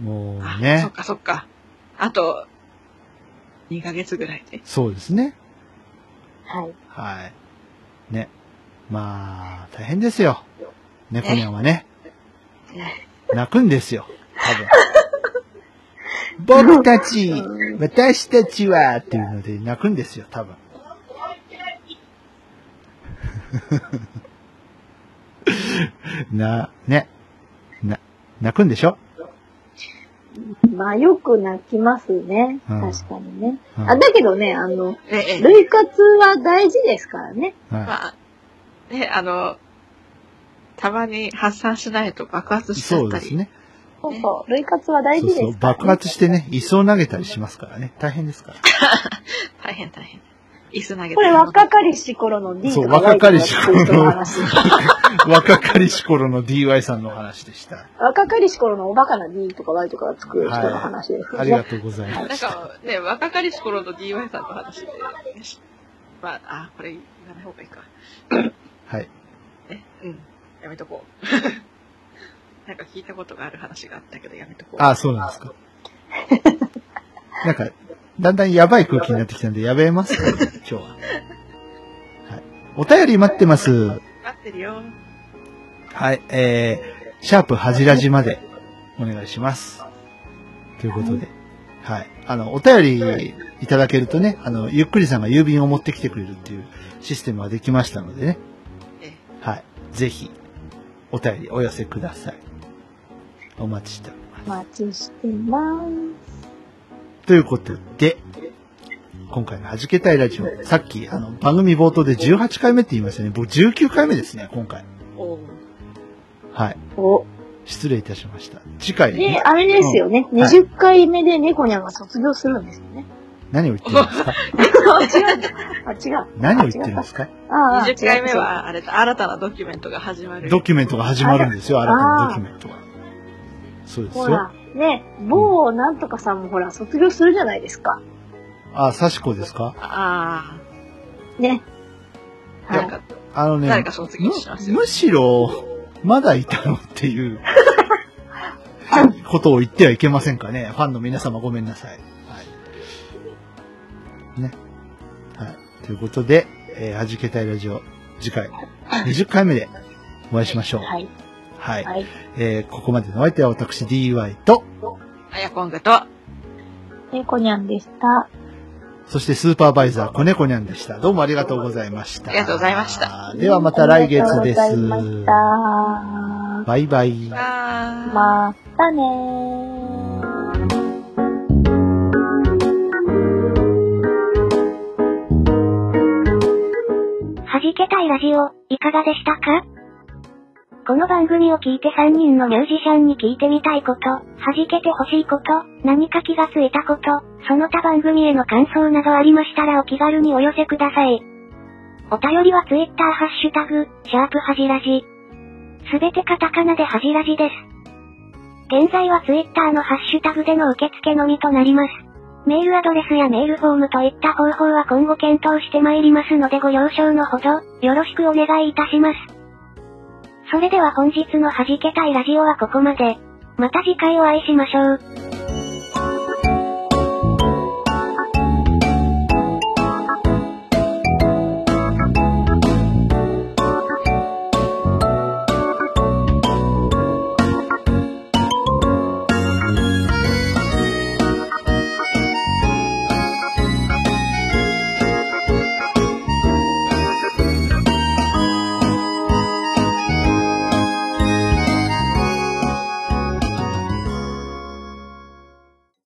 S1: も
S2: あ
S1: う
S2: そっ
S1: ね。
S2: かそっか。あと、2ヶ月ぐらいで。
S1: そうですね。
S3: はい。
S1: はい。ね。まあ、大変ですよ。猫にゃんはね。泣くんですよ。多 分。僕たち、私たちは、っていうので泣くんですよ、多 分。な、ね。な、泣くんでしょ
S3: まあ、よく泣きますね。
S1: うん
S3: 確かにね。
S1: うん
S3: あ、だけどね、あの、
S2: ええ、ええ
S3: 類活は大事ですからね。
S1: は
S2: まあ、ね、あの、たまに発散しないと爆発
S1: い。
S2: しちゃ
S1: そ
S2: っ
S1: う
S2: た
S1: で
S2: り。
S1: すね。
S3: そうそう。類活は大
S1: そ
S3: 事
S1: う
S3: ですか
S1: そ
S3: ら、
S1: う。
S3: ね。
S1: 爆発してね、椅子を投げたりしますからね。大変ですから。
S2: 大変大変。椅子投げて。
S3: これ若かりし頃の D
S1: そう
S3: とか Y とかの人の話。
S1: 若かりし頃の DY さんのお話でした。
S3: 若かりし頃のおバカな D とか Y とかがつく人の話です
S1: あ
S3: よ
S1: り
S3: ね。
S1: がとうございま
S2: なん
S1: した。
S2: かね、若かりし頃の DY さんの話で、まあ、あ、これ言わない方がいいか。
S1: はい。
S2: ね、うん。 やめとこう。なんか聞いたことがある話があったけど、やめとこう。
S1: ああ、そうなんですか。なんか、だんだんやばい空気になってきたんで、やめますか、今日は。はい。お便り待ってます。
S2: 待ってるよ。
S1: はい。えー、シャープはじらじまでお願いします。ということで。はい。あの、お便りいただけるとね、あの、ゆっくりさんが郵便を持ってきてくれるっていうシステムができましたのでね。
S2: ええ
S1: はい。ぜひ、お便りお寄せください。お待ちしております。
S3: お待ちしてます。
S1: ということで、今回の弾けたいラジオ、さっき、あの、番組冒頭で18回目って言いましたね。僕19回目ですね、今回。
S2: おう
S1: はい。
S3: お。
S1: 失礼いたしました。次回、
S3: で、あれですよね。
S1: うんはい
S3: 20回目で猫にゃんが卒業するんですよね。
S1: 何を言ってるんですか
S3: あ、違う。あ、違う。
S1: 何を言ってるんですか
S3: ああ、違う
S2: 20回目。は、あれだ、新たなドキュメントが始まる。
S1: ドキュメントが始まるんですよ、
S3: あ
S1: 新
S3: れ
S1: たなドキュメントが。そうです
S3: ほ
S1: よ
S3: ら。、ね、某なんとかさんもほら、卒業するじゃないですか。
S1: あ、サシコですか
S2: あ
S3: ね。
S2: あ、
S3: は
S2: なん
S3: い。
S2: か、
S1: あのね、
S2: 誰か卒業します
S1: む
S2: よ。
S1: むしろ、まだいたのっていう、ことを言ってはいけませんかね。ファンの皆様ごめんなさい。はい。ね。はい。ということで、えー、はじけたいラジオ、次回、20回目でお会いしましょう。は。
S3: はいい。はい。
S1: えーここまでのお相手は私 DY と、
S2: あやこんぐと、
S3: 猫にゃんでした。
S1: そしてスーパーバイザー、コネコニャンでした。どうもありがとうございました。
S2: ありがとうございました。
S1: ではまた来月です。
S3: ありがとうございました。
S1: バイバイ。
S2: あー
S3: またねー。
S4: 弾けたいラジオ、いかがでしたかこの番組を聞いて3人のミュージシャンに聞いてみたいこと、弾けてほしいこと、何か気がついたこと、その他番組への感想などありましたらお気軽にお寄せください。お便りは Twitter ハッシュタグ、シャープはじらじ。すべてカタカナではじらじです。現在は Twitter のハッシュタグでの受付のみとなります。メールアドレスやメールフォームといった方法は今後検討してまいりますのでご了承のほど、よろしくお願いいたします。それでは本日の弾けたいラジオはここまで。また次回お会いしましょう。